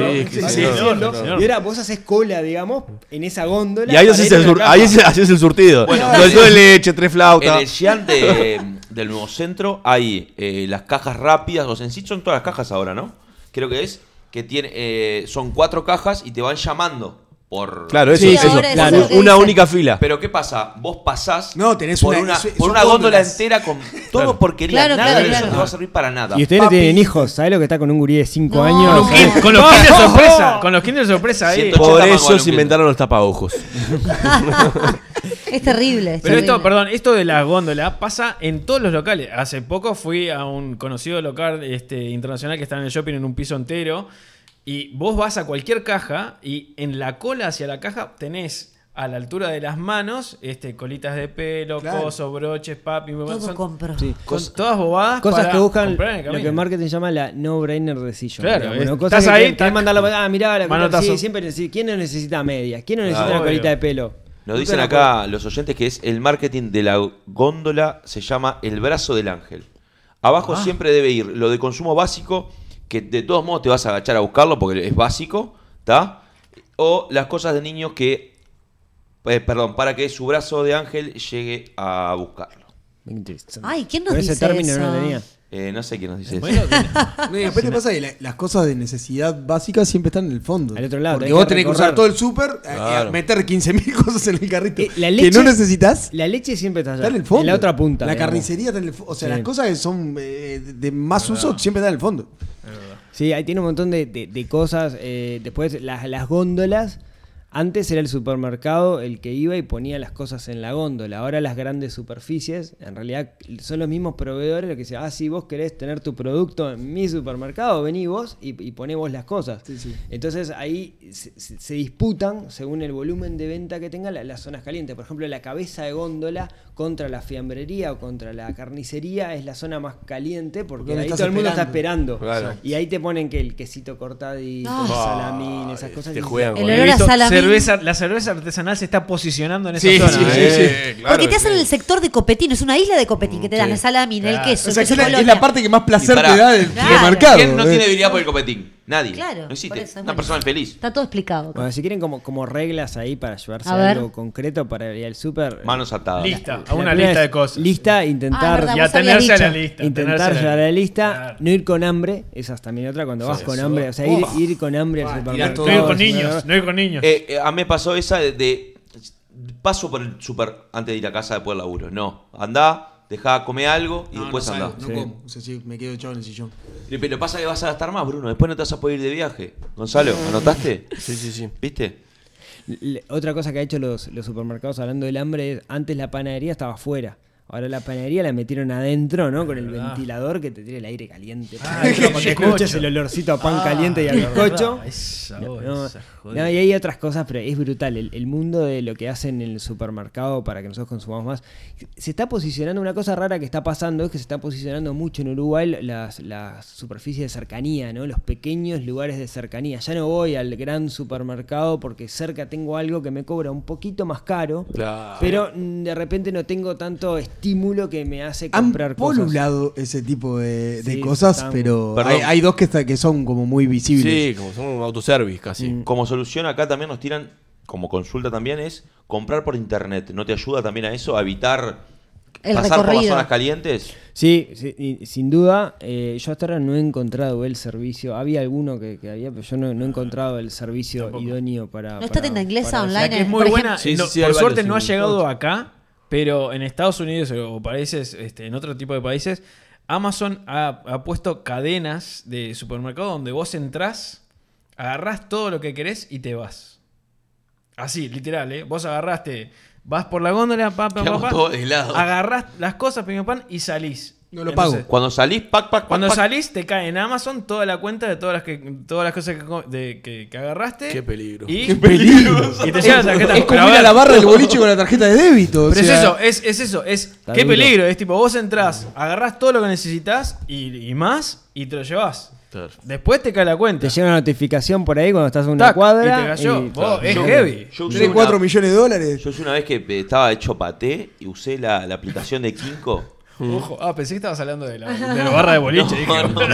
[SPEAKER 5] Sí,
[SPEAKER 6] va
[SPEAKER 5] sí,
[SPEAKER 3] sí,
[SPEAKER 6] creciendo,
[SPEAKER 3] sí, sí, sí.
[SPEAKER 6] y ahora vos haces cola, digamos, en esa góndola.
[SPEAKER 5] Y ahí
[SPEAKER 6] para
[SPEAKER 5] haces
[SPEAKER 6] ir a
[SPEAKER 5] el,
[SPEAKER 6] la
[SPEAKER 5] sur-
[SPEAKER 6] caja.
[SPEAKER 5] ahí haces- haces el surtido.
[SPEAKER 1] Bueno,
[SPEAKER 5] Dos
[SPEAKER 1] sí.
[SPEAKER 5] litros de leche, tres
[SPEAKER 1] En el
[SPEAKER 5] flautas.
[SPEAKER 1] Jean de- del nuevo centro hay eh, las cajas rápidas, o sea, en sí son todas las cajas ahora, ¿no? Creo que es que tiene, eh, son cuatro cajas y te van llamando por...
[SPEAKER 5] Claro, eso,
[SPEAKER 2] Sí,
[SPEAKER 5] eso.
[SPEAKER 2] ahora
[SPEAKER 5] Con
[SPEAKER 2] eso es lo que
[SPEAKER 5] Una
[SPEAKER 2] dicen.
[SPEAKER 5] única fila.
[SPEAKER 1] Pero ¿qué pasa? Vos pasás
[SPEAKER 4] No, tenés
[SPEAKER 1] por
[SPEAKER 4] una-
[SPEAKER 1] una,
[SPEAKER 4] es-
[SPEAKER 1] por
[SPEAKER 4] son
[SPEAKER 1] una góndola
[SPEAKER 4] góndolas.
[SPEAKER 1] entera con todo porquería.
[SPEAKER 2] Claro,
[SPEAKER 1] nada
[SPEAKER 2] claro,
[SPEAKER 1] de eso
[SPEAKER 2] claro.
[SPEAKER 1] te va a servir para nada.
[SPEAKER 6] Y este ustedes no
[SPEAKER 4] Papi.
[SPEAKER 6] tienen hijos, ¿sabes lo que está con un gurí de cinco
[SPEAKER 2] No.
[SPEAKER 6] años?
[SPEAKER 2] Con un
[SPEAKER 6] ¿Sabes?
[SPEAKER 3] Con los kinder sorpresa. Con los kinder sorpresa ahí.
[SPEAKER 1] Siento-
[SPEAKER 5] Por
[SPEAKER 1] 80
[SPEAKER 5] eso
[SPEAKER 1] mangos,
[SPEAKER 5] se inventaron los tapaojos.
[SPEAKER 2] Es terrible. es
[SPEAKER 3] Pero esto,
[SPEAKER 2] terrible.
[SPEAKER 3] perdón, esto de las góndolas pasa en todos los locales. Hace poco fui a un conocido local este, internacional que está en el shopping en un piso entero. Y vos vas a cualquier caja y en la cola hacia la caja tenés a la altura de las manos este, colitas de pelo,
[SPEAKER 4] Claro.
[SPEAKER 3] cosos, broches, papi. muy bueno,
[SPEAKER 2] Todo
[SPEAKER 3] son,
[SPEAKER 2] compro.
[SPEAKER 6] Sí.
[SPEAKER 3] son todas bobadas.
[SPEAKER 6] Cosas
[SPEAKER 3] para
[SPEAKER 6] que buscan
[SPEAKER 3] comprar en el
[SPEAKER 6] lo que
[SPEAKER 3] camino.
[SPEAKER 6] en marketing llama la no-brainer decision.
[SPEAKER 3] Claro,
[SPEAKER 6] digamos,
[SPEAKER 3] es-
[SPEAKER 6] ¿no? Cosas
[SPEAKER 3] estás
[SPEAKER 6] que-
[SPEAKER 3] ahí,
[SPEAKER 6] que querés
[SPEAKER 3] tac.
[SPEAKER 6] mandarlo, ah, mirá, la
[SPEAKER 3] Manotazo. Ah,
[SPEAKER 6] sí, siempre necesita- ¿quién no necesita medias? ¿Quién no necesita
[SPEAKER 3] Claro.
[SPEAKER 6] una colita de pelo?
[SPEAKER 1] Nos dicen acá los oyentes que es el marketing de la góndola, se llama el brazo del ángel. Abajo siempre debe ir lo de consumo básico, que de todos modos te vas a agachar a buscarlo porque es básico, ¿está? O las cosas de niños que, eh, perdón, para que su brazo de ángel llegue a buscarlo.
[SPEAKER 2] Ay, ¿quién nos
[SPEAKER 6] Con ese
[SPEAKER 2] dice
[SPEAKER 6] término no
[SPEAKER 2] eso?
[SPEAKER 6] lo tenía.
[SPEAKER 1] Eh, no sé quién nos dice eso.
[SPEAKER 4] No, y
[SPEAKER 6] (laughs)
[SPEAKER 4] después te pasa que la- las cosas de necesidad básica siempre están en el fondo.
[SPEAKER 6] Al otro lado,
[SPEAKER 4] Porque
[SPEAKER 6] tenés
[SPEAKER 4] vos
[SPEAKER 6] que
[SPEAKER 4] tenés que
[SPEAKER 6] recorrer.
[SPEAKER 4] usar todo el súper, eh,
[SPEAKER 5] Claro.
[SPEAKER 4] eh, meter 15.000 (laughs) cosas en el carrito.
[SPEAKER 6] Eh, la
[SPEAKER 4] que
[SPEAKER 6] leche-
[SPEAKER 4] no necesitas.
[SPEAKER 6] La leche siempre está allá.
[SPEAKER 4] Está en el fondo.
[SPEAKER 6] la otra punta.
[SPEAKER 4] La
[SPEAKER 6] digamos.
[SPEAKER 4] carnicería está en el fondo. O sea,
[SPEAKER 6] Sí.
[SPEAKER 4] las cosas que son eh, de más uso siempre están en el fondo.
[SPEAKER 6] Sí, ahí tiene un montón de, de- de cosas. eh, después, las, las góndolas. Antes era el supermercado el que iba y ponía las cosas en la góndola. Ahora las grandes superficies, en realidad, son los mismos proveedores los que dicen, ah, si vos querés tener tu producto en mi supermercado, vení vos y, y poné vos las cosas. Entonces ahí se, se- se disputan, según el volumen de venta que tengan, la- las zonas calientes. Por ejemplo, la cabeza de góndola contra la fiambrería o contra la carnicería es la zona más caliente porque,
[SPEAKER 4] Porque lo
[SPEAKER 6] ahí todo
[SPEAKER 4] estás
[SPEAKER 6] el mundo está
[SPEAKER 4] esperando.
[SPEAKER 6] esperando.
[SPEAKER 5] Claro.
[SPEAKER 6] Y ahí te ponen que el quesito cortadito,
[SPEAKER 2] Ah.
[SPEAKER 6] el salamín, esas cosas.
[SPEAKER 5] Te
[SPEAKER 6] y-
[SPEAKER 5] juegan
[SPEAKER 2] El
[SPEAKER 5] con
[SPEAKER 2] olor
[SPEAKER 5] eso.
[SPEAKER 2] a salamín.
[SPEAKER 3] cerveza, la cerveza artesanal se está posicionando en esa
[SPEAKER 8] Sí,
[SPEAKER 3] zona.
[SPEAKER 8] sí,
[SPEAKER 3] ¿eh?
[SPEAKER 8] sí, sí.
[SPEAKER 5] Eh, claro
[SPEAKER 2] Porque te
[SPEAKER 5] que
[SPEAKER 2] hacen
[SPEAKER 5] sí.
[SPEAKER 2] el sector de copetín, es una isla de copetín que te dan la salamina, el queso.
[SPEAKER 4] O
[SPEAKER 2] el
[SPEAKER 4] sea, que
[SPEAKER 2] queso
[SPEAKER 4] es la, es
[SPEAKER 2] Colonia.
[SPEAKER 4] la parte que más placer
[SPEAKER 1] Y pará.
[SPEAKER 4] te da del, del
[SPEAKER 2] Claro.
[SPEAKER 4] mercado.
[SPEAKER 1] ¿Quién no
[SPEAKER 4] eh.
[SPEAKER 1] tiene habilidad por el copetín? Nadie.
[SPEAKER 2] Claro,
[SPEAKER 1] No existe.
[SPEAKER 2] por eso,
[SPEAKER 1] Una
[SPEAKER 2] bueno.
[SPEAKER 1] persona infeliz.
[SPEAKER 2] Está todo explicado.
[SPEAKER 6] Bueno, si quieren como, como reglas ahí para llevarse
[SPEAKER 2] A ver.
[SPEAKER 6] algo concreto para ir al súper.
[SPEAKER 1] Manos atadas.
[SPEAKER 3] Lista,
[SPEAKER 6] La
[SPEAKER 3] a una
[SPEAKER 6] primera
[SPEAKER 3] lista
[SPEAKER 6] es
[SPEAKER 3] de cosas.
[SPEAKER 6] Lista, intentar.
[SPEAKER 2] Ah, verdad,
[SPEAKER 3] Y
[SPEAKER 2] Vos
[SPEAKER 3] atenerse a
[SPEAKER 2] habías
[SPEAKER 3] la
[SPEAKER 2] dicho.
[SPEAKER 3] lista.
[SPEAKER 6] Intentar
[SPEAKER 3] atenerse a
[SPEAKER 6] llegar a la lista,
[SPEAKER 3] Claro.
[SPEAKER 6] no ir con hambre, esa es también otra cuando vas con hambre, o sea, ir, ir con hambre al supermercado.
[SPEAKER 3] No ir con niños, no ir con niños.
[SPEAKER 1] Eh, eh, a mí me pasó esa de, de- paso por el super antes de ir a casa después del laburo. No, andá, dejá, come algo y
[SPEAKER 4] No,
[SPEAKER 1] después
[SPEAKER 4] no
[SPEAKER 1] andá.
[SPEAKER 4] salgo, No como. O sea, sí, me quedo echado en el sillón.
[SPEAKER 1] Y- Pero pasa que vas a gastar más, Bruno. Después no te vas a poder ir de viaje. Gonzalo, ¿anotaste?
[SPEAKER 5] Sí, sí, sí.
[SPEAKER 1] ¿Viste?
[SPEAKER 6] l- otra cosa que ha hecho los, los supermercados hablando del hambre es, antes la panadería estaba afuera. Ahora la panadería la metieron adentro, ¿no? Con el
[SPEAKER 3] Verdad.
[SPEAKER 6] ventilador que te tiene el aire caliente. (laughs)
[SPEAKER 3] Ah,
[SPEAKER 6] Para
[SPEAKER 3] el
[SPEAKER 6] que
[SPEAKER 3] bizcocho.
[SPEAKER 6] escuches el olorcito a pan
[SPEAKER 3] Ah,
[SPEAKER 6] caliente y a
[SPEAKER 3] es verdad,
[SPEAKER 6] bizcocho.
[SPEAKER 3] esa
[SPEAKER 6] No,
[SPEAKER 3] voz,
[SPEAKER 6] no,
[SPEAKER 3] esa
[SPEAKER 6] no,
[SPEAKER 3] jodida.
[SPEAKER 6] y hay otras cosas, pero es brutal. El, el mundo de lo que hacen en el supermercado para que nosotros consumamos más. Se está posicionando, una cosa rara que está pasando es que se está posicionando mucho en Uruguay las, las superficies de cercanía, ¿no? Los pequeños lugares de cercanía. Ya no voy al gran supermercado porque cerca tengo algo que me cobra un poquito más caro.
[SPEAKER 1] Claro.
[SPEAKER 6] Pero mm, de repente no tengo tanto estímulo que me hace
[SPEAKER 4] Han
[SPEAKER 6] comprar cosas.
[SPEAKER 4] polulado ese tipo de, de
[SPEAKER 6] Sí,
[SPEAKER 4] cosas,
[SPEAKER 6] están-
[SPEAKER 4] pero
[SPEAKER 1] Perdón.
[SPEAKER 4] hay, hay dos que, está- que son como muy visibles.
[SPEAKER 5] Sí, como son un autoservice casi.
[SPEAKER 2] Mm.
[SPEAKER 1] Como solución acá también nos tiran, como consulta también es comprar por internet. ¿No te ayuda también a eso? A evitar
[SPEAKER 2] El
[SPEAKER 1] pasar por las
[SPEAKER 2] recorrido.
[SPEAKER 1] zonas calientes.
[SPEAKER 6] Sí, sí, y sin duda. eh, yo hasta ahora no he encontrado el servicio. Había alguno que, que había, pero yo no, no he encontrado el servicio idóneo para.
[SPEAKER 2] ¿No está
[SPEAKER 6] para-
[SPEAKER 2] tienda inglesa
[SPEAKER 6] para-
[SPEAKER 2] online?
[SPEAKER 3] La que es
[SPEAKER 2] por
[SPEAKER 3] muy
[SPEAKER 2] ejemplo?
[SPEAKER 3] buena. eh,
[SPEAKER 5] Sí,
[SPEAKER 3] no,
[SPEAKER 5] sí, sí, hay
[SPEAKER 3] por
[SPEAKER 5] varios
[SPEAKER 3] suerte no ha
[SPEAKER 5] en el
[SPEAKER 3] llegado
[SPEAKER 5] coach.
[SPEAKER 3] acá, pero en Estados Unidos o países, este, en otro tipo de países, Amazon ha, ha puesto cadenas de supermercado donde vos entrás, agarrás todo lo que querés y te vas. Así, literal, ¿eh? Vos agarraste, vas por la góndola, pa, pa, pa,
[SPEAKER 8] Quedamos
[SPEAKER 3] pa,
[SPEAKER 8] todos helados.
[SPEAKER 3] agarrás las cosas, pim, pam, pam, y salís.
[SPEAKER 4] No lo
[SPEAKER 3] Entonces,
[SPEAKER 1] Cuando salís, pac, pac, pac,
[SPEAKER 3] Cuando
[SPEAKER 1] pac.
[SPEAKER 3] salís te cae en Amazon toda la cuenta de todas las que todas las cosas que, co- de- que- que agarraste.
[SPEAKER 5] Qué peligro.
[SPEAKER 3] Y, (laughs)
[SPEAKER 4] ¡Qué peligro!
[SPEAKER 3] y te llega la tarjeta.
[SPEAKER 4] Es como
[SPEAKER 3] Pero a
[SPEAKER 4] ir a
[SPEAKER 3] ver,
[SPEAKER 4] la barra del boliche con la tarjeta de débito. o
[SPEAKER 3] Pero es
[SPEAKER 4] sea,
[SPEAKER 3] eso, es, es eso, es qué
[SPEAKER 6] ¿eh? duro.
[SPEAKER 3] peligro, es tipo, vos entrás, agarrás todo lo que necesitas y, y más y te lo llevás. Después te cae la cuenta.
[SPEAKER 6] Te llega una notificación por ahí cuando estás en una
[SPEAKER 3] Tac,
[SPEAKER 6] cuadra.
[SPEAKER 3] y te cayó.
[SPEAKER 6] y-
[SPEAKER 3] Vos, es
[SPEAKER 1] Yo-
[SPEAKER 3] heavy.
[SPEAKER 1] yo usé
[SPEAKER 4] Tiene
[SPEAKER 1] una-
[SPEAKER 4] 4 millones de dólares.
[SPEAKER 1] Yo hice una vez que eh, estaba hecho paté y usé la, la aplicación de Kinko.
[SPEAKER 3] Ojo, ah, pensé que estabas hablando de la,
[SPEAKER 6] (laughs)
[SPEAKER 3] de la barra de boliche. dije,
[SPEAKER 1] No,
[SPEAKER 5] (laughs)
[SPEAKER 1] no.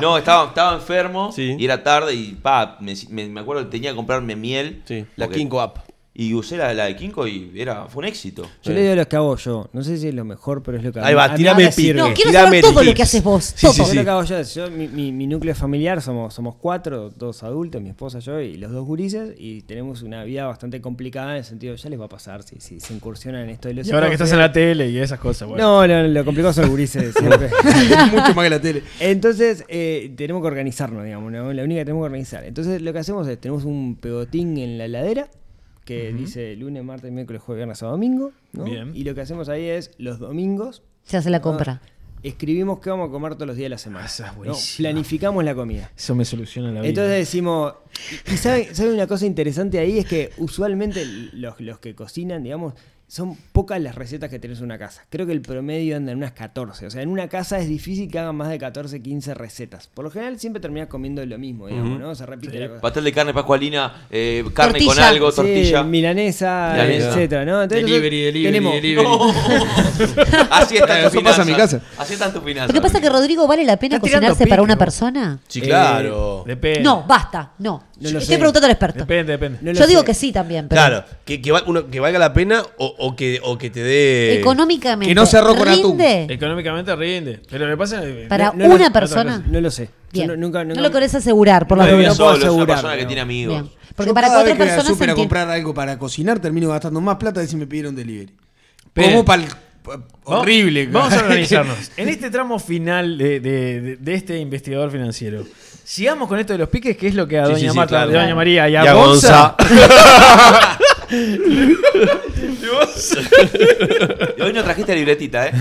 [SPEAKER 1] No, estaba, estaba enfermo
[SPEAKER 5] Sí.
[SPEAKER 1] y era tarde y pa, me, me- me acuerdo que tenía que comprarme miel.
[SPEAKER 5] Sí, la
[SPEAKER 1] porque-
[SPEAKER 5] Kinko App.
[SPEAKER 1] Y usé la, la de Kinko y era, fue un éxito.
[SPEAKER 6] Yo le digo lo que hago yo. No sé si es lo mejor, pero es lo que hago
[SPEAKER 5] Ahí va,
[SPEAKER 6] a mí
[SPEAKER 5] tirame
[SPEAKER 6] me
[SPEAKER 5] el pique.
[SPEAKER 6] sirve.
[SPEAKER 2] No, quiero
[SPEAKER 5] Tirame
[SPEAKER 2] saber todo
[SPEAKER 5] el
[SPEAKER 2] lo
[SPEAKER 5] tips.
[SPEAKER 2] que haces vos.
[SPEAKER 5] Sí, sí,
[SPEAKER 2] todo.
[SPEAKER 5] (laughs)
[SPEAKER 6] Yo lo que hago yo, es- yo- mi, mi- mi núcleo familiar somos, somos cuatro, dos adultos, mi esposa, yo y los dos gurises, y tenemos una vida bastante complicada en el sentido, ya les va a pasar si, si se incursionan en esto de los
[SPEAKER 3] Y ahora que estás en la tele y esas cosas, bueno.
[SPEAKER 6] No, lo, lo complicado son los gurises siempre.
[SPEAKER 3] (laughs)
[SPEAKER 4] Mucho más que la tele.
[SPEAKER 6] Entonces, eh, tenemos que organizarnos, digamos, ¿no? la única que tenemos que organizar. Entonces, lo que hacemos es, tenemos un pegotín en la heladera que dice lunes, martes, miércoles, jueves, viernes a domingo, ¿no?
[SPEAKER 3] Bien.
[SPEAKER 6] Y lo que hacemos ahí es, los domingos,
[SPEAKER 2] Se hace la compra.
[SPEAKER 6] escribimos qué vamos a comer todos los días de la semana.
[SPEAKER 3] Ah, esa es
[SPEAKER 6] ¿no?
[SPEAKER 3] buenísima.
[SPEAKER 6] Planificamos la comida.
[SPEAKER 3] Eso me soluciona la vida.
[SPEAKER 6] Entonces decimos, y saben saben una cosa interesante ahí es que usualmente los, los que cocinan, digamos, son pocas las recetas que tenés en una casa. Creo que el promedio anda en unas 14. O sea, en una casa es difícil que hagan más de 14, 15 recetas. Por lo general siempre terminás comiendo lo mismo, digamos, ¿no? Se repite la cosa.
[SPEAKER 1] Pastel de carne pascualina, eh, carne con
[SPEAKER 2] Tortilla.
[SPEAKER 1] algo,
[SPEAKER 6] Sí,
[SPEAKER 1] tortilla.
[SPEAKER 6] milanesa,
[SPEAKER 1] Milanesa.
[SPEAKER 6] etcétera, ¿no? Entonces,
[SPEAKER 8] Delivery, delivery,
[SPEAKER 6] tenemos-
[SPEAKER 8] delivery.
[SPEAKER 1] (laughs) Así está tu
[SPEAKER 4] Eso pasa en mi
[SPEAKER 1] finanza.
[SPEAKER 4] casa.
[SPEAKER 1] Así está tu finanza.
[SPEAKER 2] Lo que pasa es que Rodrigo vale la pena
[SPEAKER 3] Está tirando
[SPEAKER 2] cocinarse para
[SPEAKER 3] pique,
[SPEAKER 2] una
[SPEAKER 3] ¿no?
[SPEAKER 2] persona.
[SPEAKER 5] Sí, claro.
[SPEAKER 3] Depende.
[SPEAKER 2] No, basta, no.
[SPEAKER 6] No lo
[SPEAKER 2] Estoy
[SPEAKER 6] sé.
[SPEAKER 2] preguntando al experto.
[SPEAKER 3] Depende, depende.
[SPEAKER 6] No lo
[SPEAKER 2] Yo digo
[SPEAKER 6] sé.
[SPEAKER 2] que sí también, pero
[SPEAKER 5] Claro, que, que, val- uno- que valga la pena o, o que, o que te
[SPEAKER 6] Eh,
[SPEAKER 5] dé.
[SPEAKER 2] económicamente.
[SPEAKER 4] que no se arroja con atún.
[SPEAKER 2] rinde
[SPEAKER 3] Económicamente rinde. Pero le pasa. eh,
[SPEAKER 2] Para
[SPEAKER 3] no-
[SPEAKER 6] No, no,
[SPEAKER 2] una
[SPEAKER 6] no,
[SPEAKER 2] persona.
[SPEAKER 6] No lo sé. Yo
[SPEAKER 2] Bien.
[SPEAKER 6] no- nunca, nunca-
[SPEAKER 2] no lo querés asegurar por
[SPEAKER 6] No
[SPEAKER 2] las
[SPEAKER 6] lo
[SPEAKER 1] Vive
[SPEAKER 6] no
[SPEAKER 2] dudas.
[SPEAKER 6] puedo
[SPEAKER 1] solo, es una
[SPEAKER 6] asegurar,
[SPEAKER 1] persona que
[SPEAKER 6] no.
[SPEAKER 1] tiene
[SPEAKER 2] Bien.
[SPEAKER 1] amigos.
[SPEAKER 2] Porque
[SPEAKER 4] Yo
[SPEAKER 2] para
[SPEAKER 4] cada
[SPEAKER 2] cuatro
[SPEAKER 4] vez que voy al
[SPEAKER 2] personas
[SPEAKER 4] súper a
[SPEAKER 2] entiendo.
[SPEAKER 4] comprar algo para cocinar, termino gastando más plata de si me pidieron delivery.
[SPEAKER 3] Pero-
[SPEAKER 4] Como para horrible.
[SPEAKER 3] Vamos a organizarnos. (laughs) En este tramo final de, de- de- de este investigador financiero, sigamos con esto de los piques, que es lo que a
[SPEAKER 5] Sí,
[SPEAKER 3] Doña
[SPEAKER 5] sí, sí,
[SPEAKER 3] Marta,
[SPEAKER 5] claro.
[SPEAKER 3] Doña María y
[SPEAKER 5] Y
[SPEAKER 3] a,
[SPEAKER 5] a
[SPEAKER 3] Gonza- (laughs)
[SPEAKER 1] Y hoy no trajiste la libretita, ¿eh?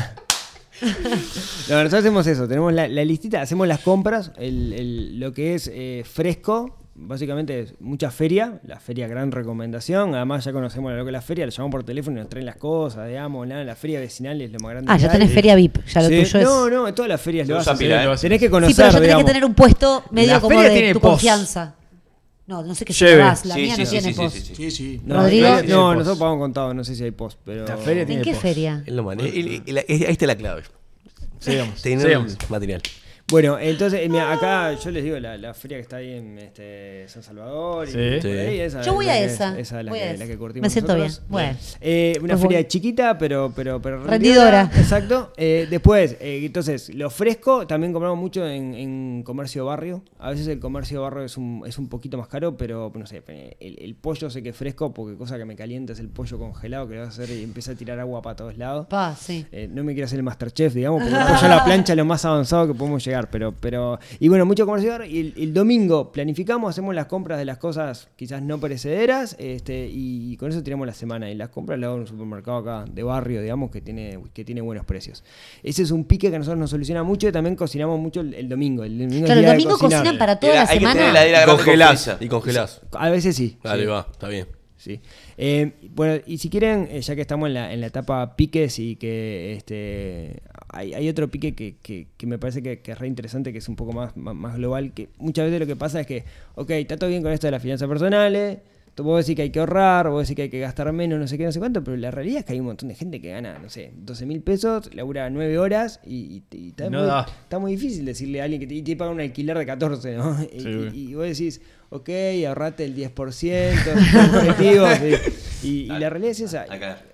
[SPEAKER 6] No, nosotros hacemos eso, tenemos la, la listita, hacemos las compras, el- el- lo que es eh, fresco, básicamente es mucha feria, la feria gran recomendación, además ya conocemos lo que es la feria, lo llamamos por teléfono y nos traen las cosas, digamos, la, la feria vecinal es lo más grande.
[SPEAKER 2] Ah,
[SPEAKER 6] que
[SPEAKER 2] ya
[SPEAKER 6] hay.
[SPEAKER 2] tenés feria VIP, ya lo
[SPEAKER 6] Sí.
[SPEAKER 2] tuyo es.
[SPEAKER 6] No, no, todas las ferias
[SPEAKER 1] Se
[SPEAKER 6] lo
[SPEAKER 1] usa
[SPEAKER 6] hacen.
[SPEAKER 1] pila,
[SPEAKER 6] sí,
[SPEAKER 1] ¿eh?
[SPEAKER 6] lo hacen. Tenés que
[SPEAKER 2] sí, pero
[SPEAKER 6] conocer,
[SPEAKER 2] ya tenés que
[SPEAKER 6] digamos.
[SPEAKER 2] tener un puesto medio
[SPEAKER 3] La
[SPEAKER 2] como
[SPEAKER 3] feria
[SPEAKER 2] de
[SPEAKER 3] tiene
[SPEAKER 2] tu
[SPEAKER 3] pos.
[SPEAKER 2] confianza. No, no sé qué
[SPEAKER 3] Lleve.
[SPEAKER 2] llevas, la
[SPEAKER 1] Sí,
[SPEAKER 2] mía
[SPEAKER 1] sí,
[SPEAKER 2] no
[SPEAKER 1] sí,
[SPEAKER 2] tiene
[SPEAKER 1] sí,
[SPEAKER 2] pos.
[SPEAKER 1] sí, sí.
[SPEAKER 4] (laughs) Sí, sí.
[SPEAKER 6] No,
[SPEAKER 2] Rodrigo.
[SPEAKER 6] no,
[SPEAKER 3] Tiene
[SPEAKER 6] no,
[SPEAKER 3] pos.
[SPEAKER 6] nosotros pagamos contado, no sé si hay post, pero...
[SPEAKER 3] La feria tiene-
[SPEAKER 2] ¿En qué
[SPEAKER 3] pos.
[SPEAKER 2] feria?
[SPEAKER 5] Él lo maneja. Él- él- él- ahí está la clave.
[SPEAKER 3] Sigamos,
[SPEAKER 5] Tener
[SPEAKER 3] sigamos.
[SPEAKER 5] material.
[SPEAKER 6] Bueno, entonces, eh, mira, acá yo les digo la, la feria que está ahí en este, San Salvador. y
[SPEAKER 3] Sí.
[SPEAKER 6] por
[SPEAKER 5] Sí.
[SPEAKER 6] ahí, esa
[SPEAKER 2] Yo
[SPEAKER 6] es
[SPEAKER 2] voy
[SPEAKER 6] la
[SPEAKER 2] a
[SPEAKER 6] que-
[SPEAKER 2] esa,
[SPEAKER 6] esa es la,
[SPEAKER 2] voy a
[SPEAKER 6] que,
[SPEAKER 2] esa.
[SPEAKER 6] la que curtimos
[SPEAKER 2] Me siento
[SPEAKER 6] nosotros.
[SPEAKER 2] bien, bueno.
[SPEAKER 6] Eh, una
[SPEAKER 2] Pues
[SPEAKER 6] feria
[SPEAKER 2] voy.
[SPEAKER 6] chiquita, pero, pero, pero
[SPEAKER 2] Rendidora. (laughs)
[SPEAKER 6] Exacto. Eh, después, eh, entonces, lo fresco también compramos mucho en, en comercio barrio. A veces el comercio barrio es un, es un poquito más caro, pero no sé, eh, el, el pollo sé que es fresco porque cosa que me calienta es el pollo congelado que lo vas a hacer y empieza a tirar agua para todos lados.
[SPEAKER 2] Pa, sí. (laughs)
[SPEAKER 6] Eh, no me quiero hacer el Masterchef, digamos, porque ya la plancha es lo más avanzado que podemos llegar, pero, pero. Y bueno, mucho comerciador. Y el, el domingo planificamos, hacemos las compras de las cosas quizás no perecederas, este, y con eso tiramos la semana. Y las compras las hago en un supermercado acá de barrio, digamos, que tiene, que tiene buenos precios. Ese es un pique que a nosotros nos soluciona mucho y también cocinamos mucho el, el domingo. El domingo es
[SPEAKER 2] Claro, el
[SPEAKER 6] día de
[SPEAKER 2] domingo
[SPEAKER 6] cocinar.
[SPEAKER 2] cocinan para toda la
[SPEAKER 5] hay que
[SPEAKER 2] semana.
[SPEAKER 5] tener la heladera grande con
[SPEAKER 6] Congelás.
[SPEAKER 5] frisa. Y congelás.
[SPEAKER 6] A veces sí.
[SPEAKER 5] Dale,
[SPEAKER 6] sí.
[SPEAKER 5] va, está bien.
[SPEAKER 6] Sí. Eh, bueno, y si quieren, eh, ya que estamos en la, en la etapa piques y que este, hay, hay otro pique que, que- que me parece que, que es re interesante, que es un poco más, más, más global, que muchas veces lo que pasa es que, ok, está todo bien con esto de las finanzas personales, tú- vos decís que hay que ahorrar, vos decís que hay que gastar menos, no sé qué, no sé cuánto, pero la realidad es que hay un montón de gente que gana, no sé, 12 mil pesos, labura 9 horas y, y- y está,
[SPEAKER 3] No
[SPEAKER 6] muy,
[SPEAKER 3] da.
[SPEAKER 6] está muy difícil decirle a alguien que te, y te paga un alquiler de 14, ¿no? (laughs) Y-
[SPEAKER 3] Sí.
[SPEAKER 6] y- y vos decís, ok, ahorrate el 10%, (laughs) tus objetivos. Y, y- y la realidad es esa.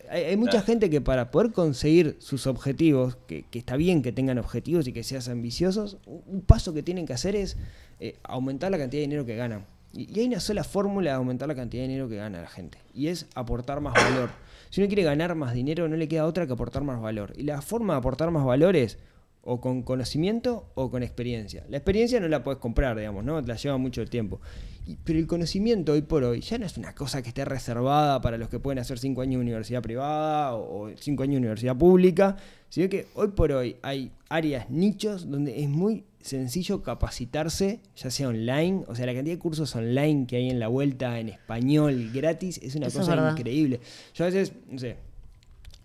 [SPEAKER 6] Hay, hay mucha gente que para poder conseguir sus objetivos, que, que está bien que tengan objetivos y que seas ambiciosos, un, un paso que tienen que hacer es eh, aumentar la cantidad de dinero que ganan. Y, y hay una sola fórmula de aumentar la cantidad de dinero que gana la gente, y es aportar más valor. Si uno quiere ganar más dinero, no le queda otra que aportar más valor. Y la forma de aportar más valor es o con conocimiento o con experiencia. La experiencia no la puedes comprar, digamos, ¿no? Te la lleva mucho el tiempo. Y- pero el conocimiento hoy por hoy ya no es una cosa que esté reservada para los que pueden hacer 5 años de universidad privada o 5 años de universidad pública, sino que hoy por hoy hay áreas, nichos, donde es muy sencillo capacitarse, ya sea online, o sea, la cantidad de cursos online que hay en la vuelta en español gratis es una
[SPEAKER 2] Eso es
[SPEAKER 6] cosa
[SPEAKER 2] verdad.
[SPEAKER 6] increíble. Yo a veces, no sé,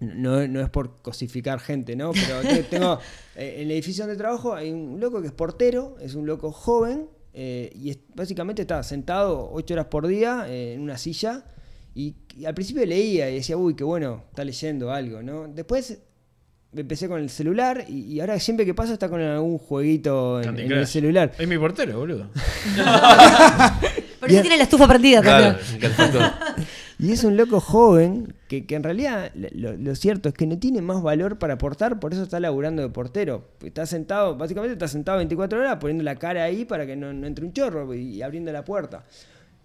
[SPEAKER 6] no, no es por cosificar gente, ¿no? Pero te- tengo. eh, en el edificio donde trabajo hay un loco que es portero, es un loco joven, eh, y es- básicamente está sentado ocho horas por día eh, en una silla. Y, y al principio leía y decía, uy, qué bueno, está leyendo algo, ¿no? Después empecé con el celular y, y ahora siempre que paso está con algún jueguito en,
[SPEAKER 3] Candy
[SPEAKER 6] en el
[SPEAKER 3] Crush.
[SPEAKER 6] celular.
[SPEAKER 3] Es mi portero, boludo.
[SPEAKER 2] Por eso tiene la estufa prendida
[SPEAKER 5] Claro,
[SPEAKER 2] también.
[SPEAKER 5] el factor.
[SPEAKER 6] Y es un loco joven que, que en realidad lo, lo cierto es que no tiene más valor para aportar, por eso está laburando de portero. Está sentado, básicamente está sentado 24 horas poniendo la cara ahí para que no, no entre un chorro y, y abriendo la puerta.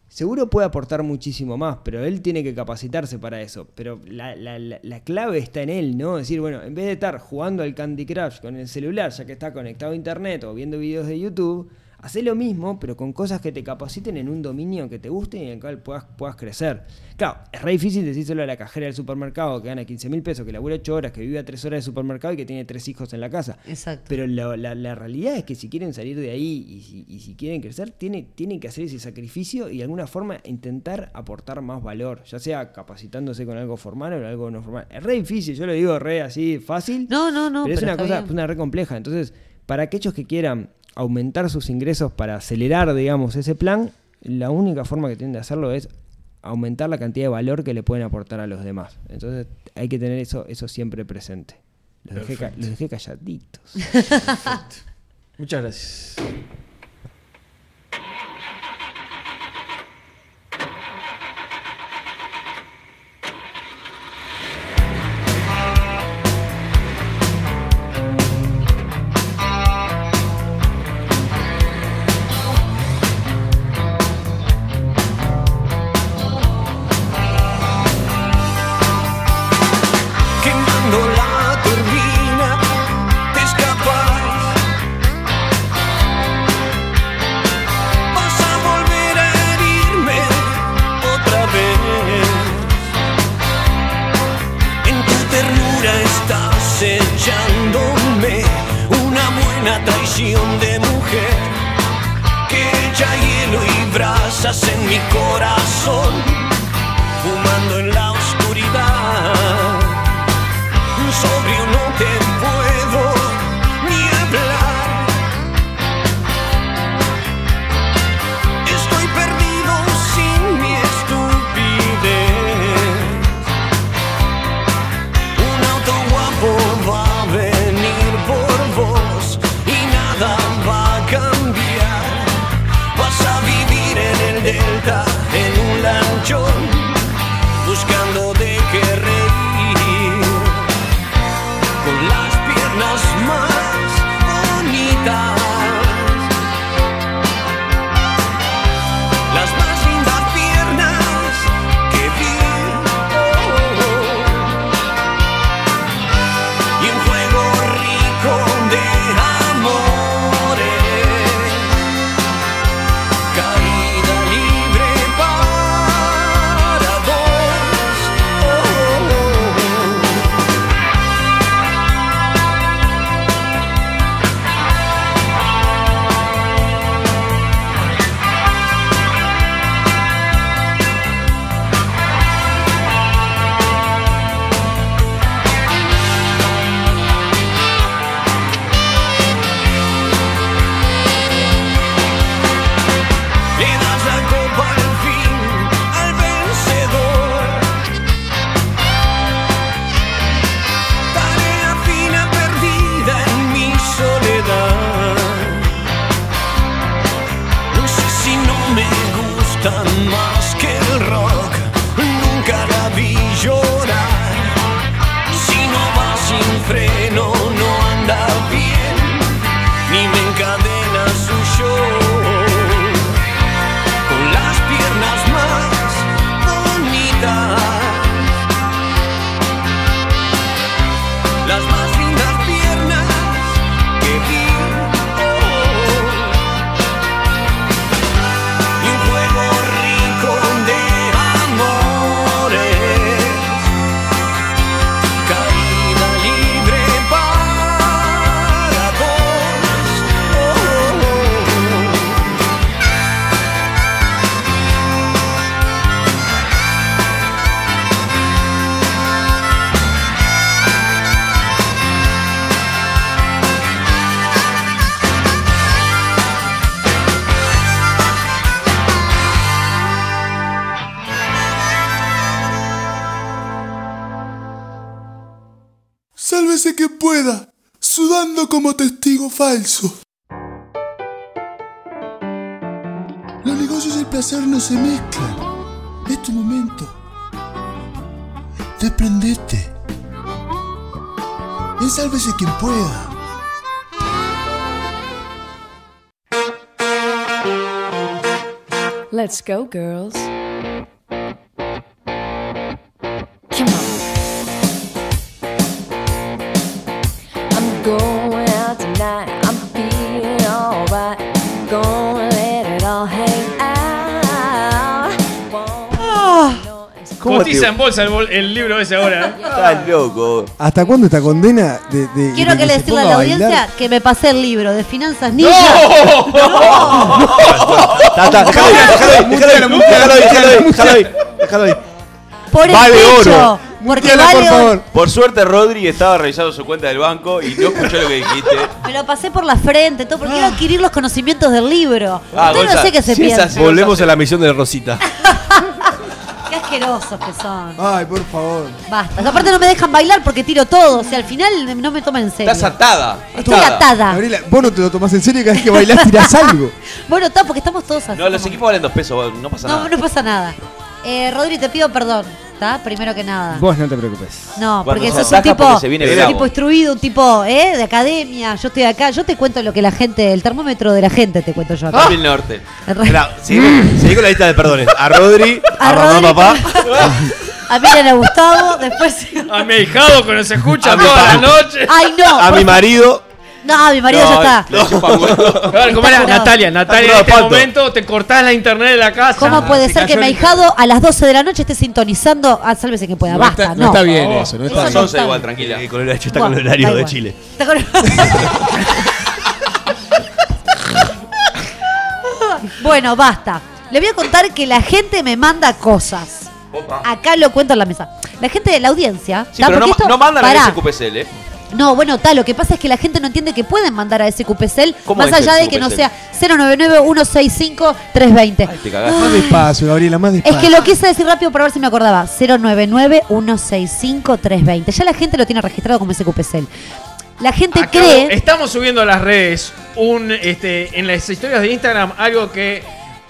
[SPEAKER 6] Seguro puede aportar muchísimo más, pero él tiene que capacitarse para eso. Pero la, la- la- la clave está en él, ¿no? Es decir, bueno, en vez de estar jugando al Candy Crush con el celular, ya que está conectado a internet o viendo videos de YouTube, Hacé lo mismo, pero con cosas que te capaciten en un dominio que te guste y en el cual puedas, puedas crecer. Claro, es re difícil decírselo a la cajera del supermercado que gana 15 mil pesos, que labura 8 horas, que vive a 3 horas de supermercado y que tiene 3 hijos en la casa.
[SPEAKER 2] Exacto.
[SPEAKER 6] Pero la, la- la realidad es que si quieren salir de ahí y si, y si quieren crecer, tiene, tienen que hacer ese sacrificio y de alguna forma intentar aportar más valor, ya sea capacitándose con algo formal o en algo no formal. Es re difícil, yo lo digo re así fácil.
[SPEAKER 2] No, no, no.
[SPEAKER 6] Pero es
[SPEAKER 2] pero
[SPEAKER 6] una
[SPEAKER 2] está
[SPEAKER 6] cosa,
[SPEAKER 2] bien.
[SPEAKER 6] es una red compleja. Entonces, para aquellos que quieran aumentar sus ingresos para acelerar, digamos, ese plan, la única forma que tienen de hacerlo es aumentar la cantidad de valor que le pueden aportar a los demás. Entonces, hay que tener eso, eso siempre presente. Los dejé, ca-
[SPEAKER 3] Perfecto.
[SPEAKER 6] los dejé calladitos.
[SPEAKER 3] Muchas gracias.
[SPEAKER 10] quemando la turbina, te escapas. Vas a volver a herirme otra vez. En tu ternura estás echándome una buena traición de mujer. Que echa hielo y brasas en mi corazón, fumando en la oscuridad. Sobrio no te puedo ni hablar. Estoy perdido sin mi estupidez. Un auto guapo va a venir por vos y nada va a cambiar. Vas a vivir en el delta, en un lanchón. Oh, Oh,
[SPEAKER 7] Sálvese que pueda, sudando como testigo falso. Los negocios y el placer no se mezclan. Es tu momento. Desprendete. Ensálvese quien pueda.
[SPEAKER 12] Let's go, girls. I'm going out tonight. I'm feeling alright. Gonna let it all hang out.
[SPEAKER 2] Ah,
[SPEAKER 3] Cotiza en bolsa el, bol- el libro ese ahora. ¿eh? (laughs)
[SPEAKER 5] Estás loco.
[SPEAKER 4] ¿Hasta cuándo esta condena de, de-
[SPEAKER 2] Quiero
[SPEAKER 4] de
[SPEAKER 2] que le
[SPEAKER 4] se
[SPEAKER 2] decirle a
[SPEAKER 4] ponga
[SPEAKER 2] la
[SPEAKER 4] bailar?
[SPEAKER 2] audiencia que me pasé el libro de finanzas ninja.
[SPEAKER 5] Déjalo ahí, déjalo ahí, déjalo ahí, déjalo ahí, déjalo ahí, déjalo ahí.
[SPEAKER 2] Por el
[SPEAKER 5] Vale
[SPEAKER 2] pecho.
[SPEAKER 5] oro.
[SPEAKER 2] Porque
[SPEAKER 5] Muteala,
[SPEAKER 2] vale
[SPEAKER 5] por
[SPEAKER 2] oro.
[SPEAKER 5] favor.
[SPEAKER 1] Por suerte, Rodri estaba revisando su cuenta del banco y no escuchó lo que dijiste.
[SPEAKER 2] Me lo pasé por la frente, todo, porque quiero adquirir los conocimientos del libro. Usted no
[SPEAKER 5] Ah, Gonza,
[SPEAKER 2] sé qué se
[SPEAKER 5] si es
[SPEAKER 2] piensa.
[SPEAKER 5] así, Volvemos a la misión de (laughs) Rosita.
[SPEAKER 2] Qué asquerosos que son.
[SPEAKER 4] Ay, por favor.
[SPEAKER 2] Basta. Aparte no me dejan bailar porque tiro todo. O sea, al final no me toman en serio.
[SPEAKER 1] Estás atada.
[SPEAKER 2] Estoy atada.
[SPEAKER 4] Gabriela, vos no te lo tomás en serio y cada vez que bailás tirás algo.
[SPEAKER 2] Bueno, está porque estamos todos así.
[SPEAKER 1] No, los equipos valen dos pesos, no pasa
[SPEAKER 2] No,
[SPEAKER 1] nada.
[SPEAKER 2] no pasa nada. Eh, Rodri, te pido perdón, ¿está? Primero que nada.
[SPEAKER 6] Vos no te preocupes.
[SPEAKER 2] No,
[SPEAKER 6] Cuando
[SPEAKER 2] porque
[SPEAKER 6] se
[SPEAKER 2] sos un
[SPEAKER 6] ataca,
[SPEAKER 2] tipo,
[SPEAKER 6] porque se viene
[SPEAKER 2] sos un
[SPEAKER 6] bravo.
[SPEAKER 2] tipo instruido, un tipo ¿eh? de academia. Yo estoy acá, yo te cuento lo que la gente, el termómetro de la gente te cuento yo acá.
[SPEAKER 1] Ah,
[SPEAKER 2] (laughs)
[SPEAKER 5] Del
[SPEAKER 1] norte.
[SPEAKER 5] Esperá, seguí seguí con la lista de perdones. A Rodri, a, Ramón Papá,
[SPEAKER 2] (laughs) A Miriam a Gustavo, después.
[SPEAKER 3] (laughs) A mi ahijado que nos escucha
[SPEAKER 5] A mi
[SPEAKER 3] toda la
[SPEAKER 5] padre.
[SPEAKER 3] noche.
[SPEAKER 2] Ay, no.
[SPEAKER 5] a mi marido.
[SPEAKER 2] No, a mi marido ya está. (laughs)
[SPEAKER 3] A ver, ¿cómo era?
[SPEAKER 2] curado.
[SPEAKER 3] Natalia, Natalia, en
[SPEAKER 5] curado,
[SPEAKER 3] este
[SPEAKER 5] Pato.
[SPEAKER 3] momento te cortás la internet de la casa.
[SPEAKER 2] ¿Cómo puede
[SPEAKER 3] Se
[SPEAKER 2] ser que
[SPEAKER 3] Ah, cayó
[SPEAKER 2] mi
[SPEAKER 3] el-
[SPEAKER 2] ahijado a las 12 de la noche esté sintonizando? Ah, sálvese que pueda, basta. no,
[SPEAKER 5] Por
[SPEAKER 4] eso,
[SPEAKER 5] favor.
[SPEAKER 4] no está
[SPEAKER 5] Son
[SPEAKER 4] bien.
[SPEAKER 5] once igual, tranquila. Eh, con el, está con el
[SPEAKER 4] Bueno,
[SPEAKER 5] horario
[SPEAKER 4] da
[SPEAKER 5] de
[SPEAKER 4] igual.
[SPEAKER 5] Chile.
[SPEAKER 2] Está con- (laughs) bueno, basta. Le voy a contar que la gente me manda cosas. Acá lo cuento en la mesa. La gente de la audiencia.
[SPEAKER 1] Sí,
[SPEAKER 2] ¿tá?
[SPEAKER 1] pero no,
[SPEAKER 2] Porque Ah,
[SPEAKER 1] no
[SPEAKER 2] esto-
[SPEAKER 1] mandan
[SPEAKER 2] pará.
[SPEAKER 1] a SQPCL,
[SPEAKER 2] (laughs)
[SPEAKER 1] ¿eh?
[SPEAKER 2] No, bueno, tal, lo que pasa es que la gente no entiende que pueden mandar a SQPCEL
[SPEAKER 1] ¿Cómo
[SPEAKER 2] más
[SPEAKER 1] es
[SPEAKER 2] allá de que no
[SPEAKER 1] SQPCEL?
[SPEAKER 2] sea 099-165-320.
[SPEAKER 4] Te cagás. Más despacio, Gabriela, más
[SPEAKER 2] Es
[SPEAKER 4] despacio.
[SPEAKER 2] que lo quise decir rápido para ver si me acordaba. 099-165-320. Ya la gente lo tiene registrado como SQPCEL. La gente
[SPEAKER 3] Acabo-
[SPEAKER 2] cree...
[SPEAKER 3] Ah,
[SPEAKER 2] (laughs)
[SPEAKER 3] Estamos subiendo a las redes un este en las historias de Instagram algo que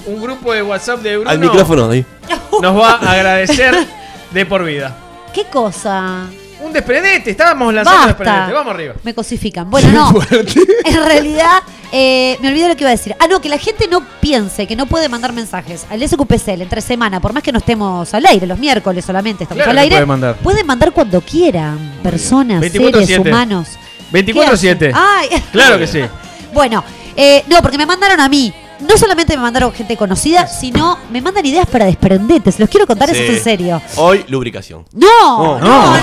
[SPEAKER 3] un grupo de WhatsApp de Bruno
[SPEAKER 5] Al micrófono, ahí.
[SPEAKER 3] nos va a agradecer de por vida.
[SPEAKER 2] ¿Qué cosa?
[SPEAKER 3] Un desprendete, estábamos lanzando un
[SPEAKER 2] Basta.
[SPEAKER 3] desprendete, vamos arriba.
[SPEAKER 2] Me cosifican.
[SPEAKER 3] (laughs)
[SPEAKER 2] Bueno, no. (laughs) en realidad, eh, me olvidé lo que iba a decir. Ah, no, que la gente no piense que no puede mandar mensajes al SQPCL entre semana, por más que no estemos al aire, los miércoles solamente estamos
[SPEAKER 3] Claro
[SPEAKER 2] al
[SPEAKER 3] que
[SPEAKER 2] aire.
[SPEAKER 3] puede mandar.
[SPEAKER 2] Pueden mandar cuando quieran, personas,
[SPEAKER 3] 24/7.
[SPEAKER 2] seres humanos. ¿Qué
[SPEAKER 3] 24/7.
[SPEAKER 2] hacen? Ay.
[SPEAKER 3] Claro que sí.
[SPEAKER 2] Bueno, eh, no, porque me mandaron a mí. No solamente me mandaron gente conocida, sino me mandan ideas para desprendete. Se los quiero contar, eso
[SPEAKER 5] Sí.
[SPEAKER 2] es en serio.
[SPEAKER 5] Hoy, lubricación.
[SPEAKER 2] No, no,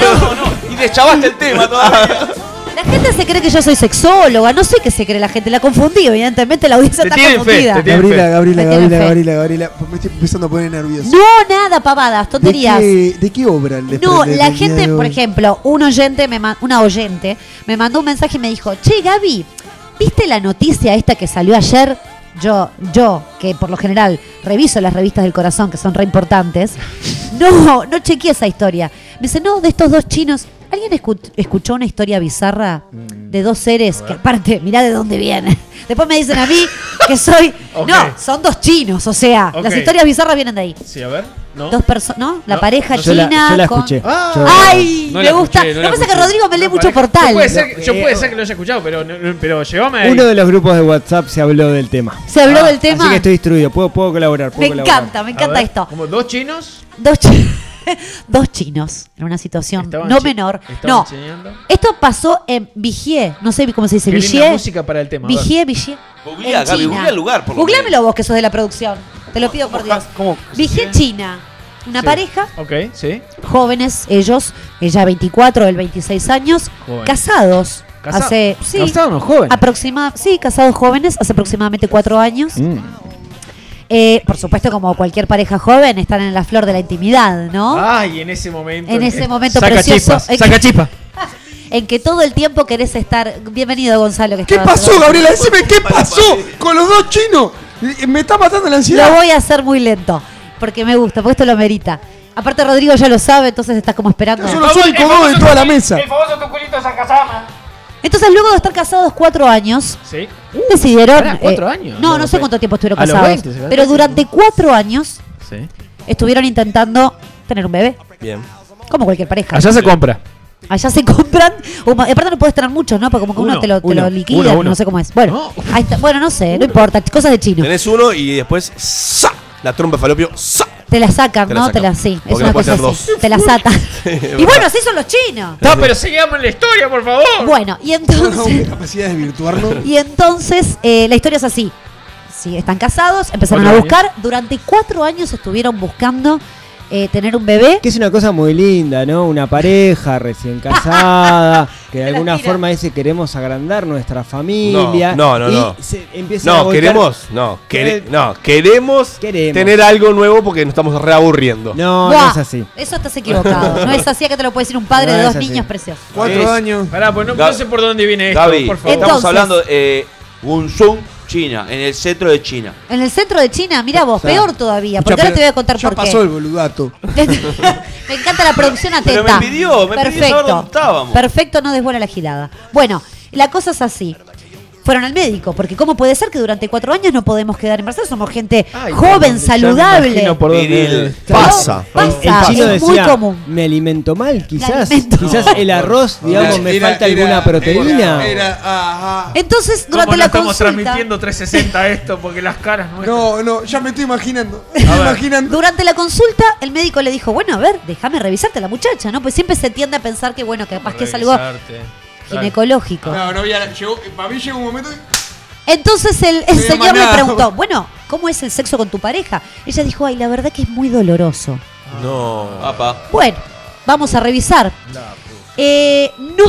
[SPEAKER 1] Y deschavaste el tema
[SPEAKER 2] (laughs)
[SPEAKER 1] todavía.
[SPEAKER 2] La gente se cree que yo soy sexóloga, no sé qué se cree la gente, la confundí, evidentemente la audiencia está confundida.
[SPEAKER 4] Gabriela, Gabriela,
[SPEAKER 2] Me tienen
[SPEAKER 4] Gabriela,
[SPEAKER 2] fe.
[SPEAKER 4] Gabriela, Gabriela. pues Me estoy empezando a poner nervioso.
[SPEAKER 2] No, nada, pavadas,
[SPEAKER 4] ¿De
[SPEAKER 2] tonterías.
[SPEAKER 4] qué, ¿De qué obra el
[SPEAKER 2] No,
[SPEAKER 4] desprendete
[SPEAKER 2] la
[SPEAKER 4] el día
[SPEAKER 2] gente,
[SPEAKER 4] de
[SPEAKER 2] por
[SPEAKER 4] (laughs) hoy?
[SPEAKER 2] ejemplo, un oyente, me ma- una oyente, me mandó un mensaje y me dijo, che, Gaby, ¿viste la noticia esta que salió ayer? Yo, yo, que por lo general reviso las revistas del corazón, que son re importantes, no, no chequeé esa historia. Me dice, no, de estos dos chinos, ¿alguien escu- escuchó una historia bizarra de dos seres que aparte, mirá de dónde viene? (laughs) Después me dicen a mí que soy...
[SPEAKER 3] Ok.
[SPEAKER 2] No, son dos chinos, o sea,
[SPEAKER 3] Ok.
[SPEAKER 2] las historias bizarras vienen de ahí.
[SPEAKER 3] Sí, a ver. No.
[SPEAKER 2] Dos personas, ¿no? La
[SPEAKER 3] No,
[SPEAKER 2] pareja
[SPEAKER 3] no sé.
[SPEAKER 6] Yo la,
[SPEAKER 2] china
[SPEAKER 6] yo la
[SPEAKER 2] con-
[SPEAKER 6] escuché.
[SPEAKER 5] Ah.
[SPEAKER 6] Yo-
[SPEAKER 2] Ay,
[SPEAKER 3] No
[SPEAKER 2] me
[SPEAKER 3] la
[SPEAKER 2] gusta.
[SPEAKER 3] escuché, no
[SPEAKER 2] lo
[SPEAKER 3] la
[SPEAKER 2] que pasa es que
[SPEAKER 3] escuché.
[SPEAKER 2] Rodrigo me lee
[SPEAKER 3] No,
[SPEAKER 2] mucho
[SPEAKER 3] pareja.
[SPEAKER 2] portal.
[SPEAKER 3] Yo puede ser, yo puede ser que lo haya escuchado, pero, no- no- pero llévame ahí.
[SPEAKER 6] Uno de los grupos de WhatsApp se habló del tema.
[SPEAKER 2] ¿Se
[SPEAKER 3] Ah,
[SPEAKER 2] habló del tema?
[SPEAKER 6] Así que estoy instruido, puedo, puedo colaborar. puedo
[SPEAKER 2] Me
[SPEAKER 6] colaborar.
[SPEAKER 2] encanta, me encanta
[SPEAKER 6] ver.
[SPEAKER 2] esto.
[SPEAKER 3] Como dos chinos.
[SPEAKER 2] Dos, chi- (laughs) dos chinos en una situación
[SPEAKER 3] estaban
[SPEAKER 2] no
[SPEAKER 3] chi-
[SPEAKER 2] menor.
[SPEAKER 3] estaban
[SPEAKER 2] No,
[SPEAKER 3] chineando.
[SPEAKER 2] esto pasó en Vigier. No sé cómo se dice.
[SPEAKER 3] Qué linda
[SPEAKER 2] Vigier.
[SPEAKER 3] música para el tema, a ver.
[SPEAKER 2] Vigier, Vigier.
[SPEAKER 1] Googleá,
[SPEAKER 2] En
[SPEAKER 1] Gaby,
[SPEAKER 2] China.
[SPEAKER 1] googleá el lugar, por lo
[SPEAKER 2] Googleámelo vos, que sos de la producción. Te lo pido por Dios. Vigier, China. Una
[SPEAKER 3] Sí.
[SPEAKER 2] pareja,
[SPEAKER 3] Ok, sí.
[SPEAKER 2] jóvenes ellos, eh, ella 24, él 26 años,
[SPEAKER 3] Jóvenes.
[SPEAKER 2] casados.
[SPEAKER 3] Casa-
[SPEAKER 2] hace, sí, Ah,
[SPEAKER 3] ¿Casados no, jóvenes?
[SPEAKER 2] aproxima- sí, casados jóvenes, hace aproximadamente cuatro años.
[SPEAKER 3] Mm.
[SPEAKER 2] Eh, por supuesto, como cualquier pareja joven, están en la flor de la intimidad, ¿no?
[SPEAKER 3] Ay, en ese momento. Eh,
[SPEAKER 2] En ese momento
[SPEAKER 3] saca
[SPEAKER 2] precioso.
[SPEAKER 3] Chispas,
[SPEAKER 2] En
[SPEAKER 3] saca
[SPEAKER 2] que-
[SPEAKER 3] chispas.
[SPEAKER 2] (laughs) En que todo el tiempo querés estar. Bienvenido, Gonzalo. Que
[SPEAKER 4] ¿Qué
[SPEAKER 2] estaba-
[SPEAKER 4] pasó, Gabriela? Decime qué pasó con los dos chinos. Eh, Me está matando la ansiedad.
[SPEAKER 2] Lo voy a hacer muy lento, porque me gusta, porque esto lo merita. Aparte, Rodrigo ya lo sabe, entonces estás como esperando.
[SPEAKER 4] Yo no soy el codo de toda la mesa.
[SPEAKER 3] famoso Tuculito
[SPEAKER 13] a casarme.
[SPEAKER 2] Entonces, luego de estar casados cuatro años,
[SPEAKER 3] Sí.
[SPEAKER 2] decidieron.
[SPEAKER 3] Uh, pará, ¿cuatro
[SPEAKER 2] eh,
[SPEAKER 3] años?
[SPEAKER 2] No,
[SPEAKER 3] A
[SPEAKER 2] no
[SPEAKER 3] los
[SPEAKER 2] sé
[SPEAKER 3] ve-
[SPEAKER 2] cuánto tiempo estuvieron
[SPEAKER 3] a los
[SPEAKER 2] casados.
[SPEAKER 3] 20 se casaron.
[SPEAKER 2] pero durante cuatro años
[SPEAKER 3] Sí.
[SPEAKER 2] estuvieron intentando tener un bebé,
[SPEAKER 5] Bien.
[SPEAKER 2] como cualquier pareja.
[SPEAKER 3] Allá se compra.
[SPEAKER 2] Allá se (laughs) compran. o ma- aparte no puedes tener muchos, ¿no? Porque como que uno,
[SPEAKER 5] Uno,
[SPEAKER 2] te lo, te
[SPEAKER 5] uno,
[SPEAKER 2] lo liquida,
[SPEAKER 5] uno, uno.
[SPEAKER 2] no sé cómo es. Bueno, ahí está. bueno, no sé, no importa, cosas de chino.
[SPEAKER 5] Tenés uno y después ¡sa! la trompa de falopio ¡sa!
[SPEAKER 2] Te la sacan,
[SPEAKER 5] Te la
[SPEAKER 2] ¿no?
[SPEAKER 5] sacan.
[SPEAKER 2] Te la sí.
[SPEAKER 5] Porque
[SPEAKER 2] es
[SPEAKER 5] no
[SPEAKER 2] una
[SPEAKER 5] puedes
[SPEAKER 2] cosa
[SPEAKER 5] tener
[SPEAKER 2] así.
[SPEAKER 5] dos.
[SPEAKER 2] Te la
[SPEAKER 5] (laughs)
[SPEAKER 2] atan. y
[SPEAKER 5] verdad.
[SPEAKER 2] bueno, así son los chinos.
[SPEAKER 3] No, pero sigamos la historia, por favor.
[SPEAKER 2] Bueno, y
[SPEAKER 5] (laughs)
[SPEAKER 2] entonces.
[SPEAKER 4] Capacidad de virtuarlo.
[SPEAKER 2] Y entonces eh, la historia es así. Sí, están casados, empezaron a
[SPEAKER 6] Cuatro
[SPEAKER 2] buscar. Durante cuatro años estuvieron buscando eh, tener un bebé.
[SPEAKER 6] Que es una cosa muy linda, ¿no? Una pareja
[SPEAKER 2] (laughs)
[SPEAKER 6] recién casada, que de alguna forma dice queremos agrandar nuestra familia.
[SPEAKER 5] No, no,
[SPEAKER 6] y
[SPEAKER 5] no.
[SPEAKER 6] se empieza a
[SPEAKER 5] No,
[SPEAKER 6] volcar-
[SPEAKER 5] queremos, no, quere-
[SPEAKER 6] Eh,
[SPEAKER 5] no, queremos,
[SPEAKER 6] Queremos.
[SPEAKER 5] tener algo nuevo porque nos estamos reaburriendo.
[SPEAKER 6] No,
[SPEAKER 2] Buah,
[SPEAKER 6] no es así.
[SPEAKER 2] Eso estás equivocado. No es así acá te lo puede decir un padre
[SPEAKER 5] No
[SPEAKER 2] de
[SPEAKER 5] es
[SPEAKER 2] dos
[SPEAKER 5] así.
[SPEAKER 2] niños preciosos.
[SPEAKER 5] Cuatro
[SPEAKER 4] años.
[SPEAKER 3] Pará, pues no,
[SPEAKER 1] Ga-
[SPEAKER 3] no sé por dónde viene esto,
[SPEAKER 1] Gaby,
[SPEAKER 3] por favor.
[SPEAKER 1] estamos
[SPEAKER 2] Entonces-
[SPEAKER 1] hablando de Gunsung, China, en el centro de China.
[SPEAKER 2] En el centro de China, mira vos,
[SPEAKER 1] Claro.
[SPEAKER 2] peor todavía,
[SPEAKER 1] Escuchá,
[SPEAKER 2] porque
[SPEAKER 1] pero
[SPEAKER 2] ahora te voy a contar
[SPEAKER 4] Ya
[SPEAKER 2] por
[SPEAKER 4] pasó el
[SPEAKER 2] qué.
[SPEAKER 4] boludato.
[SPEAKER 2] (laughs) Me encanta la producción atenta.
[SPEAKER 1] Pero me pidió, me pidió saber dónde estábamos.
[SPEAKER 2] Perfecto, no desvuela la gilada. Bueno, la cosa es así. Fueron al médico, porque ¿cómo puede ser que durante cuatro años no podemos quedar embarazados? Somos gente joven, saludable.
[SPEAKER 5] Viril.
[SPEAKER 6] Pasa.
[SPEAKER 2] Pasa,
[SPEAKER 6] El chino
[SPEAKER 2] es
[SPEAKER 6] decía,
[SPEAKER 2] muy común.
[SPEAKER 6] me alimentó mal, quizás.
[SPEAKER 2] alimento.
[SPEAKER 6] Quizás el arroz, digamos, me
[SPEAKER 4] Era-
[SPEAKER 6] falta
[SPEAKER 4] era-
[SPEAKER 6] alguna proteína.
[SPEAKER 4] era- era-
[SPEAKER 2] Entonces,
[SPEAKER 3] ¿Cómo
[SPEAKER 2] durante
[SPEAKER 3] no
[SPEAKER 2] la
[SPEAKER 3] estamos
[SPEAKER 2] consulta.
[SPEAKER 3] transmitiendo 360 esto? Porque las caras no
[SPEAKER 4] No, no, ya me estoy imaginando. imaginando.
[SPEAKER 2] Durante la consulta, el médico le dijo, bueno, a ver, déjame revisarte a la muchacha, ¿no? Pues siempre se tiende a pensar que, bueno, capaz que es algo ginecológico.
[SPEAKER 8] No, no había. Llegó, para mí llegó un momento.
[SPEAKER 2] Entonces el, el
[SPEAKER 8] Sí,
[SPEAKER 2] señor le
[SPEAKER 8] maná.
[SPEAKER 2] preguntó, bueno, ¿cómo es el sexo con tu pareja? Ella dijo, ay, la verdad que es muy doloroso.
[SPEAKER 5] No.
[SPEAKER 2] Bueno, vamos a revisar. Eh, no,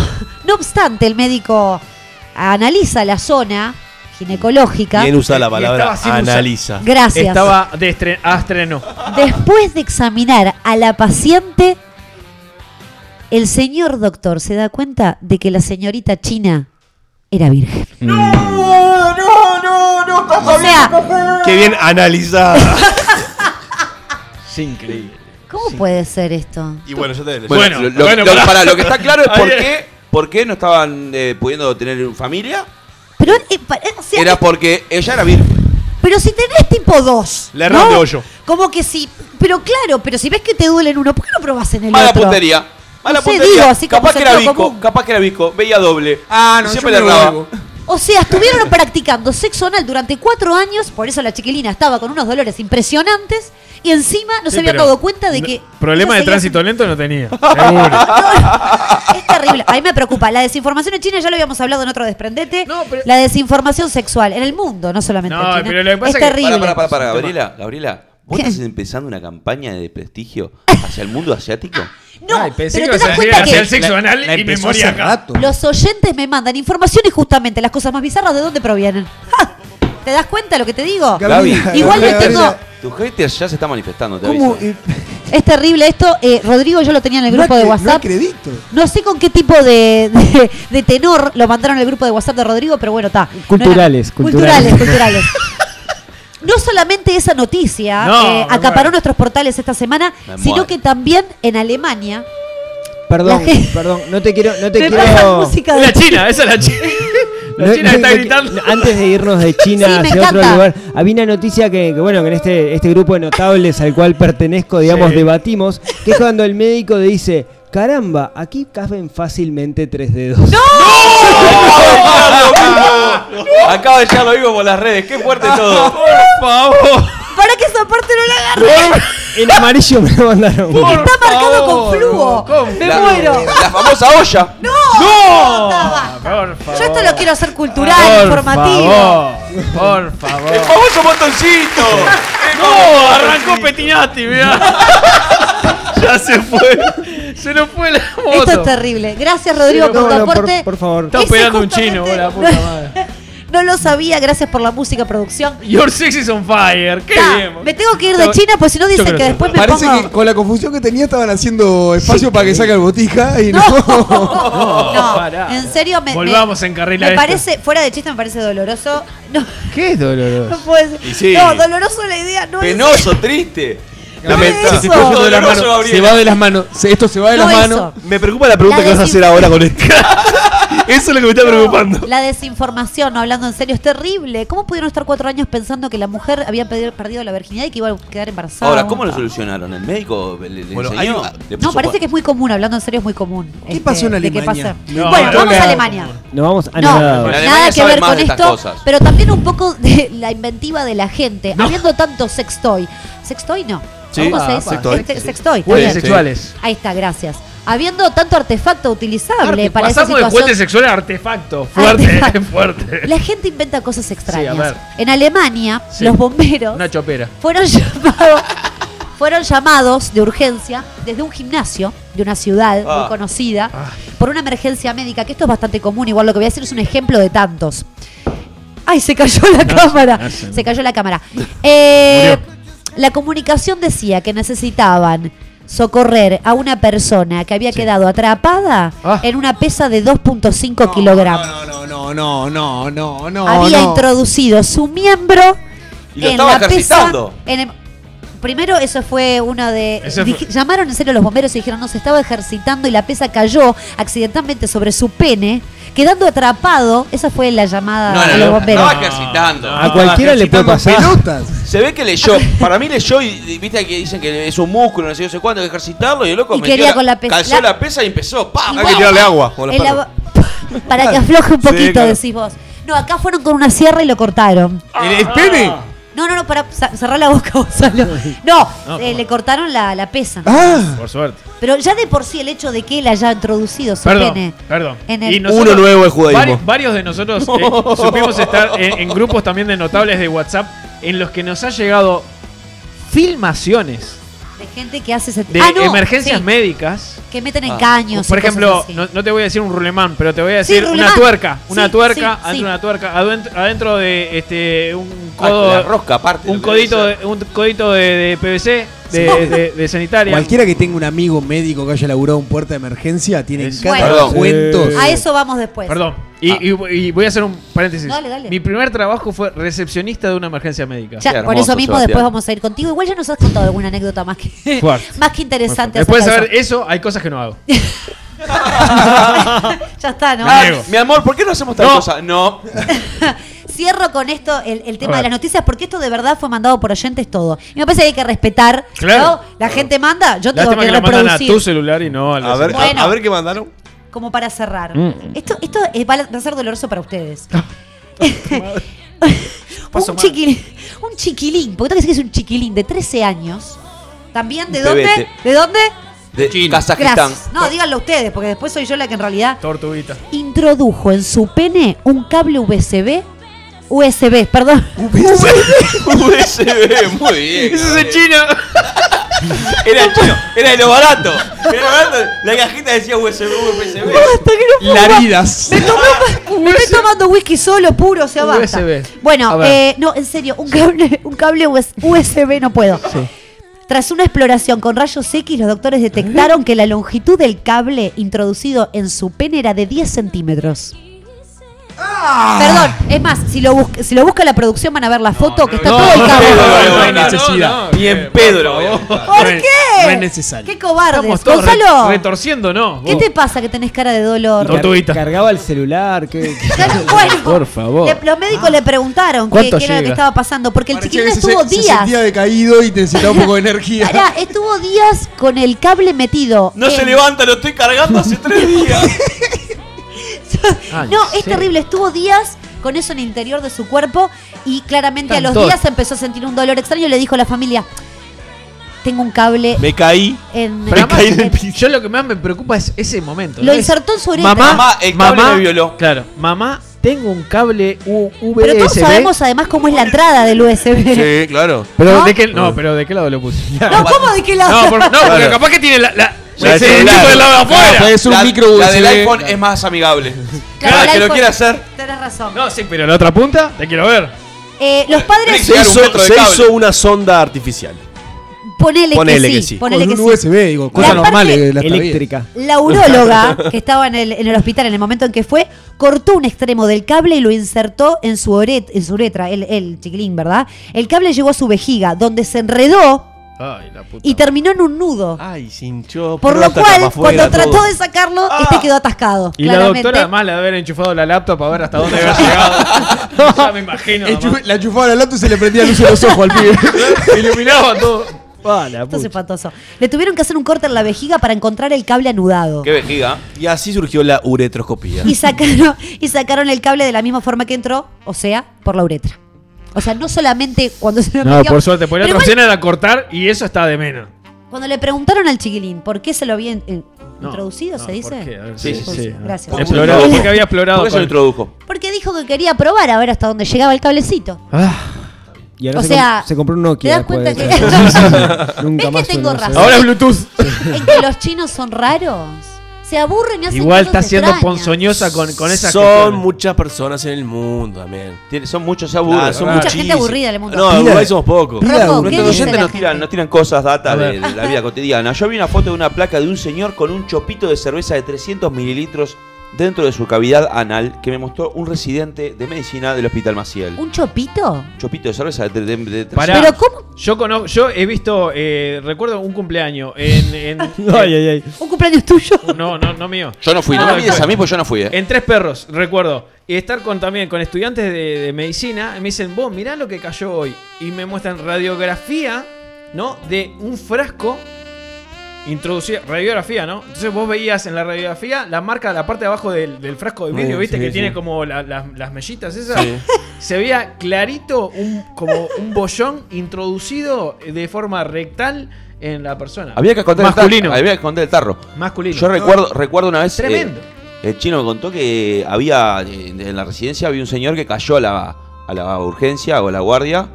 [SPEAKER 2] no obstante, el médico analiza la zona ginecológica.
[SPEAKER 5] Bien usa la palabra
[SPEAKER 3] estaba sin usar.
[SPEAKER 5] analiza.
[SPEAKER 2] Gracias.
[SPEAKER 3] Estaba de estren ah, estrenó.
[SPEAKER 2] Después de examinar a la paciente, el señor doctor se da cuenta de que la señorita china era virgen.
[SPEAKER 8] Mm. No, no, no, no, estás
[SPEAKER 2] O sea,
[SPEAKER 5] Qué bien analizada.
[SPEAKER 3] Es increíble.
[SPEAKER 2] ¿Cómo puede ser esto?
[SPEAKER 5] y bueno, yo te
[SPEAKER 1] Bueno, lo, lo-
[SPEAKER 3] bueno,
[SPEAKER 1] lo-
[SPEAKER 3] pará.
[SPEAKER 1] pará, lo que está claro es por
[SPEAKER 3] Ahí es.
[SPEAKER 1] qué, por qué no estaban eh, pudiendo tener familia.
[SPEAKER 2] Pero, eh, pa- eh, o sea,
[SPEAKER 1] Era porque ella era virgen.
[SPEAKER 2] pero si tenés tipo 2.
[SPEAKER 1] La erró de hoyo.
[SPEAKER 2] Como que si. Pero claro, pero si ves que te duele en uno, ¿por qué no probás en el
[SPEAKER 1] Mala
[SPEAKER 2] otro?
[SPEAKER 1] puntería. Mala
[SPEAKER 2] No sé,
[SPEAKER 1] puntería.
[SPEAKER 2] digo, así como
[SPEAKER 1] capaz que era
[SPEAKER 2] sentido
[SPEAKER 1] visco,
[SPEAKER 2] común.
[SPEAKER 1] capaz que era visco. Veía doble.
[SPEAKER 4] Ah,
[SPEAKER 1] Y
[SPEAKER 4] no, yo
[SPEAKER 1] siempre
[SPEAKER 4] me
[SPEAKER 1] le erraba.
[SPEAKER 4] vuelvo.
[SPEAKER 2] O sea, estuvieron (laughs) practicando sexo anal durante cuatro años, por eso la chiquilina estaba con unos dolores impresionantes y encima no se
[SPEAKER 3] Sí,
[SPEAKER 2] había
[SPEAKER 3] pero
[SPEAKER 2] dado cuenta de que.
[SPEAKER 3] Problema de
[SPEAKER 2] ella seguía-
[SPEAKER 3] tránsito lento
[SPEAKER 2] (laughs)
[SPEAKER 3] no tenía. Seguro.
[SPEAKER 2] Es terrible. A mí me preocupa. La desinformación en China ya lo habíamos hablado en otro desprendete. La desinformación sexual en el mundo, no solamente
[SPEAKER 3] No,
[SPEAKER 2] en China.
[SPEAKER 3] pero lo que pasa
[SPEAKER 2] es
[SPEAKER 3] es que-
[SPEAKER 2] terrible.
[SPEAKER 1] Para, para, para,
[SPEAKER 3] Es un tema.
[SPEAKER 1] Gabriela, Gabriela, ¿vos
[SPEAKER 2] ¿Qué?
[SPEAKER 1] estás empezando una campaña de prestigio hacia el mundo asiático?
[SPEAKER 2] No,
[SPEAKER 3] Ay, pensé
[SPEAKER 2] pero
[SPEAKER 3] que
[SPEAKER 2] te das
[SPEAKER 3] ibas a
[SPEAKER 2] cuenta
[SPEAKER 3] decir
[SPEAKER 2] que-
[SPEAKER 3] hacia el sexo anal y me morí acá.
[SPEAKER 2] Los oyentes me mandan informaciones justamente, las cosas más bizarras de dónde provienen. (laughs) ¡Ja! ¿Te das cuenta lo que te digo?
[SPEAKER 1] Gaby,
[SPEAKER 2] Igual yo tengo.
[SPEAKER 1] Gabriela, Tu hater ya se está manifestando, te
[SPEAKER 4] ¿Cómo?
[SPEAKER 1] aviso.
[SPEAKER 4] Eh,
[SPEAKER 2] Es terrible esto. eh, Rodrigo, yo lo tenía en el grupo
[SPEAKER 4] no
[SPEAKER 2] de
[SPEAKER 4] acre- No
[SPEAKER 2] WhatsApp.
[SPEAKER 4] acredito.
[SPEAKER 2] No sé con qué tipo de, de- de tenor lo mandaron al grupo de WhatsApp de Rodrigo, pero bueno, está.
[SPEAKER 6] Culturales,
[SPEAKER 2] culturales.
[SPEAKER 6] culturales.
[SPEAKER 2] Culturales,
[SPEAKER 6] (laughs)
[SPEAKER 2] No solamente esa noticia
[SPEAKER 6] No,
[SPEAKER 2] eh,
[SPEAKER 6] me
[SPEAKER 2] acaparó
[SPEAKER 6] muero.
[SPEAKER 2] nuestros portales esta semana,
[SPEAKER 6] Me
[SPEAKER 2] sino
[SPEAKER 6] muero.
[SPEAKER 2] que también en Alemania.
[SPEAKER 6] Perdón,
[SPEAKER 2] La gente-
[SPEAKER 6] perdón, no te quiero, no te
[SPEAKER 2] Me
[SPEAKER 6] quiero.
[SPEAKER 2] pasan música de-
[SPEAKER 3] La China, esa es la (laughs) China. La
[SPEAKER 6] No,
[SPEAKER 3] China
[SPEAKER 6] no,
[SPEAKER 3] está
[SPEAKER 6] no,
[SPEAKER 3] gritando.
[SPEAKER 6] Antes de irnos de China
[SPEAKER 2] Sí, me
[SPEAKER 6] hacia
[SPEAKER 2] encanta.
[SPEAKER 6] otro lugar, había una noticia que, que, bueno, que en este, este grupo de notables al cual pertenezco, digamos,
[SPEAKER 3] Sí.
[SPEAKER 6] debatimos, que es cuando el médico dice, caramba, aquí caben fácilmente tres dedos.
[SPEAKER 1] (laughs) Acaba de llegar lo vivo por las redes. Qué fuerte
[SPEAKER 2] Ah,
[SPEAKER 1] todo.
[SPEAKER 3] Por favor.
[SPEAKER 2] Para que esa parte no la agarre.
[SPEAKER 6] En amarillo me lo mandaron.
[SPEAKER 2] Está marcado con fluo.
[SPEAKER 3] ¿Cómo?
[SPEAKER 2] (laughs) Me
[SPEAKER 1] La-
[SPEAKER 2] muero.
[SPEAKER 1] La famosa olla.
[SPEAKER 2] ¡No!
[SPEAKER 3] ¡No! Ah,
[SPEAKER 2] basta, basta.
[SPEAKER 3] Por favor.
[SPEAKER 2] Yo esto lo quiero hacer cultural,
[SPEAKER 3] Por
[SPEAKER 2] informativo.
[SPEAKER 3] favor. Por
[SPEAKER 1] ¡El
[SPEAKER 3] favor.
[SPEAKER 1] famoso botoncito!
[SPEAKER 3] No, arrancó Petinati, (laughs) mirá.
[SPEAKER 5] Ya se fue.
[SPEAKER 3] Se nos fue la moto.
[SPEAKER 2] Esto es terrible. Gracias, Rodrigo,
[SPEAKER 6] Sí,
[SPEAKER 2] por tu
[SPEAKER 6] no, no, por-
[SPEAKER 2] aporte.
[SPEAKER 6] por favor.
[SPEAKER 3] Está
[SPEAKER 2] Ese
[SPEAKER 3] operando un
[SPEAKER 2] justamente (laughs)
[SPEAKER 3] chino, vos, la puta madre.
[SPEAKER 2] No lo sabía, gracias por la música, producción.
[SPEAKER 3] Your sex is on fire. Qué
[SPEAKER 2] Ta,
[SPEAKER 3] bien.
[SPEAKER 2] me tengo que ir de
[SPEAKER 3] Yo-
[SPEAKER 2] China, pues si no
[SPEAKER 3] yo
[SPEAKER 2] dicen
[SPEAKER 3] creo
[SPEAKER 2] que
[SPEAKER 3] que-
[SPEAKER 2] después me
[SPEAKER 4] Parece
[SPEAKER 2] pongo...
[SPEAKER 4] que con la confusión que tenía estaban haciendo espacio para que saque el botija y no.
[SPEAKER 2] (laughs) (laughs) No,
[SPEAKER 3] (laughs) pará.
[SPEAKER 2] en serio me... me-
[SPEAKER 3] Volvamos en carril a
[SPEAKER 2] Me
[SPEAKER 3] esto.
[SPEAKER 2] parece, fuera de chiste, me parece doloroso. No, (laughs)
[SPEAKER 3] ¿Qué es doloroso?
[SPEAKER 2] no puede ser.
[SPEAKER 1] Y sí.
[SPEAKER 2] No, doloroso la idea, no es-
[SPEAKER 1] Penoso, triste.
[SPEAKER 2] Lamentable.
[SPEAKER 1] Se
[SPEAKER 2] Se
[SPEAKER 1] te
[SPEAKER 2] te fue yendo
[SPEAKER 1] de
[SPEAKER 2] de
[SPEAKER 1] la
[SPEAKER 4] Se va de las manos. Se- Esto se va de
[SPEAKER 2] No
[SPEAKER 4] las
[SPEAKER 2] eso.
[SPEAKER 4] manos.
[SPEAKER 5] Me preocupa la pregunta
[SPEAKER 2] La
[SPEAKER 5] que vas a
[SPEAKER 2] desin-
[SPEAKER 5] hacer ahora con este. (laughs) Eso es lo que me está preocupando.
[SPEAKER 2] La desinformación, no, hablando en serio, es terrible. ¿Cómo pudieron estar cuatro años pensando que la mujer había pedi- perdido la virginidad y que iba a quedar embarazada?
[SPEAKER 1] Ahora, ¿cómo lo solucionaron? ¿El médico le, le
[SPEAKER 5] Bueno,
[SPEAKER 1] enseñó?
[SPEAKER 5] hay-
[SPEAKER 1] ¿Le
[SPEAKER 2] No,
[SPEAKER 1] puso
[SPEAKER 2] parece que es muy común, hablando en serio es muy común. ¿Qué
[SPEAKER 4] pasó en
[SPEAKER 2] ¿De qué
[SPEAKER 4] Alemania?
[SPEAKER 2] pasa?
[SPEAKER 6] No,
[SPEAKER 2] bueno,
[SPEAKER 6] no,
[SPEAKER 2] vamos
[SPEAKER 6] no.
[SPEAKER 2] a Alemania.
[SPEAKER 6] Nos vamos
[SPEAKER 3] Ah,
[SPEAKER 6] a
[SPEAKER 2] No,
[SPEAKER 6] nadar.
[SPEAKER 2] nada que
[SPEAKER 1] sabe
[SPEAKER 2] ver
[SPEAKER 1] más
[SPEAKER 2] con
[SPEAKER 1] de estas
[SPEAKER 2] esto,
[SPEAKER 1] cosas.
[SPEAKER 2] pero también un poco de la inventiva de la gente. Habiendo tanto sextoy. ¿Sextoy no?
[SPEAKER 5] Sí,
[SPEAKER 3] Ah,
[SPEAKER 2] ¿Cómo se dice?
[SPEAKER 5] sextoy.
[SPEAKER 2] Este-
[SPEAKER 5] Sí.
[SPEAKER 2] Sextoy. está
[SPEAKER 3] Juguetes
[SPEAKER 2] bien.
[SPEAKER 3] sexuales.
[SPEAKER 2] Ahí está, gracias. Habiendo tanto artefacto utilizable
[SPEAKER 3] Arte-
[SPEAKER 2] para esa
[SPEAKER 3] Pasamos de
[SPEAKER 2] situación.
[SPEAKER 3] juguete sexual a artefacto. Fuerte, (laughs) fuerte.
[SPEAKER 2] La gente inventa cosas extrañas.
[SPEAKER 3] Sí, a ver.
[SPEAKER 2] en Alemania,
[SPEAKER 3] Sí.
[SPEAKER 2] los bomberos
[SPEAKER 3] Una chopera.
[SPEAKER 2] fueron (laughs) llamados, fueron llamados de urgencia desde un gimnasio de una ciudad
[SPEAKER 1] Ah.
[SPEAKER 2] muy conocida por una emergencia médica, que esto es bastante común, igual lo que voy a decir es un ejemplo de tantos. Ay, se cayó la cámara. se cayó
[SPEAKER 1] (laughs)
[SPEAKER 2] la cámara. Eh, la comunicación decía que necesitaban socorrer a una persona que había quedado atrapada
[SPEAKER 1] Ah.
[SPEAKER 2] en una pesa de 2.5 kilogramos
[SPEAKER 4] No, no, no, no, no, no.
[SPEAKER 2] había
[SPEAKER 4] no.
[SPEAKER 2] introducido su miembro
[SPEAKER 1] Y lo
[SPEAKER 2] en
[SPEAKER 1] estaba
[SPEAKER 2] la pesa.
[SPEAKER 1] ejercitando.
[SPEAKER 2] en el- primero, eso fue uno de.
[SPEAKER 3] Eso
[SPEAKER 2] dij-
[SPEAKER 3] fue-
[SPEAKER 2] Llamaron en serio los bomberos y dijeron: No, se estaba ejercitando y la pesa cayó accidentalmente sobre su pene, quedando atrapado. Esa fue la llamada
[SPEAKER 1] No, no,
[SPEAKER 2] de los
[SPEAKER 1] no,
[SPEAKER 2] bomberos.
[SPEAKER 1] estaba ejercitando.
[SPEAKER 3] Ah,
[SPEAKER 6] A cualquiera le puede pasar.
[SPEAKER 4] Pelotas.
[SPEAKER 1] Se ve que leyó,
[SPEAKER 2] (laughs)
[SPEAKER 1] para mí leyó y y viste que dicen que es un músculo, no sé, no sé cuándo, hay que ejercitarlo y el loco
[SPEAKER 2] Y
[SPEAKER 1] metió
[SPEAKER 2] quería con la pesa.
[SPEAKER 1] calzó la pesa y empezó, ¡pam! Hay
[SPEAKER 2] Y
[SPEAKER 1] que
[SPEAKER 2] bueno,
[SPEAKER 1] tirar-
[SPEAKER 5] tirarle agua, como los
[SPEAKER 2] el
[SPEAKER 5] perros.
[SPEAKER 2] abo- (laughs) Para que afloje un
[SPEAKER 5] Sí,
[SPEAKER 2] poquito,
[SPEAKER 5] claro.
[SPEAKER 2] decís vos. No, acá fueron con una sierra y lo cortaron.
[SPEAKER 3] Ah.
[SPEAKER 4] ¿El, el pene?
[SPEAKER 2] No, no, no, para cerrar la boca, Gonzalo. No, eh, le cortaron la, la pesa. ¿no?
[SPEAKER 4] Ah,
[SPEAKER 3] Por suerte.
[SPEAKER 2] Pero ya de por sí el hecho de que él haya introducido su pene.
[SPEAKER 3] Perdón, perdón.
[SPEAKER 2] En el-
[SPEAKER 5] Uno nuevo de judaísmo.
[SPEAKER 3] Varios, varios de nosotros eh, supimos estar en, en grupos también de notables de WhatsApp en los que nos ha llegado filmaciones
[SPEAKER 2] De gente que hace ese
[SPEAKER 3] de
[SPEAKER 2] Ah, no,
[SPEAKER 3] emergencias
[SPEAKER 2] sí,
[SPEAKER 3] médicas.
[SPEAKER 2] Que meten
[SPEAKER 1] Ah,
[SPEAKER 2] en caños. y
[SPEAKER 3] Por ejemplo,
[SPEAKER 2] cosas así.
[SPEAKER 3] no, no te voy a decir un rulemán, pero te voy a decir una
[SPEAKER 2] rulemán.
[SPEAKER 3] tuerca. Una
[SPEAKER 2] Sí,
[SPEAKER 3] tuerca,
[SPEAKER 2] sí,
[SPEAKER 3] adentro
[SPEAKER 2] sí.
[SPEAKER 3] de una tuerca, adentro, adentro de este, un
[SPEAKER 1] Ah,
[SPEAKER 3] codo.
[SPEAKER 1] la rosca aparte.
[SPEAKER 3] un
[SPEAKER 1] lo que debe
[SPEAKER 3] codito,
[SPEAKER 1] ser.
[SPEAKER 3] de, un codito de, de PVC, de, de- de sanitaria.
[SPEAKER 4] cualquiera que tenga un amigo médico que haya laburado un puerta de emergencia tiene en
[SPEAKER 3] Es-
[SPEAKER 4] cada
[SPEAKER 1] Perdón.
[SPEAKER 4] cuentos.
[SPEAKER 2] A eso vamos después.
[SPEAKER 3] Perdón. Y,
[SPEAKER 6] Ah.
[SPEAKER 3] y- y voy a hacer un paréntesis.
[SPEAKER 2] Dale, dale.
[SPEAKER 3] Mi primer trabajo fue recepcionista de una emergencia médica.
[SPEAKER 2] Ya,
[SPEAKER 1] Qué
[SPEAKER 2] por
[SPEAKER 1] hermoso,
[SPEAKER 2] eso mismo
[SPEAKER 1] Sebastián.
[SPEAKER 2] después vamos a ir contigo. Igual ya nos has contado alguna anécdota más que,
[SPEAKER 3] (laughs) Fuerte.
[SPEAKER 2] (laughs) más que interesante.
[SPEAKER 3] Después de
[SPEAKER 2] acerca
[SPEAKER 3] saber eso, hay cosas que no
[SPEAKER 2] (laughs)
[SPEAKER 3] hago.
[SPEAKER 2] de eso. Ya está, ¿no?
[SPEAKER 3] Ah,
[SPEAKER 1] Ay, Mi amor, ¿por qué no hacemos tal
[SPEAKER 3] No.
[SPEAKER 1] cosa? No.
[SPEAKER 2] Cierro con esto el, el tema
[SPEAKER 3] A
[SPEAKER 2] de
[SPEAKER 3] ver.
[SPEAKER 2] las noticias, porque esto de verdad fue mandado por oyentes todo. Y me parece que hay que respetar.
[SPEAKER 3] Claro.
[SPEAKER 2] ¿no? La gente manda, yo tengo
[SPEAKER 3] Lástima
[SPEAKER 2] que,
[SPEAKER 3] que lo mandan a
[SPEAKER 2] reproducir.
[SPEAKER 3] tu celular y no al
[SPEAKER 5] A ver, a-
[SPEAKER 2] Bueno.
[SPEAKER 5] a, ver qué mandaron.
[SPEAKER 2] como para cerrar. Esto, esto eh, va a va a ser doloroso para (laughs) ustedes.
[SPEAKER 5] Paso
[SPEAKER 2] un,
[SPEAKER 5] mal.
[SPEAKER 2] chiquilín, un chiquilín, porque tengo que decir que es un chiquilín de 13 años. ¿También de
[SPEAKER 1] Un
[SPEAKER 2] dónde?
[SPEAKER 1] pebete.
[SPEAKER 2] ¿De dónde?
[SPEAKER 1] De Kazajistán.
[SPEAKER 2] Gracias. No, díganlo ustedes, porque después soy yo la que en realidad
[SPEAKER 3] Tortuguita.
[SPEAKER 2] introdujo en su pene un cable USB. USB, perdón.
[SPEAKER 4] (laughs)
[SPEAKER 1] USB, muy bien.
[SPEAKER 3] ¡Ese es chino!
[SPEAKER 1] Era el chino, era de lo
[SPEAKER 2] (laughs)
[SPEAKER 1] barato. Era de lo barato. La cajita decía USB, USB.
[SPEAKER 2] (laughs) Hasta que no puedo más.
[SPEAKER 4] Laridas.
[SPEAKER 2] Me tomé- me estoy tomando whisky solo, puro, o sea, basta.
[SPEAKER 3] USB. A
[SPEAKER 2] Bueno,
[SPEAKER 3] ver.
[SPEAKER 2] eh, no, en serio, un cable, un cable US- USB no puedo. Tras una exploración con rayos X, los doctores detectaron que la longitud del cable introducido en su pene era de 10 centímetros. Perdón, es más, si lo, bus- si lo busca la producción van a ver la foto que está todo el cable.
[SPEAKER 1] no, no,
[SPEAKER 3] no hay
[SPEAKER 1] no,
[SPEAKER 3] necesidad.
[SPEAKER 1] Ni en pedo lo voy a buscar.
[SPEAKER 2] ¿Por
[SPEAKER 4] No es-
[SPEAKER 2] qué?
[SPEAKER 4] no es necesario.
[SPEAKER 2] Qué cobardes.
[SPEAKER 3] Estamos todos
[SPEAKER 2] Gonzalo,
[SPEAKER 3] re- retorciendo, ¿no?
[SPEAKER 2] ¿qué
[SPEAKER 3] Vos.
[SPEAKER 2] te pasa que tenés cara de dolor?
[SPEAKER 3] Tortuga. Tortuguita.
[SPEAKER 6] Cargaba el celular. (laughs) que-
[SPEAKER 2] Claro, bueno,
[SPEAKER 6] Por favor.
[SPEAKER 2] le- los médicos le preguntaron qué,
[SPEAKER 3] Oh. ¿Cuánto
[SPEAKER 2] qué era lo que
[SPEAKER 3] llega?
[SPEAKER 2] estaba pasando, porque el
[SPEAKER 4] Parecía
[SPEAKER 2] chiquilín
[SPEAKER 4] que se-
[SPEAKER 2] estuvo
[SPEAKER 4] se,
[SPEAKER 2] días.
[SPEAKER 4] sentía decaído y necesitaba un poco de energía.
[SPEAKER 2] Pará, estuvo días con el cable metido.
[SPEAKER 1] No se
[SPEAKER 2] en-
[SPEAKER 1] levanta, lo estoy cargando hace
[SPEAKER 2] (laughs)
[SPEAKER 1] tres días.
[SPEAKER 3] Ay,
[SPEAKER 2] No, es
[SPEAKER 3] sí.
[SPEAKER 2] terrible. Estuvo días con eso en el interior de su cuerpo y claramente a
[SPEAKER 3] Están
[SPEAKER 2] los
[SPEAKER 3] todos.
[SPEAKER 2] días empezó a sentir un dolor extraño. Le dijo a la familia: Tengo un cable
[SPEAKER 5] Me caí.
[SPEAKER 2] en.
[SPEAKER 3] Pero además, eh,
[SPEAKER 5] caí del
[SPEAKER 2] en-
[SPEAKER 3] yo lo que más me preocupa es ese momento.
[SPEAKER 2] lo
[SPEAKER 3] ¿no? Es-
[SPEAKER 2] insertó en su uretra.
[SPEAKER 3] Mamá,
[SPEAKER 1] Mamá, el cable
[SPEAKER 3] mamá,
[SPEAKER 1] me violó.
[SPEAKER 3] Claro, mamá, tengo un cable U- USB.
[SPEAKER 2] Pero todos sabemos además cómo es la entrada del USB.
[SPEAKER 5] Sí, claro.
[SPEAKER 3] Pero
[SPEAKER 2] ¿no?
[SPEAKER 3] ¿de qué, no, pero ¿de qué lado lo puse?
[SPEAKER 2] No, ¿cómo de qué lado?
[SPEAKER 3] Ah, No, por- no, porque
[SPEAKER 5] Claro.
[SPEAKER 3] capaz que tiene la. la
[SPEAKER 5] Ya
[SPEAKER 3] ese
[SPEAKER 5] es el
[SPEAKER 3] bichito
[SPEAKER 5] lado.
[SPEAKER 3] del lado de afuera.
[SPEAKER 4] Claro, es un
[SPEAKER 1] la,
[SPEAKER 4] micro USB.
[SPEAKER 1] la del iPhone es más amigable.
[SPEAKER 2] Claro,
[SPEAKER 1] Cada
[SPEAKER 2] el
[SPEAKER 1] que lo
[SPEAKER 2] iPhone-
[SPEAKER 1] quiera hacer.
[SPEAKER 2] Tenés razón.
[SPEAKER 3] No, sí, pero la otra punta, te quiero ver.
[SPEAKER 2] Eh, los padres.
[SPEAKER 1] Sí,
[SPEAKER 5] Se,
[SPEAKER 1] Claro, un
[SPEAKER 5] hizo,
[SPEAKER 1] metro de
[SPEAKER 5] se
[SPEAKER 1] cable.
[SPEAKER 5] hizo una sonda artificial.
[SPEAKER 2] Ponele,
[SPEAKER 5] Ponele
[SPEAKER 2] que,
[SPEAKER 5] que
[SPEAKER 2] sí,
[SPEAKER 5] sí.
[SPEAKER 2] Ponele
[SPEAKER 4] (laughs) con
[SPEAKER 2] que
[SPEAKER 4] un
[SPEAKER 2] sí.
[SPEAKER 4] USB, digo, cosa
[SPEAKER 2] La
[SPEAKER 4] normal.
[SPEAKER 2] parte
[SPEAKER 4] eh, la está bien.
[SPEAKER 6] Eléctrica.
[SPEAKER 3] (laughs)
[SPEAKER 2] La uróloga que estaba en el, en el hospital en el momento en que fue, cortó un extremo del cable y lo insertó en su, oret- en su uretra, el, el chiquilín, ¿verdad? El cable llegó a su vejiga, donde se enredó
[SPEAKER 3] Ay, la puta.
[SPEAKER 2] y terminó en un nudo.
[SPEAKER 5] Ay, se hinchó.
[SPEAKER 2] Por lo
[SPEAKER 5] hasta
[SPEAKER 2] cual,
[SPEAKER 5] para afuera
[SPEAKER 2] cuando trató
[SPEAKER 5] todo.
[SPEAKER 2] de sacarlo, este quedó atascado.
[SPEAKER 3] Y la
[SPEAKER 2] claramente.
[SPEAKER 3] doctora además le debe haber enchufado la laptop para ver hasta dónde había
[SPEAKER 2] (laughs)
[SPEAKER 3] llegado. (laughs) ya me imagino.
[SPEAKER 4] Enchu- la enchufaba la lata y se le prendía luz en los ojos al pibe.
[SPEAKER 3] Se iluminaba todo. Ah,
[SPEAKER 2] Esto
[SPEAKER 3] la
[SPEAKER 2] es
[SPEAKER 3] puta.
[SPEAKER 2] espantoso. Le tuvieron que hacer un corte en la vejiga para encontrar el cable anudado.
[SPEAKER 1] Qué vejiga.
[SPEAKER 5] Y así surgió la uretroscopía.
[SPEAKER 2] Y sacaron, y sacaron el cable de la misma forma que entró, o sea, por la uretra. O sea, no solamente cuando se lo
[SPEAKER 3] No,
[SPEAKER 2] metió-
[SPEAKER 3] por suerte, porque la
[SPEAKER 2] Pero
[SPEAKER 3] otra opción era cortar y eso está de menos.
[SPEAKER 2] Cuando le preguntaron al chiquilín por qué se lo había in- in-
[SPEAKER 3] No,
[SPEAKER 2] introducido, ¿se dice?
[SPEAKER 3] A ver,
[SPEAKER 1] Sí, sí,
[SPEAKER 2] Por-
[SPEAKER 1] sí.
[SPEAKER 2] Gracias.
[SPEAKER 1] ¿Por qué se
[SPEAKER 3] Explorado,
[SPEAKER 1] lo-
[SPEAKER 3] porque había explorado.
[SPEAKER 1] ¿Por qué se lo
[SPEAKER 3] con-
[SPEAKER 1] introdujo?
[SPEAKER 2] Porque dijo que quería probar a ver hasta dónde llegaba el cablecito.
[SPEAKER 6] Y ahora
[SPEAKER 2] O
[SPEAKER 6] se, com-
[SPEAKER 2] sea,
[SPEAKER 6] se compró un Nokia.
[SPEAKER 2] ¿Te das cuenta
[SPEAKER 6] después
[SPEAKER 2] que.?
[SPEAKER 6] de (laughs) eso.
[SPEAKER 1] Ah,
[SPEAKER 2] ¿Ves
[SPEAKER 6] Nunca
[SPEAKER 2] que
[SPEAKER 6] más
[SPEAKER 2] tengo
[SPEAKER 6] uno,
[SPEAKER 2] razón?
[SPEAKER 6] ¿sabes?
[SPEAKER 3] Ahora es Bluetooth.
[SPEAKER 2] (laughs) En que los chinos son raros. Se aburren y hacen
[SPEAKER 3] Igual
[SPEAKER 2] cosas
[SPEAKER 3] está siendo
[SPEAKER 2] extrañas.
[SPEAKER 3] ponzoñosa con, con esas
[SPEAKER 5] Son
[SPEAKER 3] gestiones.
[SPEAKER 5] muchas personas en el mundo también.
[SPEAKER 1] Tiene- son muchos, se aburren.
[SPEAKER 5] Ah, son
[SPEAKER 2] Mucha
[SPEAKER 5] muchísimas.
[SPEAKER 2] gente aburrida en el mundo.
[SPEAKER 5] No, en Uruguay somos pocos.
[SPEAKER 2] Pila de
[SPEAKER 1] Nuestros
[SPEAKER 2] ¿qué dice
[SPEAKER 1] oyentes
[SPEAKER 2] la
[SPEAKER 1] nos tiran,
[SPEAKER 2] gente?
[SPEAKER 1] nos tiran cosas, data
[SPEAKER 3] A
[SPEAKER 1] de,
[SPEAKER 3] ver.
[SPEAKER 1] de la (laughs) vida cotidiana. Yo vi una foto de una placa de un señor con un chopito de cerveza de 300 mililitros dentro de su cavidad anal que me mostró un residente de medicina del Hospital Maciel.
[SPEAKER 2] ¿Un chopito?
[SPEAKER 1] chopito de cerveza de, de- de- de-
[SPEAKER 3] Pará.
[SPEAKER 2] Pero ¿cómo?
[SPEAKER 3] Yo conozco, yo he visto, eh, recuerdo un cumpleaños en, en-
[SPEAKER 6] (laughs) Ay, ay, ay.
[SPEAKER 2] ¿Un cumpleaños tuyo?
[SPEAKER 3] (laughs) no, no, no mío.
[SPEAKER 1] Yo no fui, no
[SPEAKER 3] Ah,
[SPEAKER 1] me pides
[SPEAKER 3] claro.
[SPEAKER 1] a mí porque yo no fui. eh.
[SPEAKER 3] En tres perros, recuerdo. Y estar con también con estudiantes de, de medicina. Y me dicen, vos mirá lo que cayó hoy. Y me muestran radiografía, ¿no? De un frasco. Introducía, radiografía, ¿no? Entonces vos veías en la radiografía la marca, la parte de abajo del, del frasco de vidrio,
[SPEAKER 5] Sí,
[SPEAKER 3] ¿viste?
[SPEAKER 5] sí,
[SPEAKER 3] que
[SPEAKER 5] sí.
[SPEAKER 3] tiene como la- las- las mellitas esas. Se veía clarito un, como un bollón introducido de forma rectal en la persona.
[SPEAKER 1] Había que esconder el
[SPEAKER 3] Masculino.
[SPEAKER 1] tarro. Había que esconder el tarro.
[SPEAKER 3] Masculino.
[SPEAKER 1] Yo recuerdo, recuerdo una vez. eh,
[SPEAKER 3] Tremendo.
[SPEAKER 1] el chino me contó que había. eh, En la residencia había un señor que cayó a la, a la urgencia o a la guardia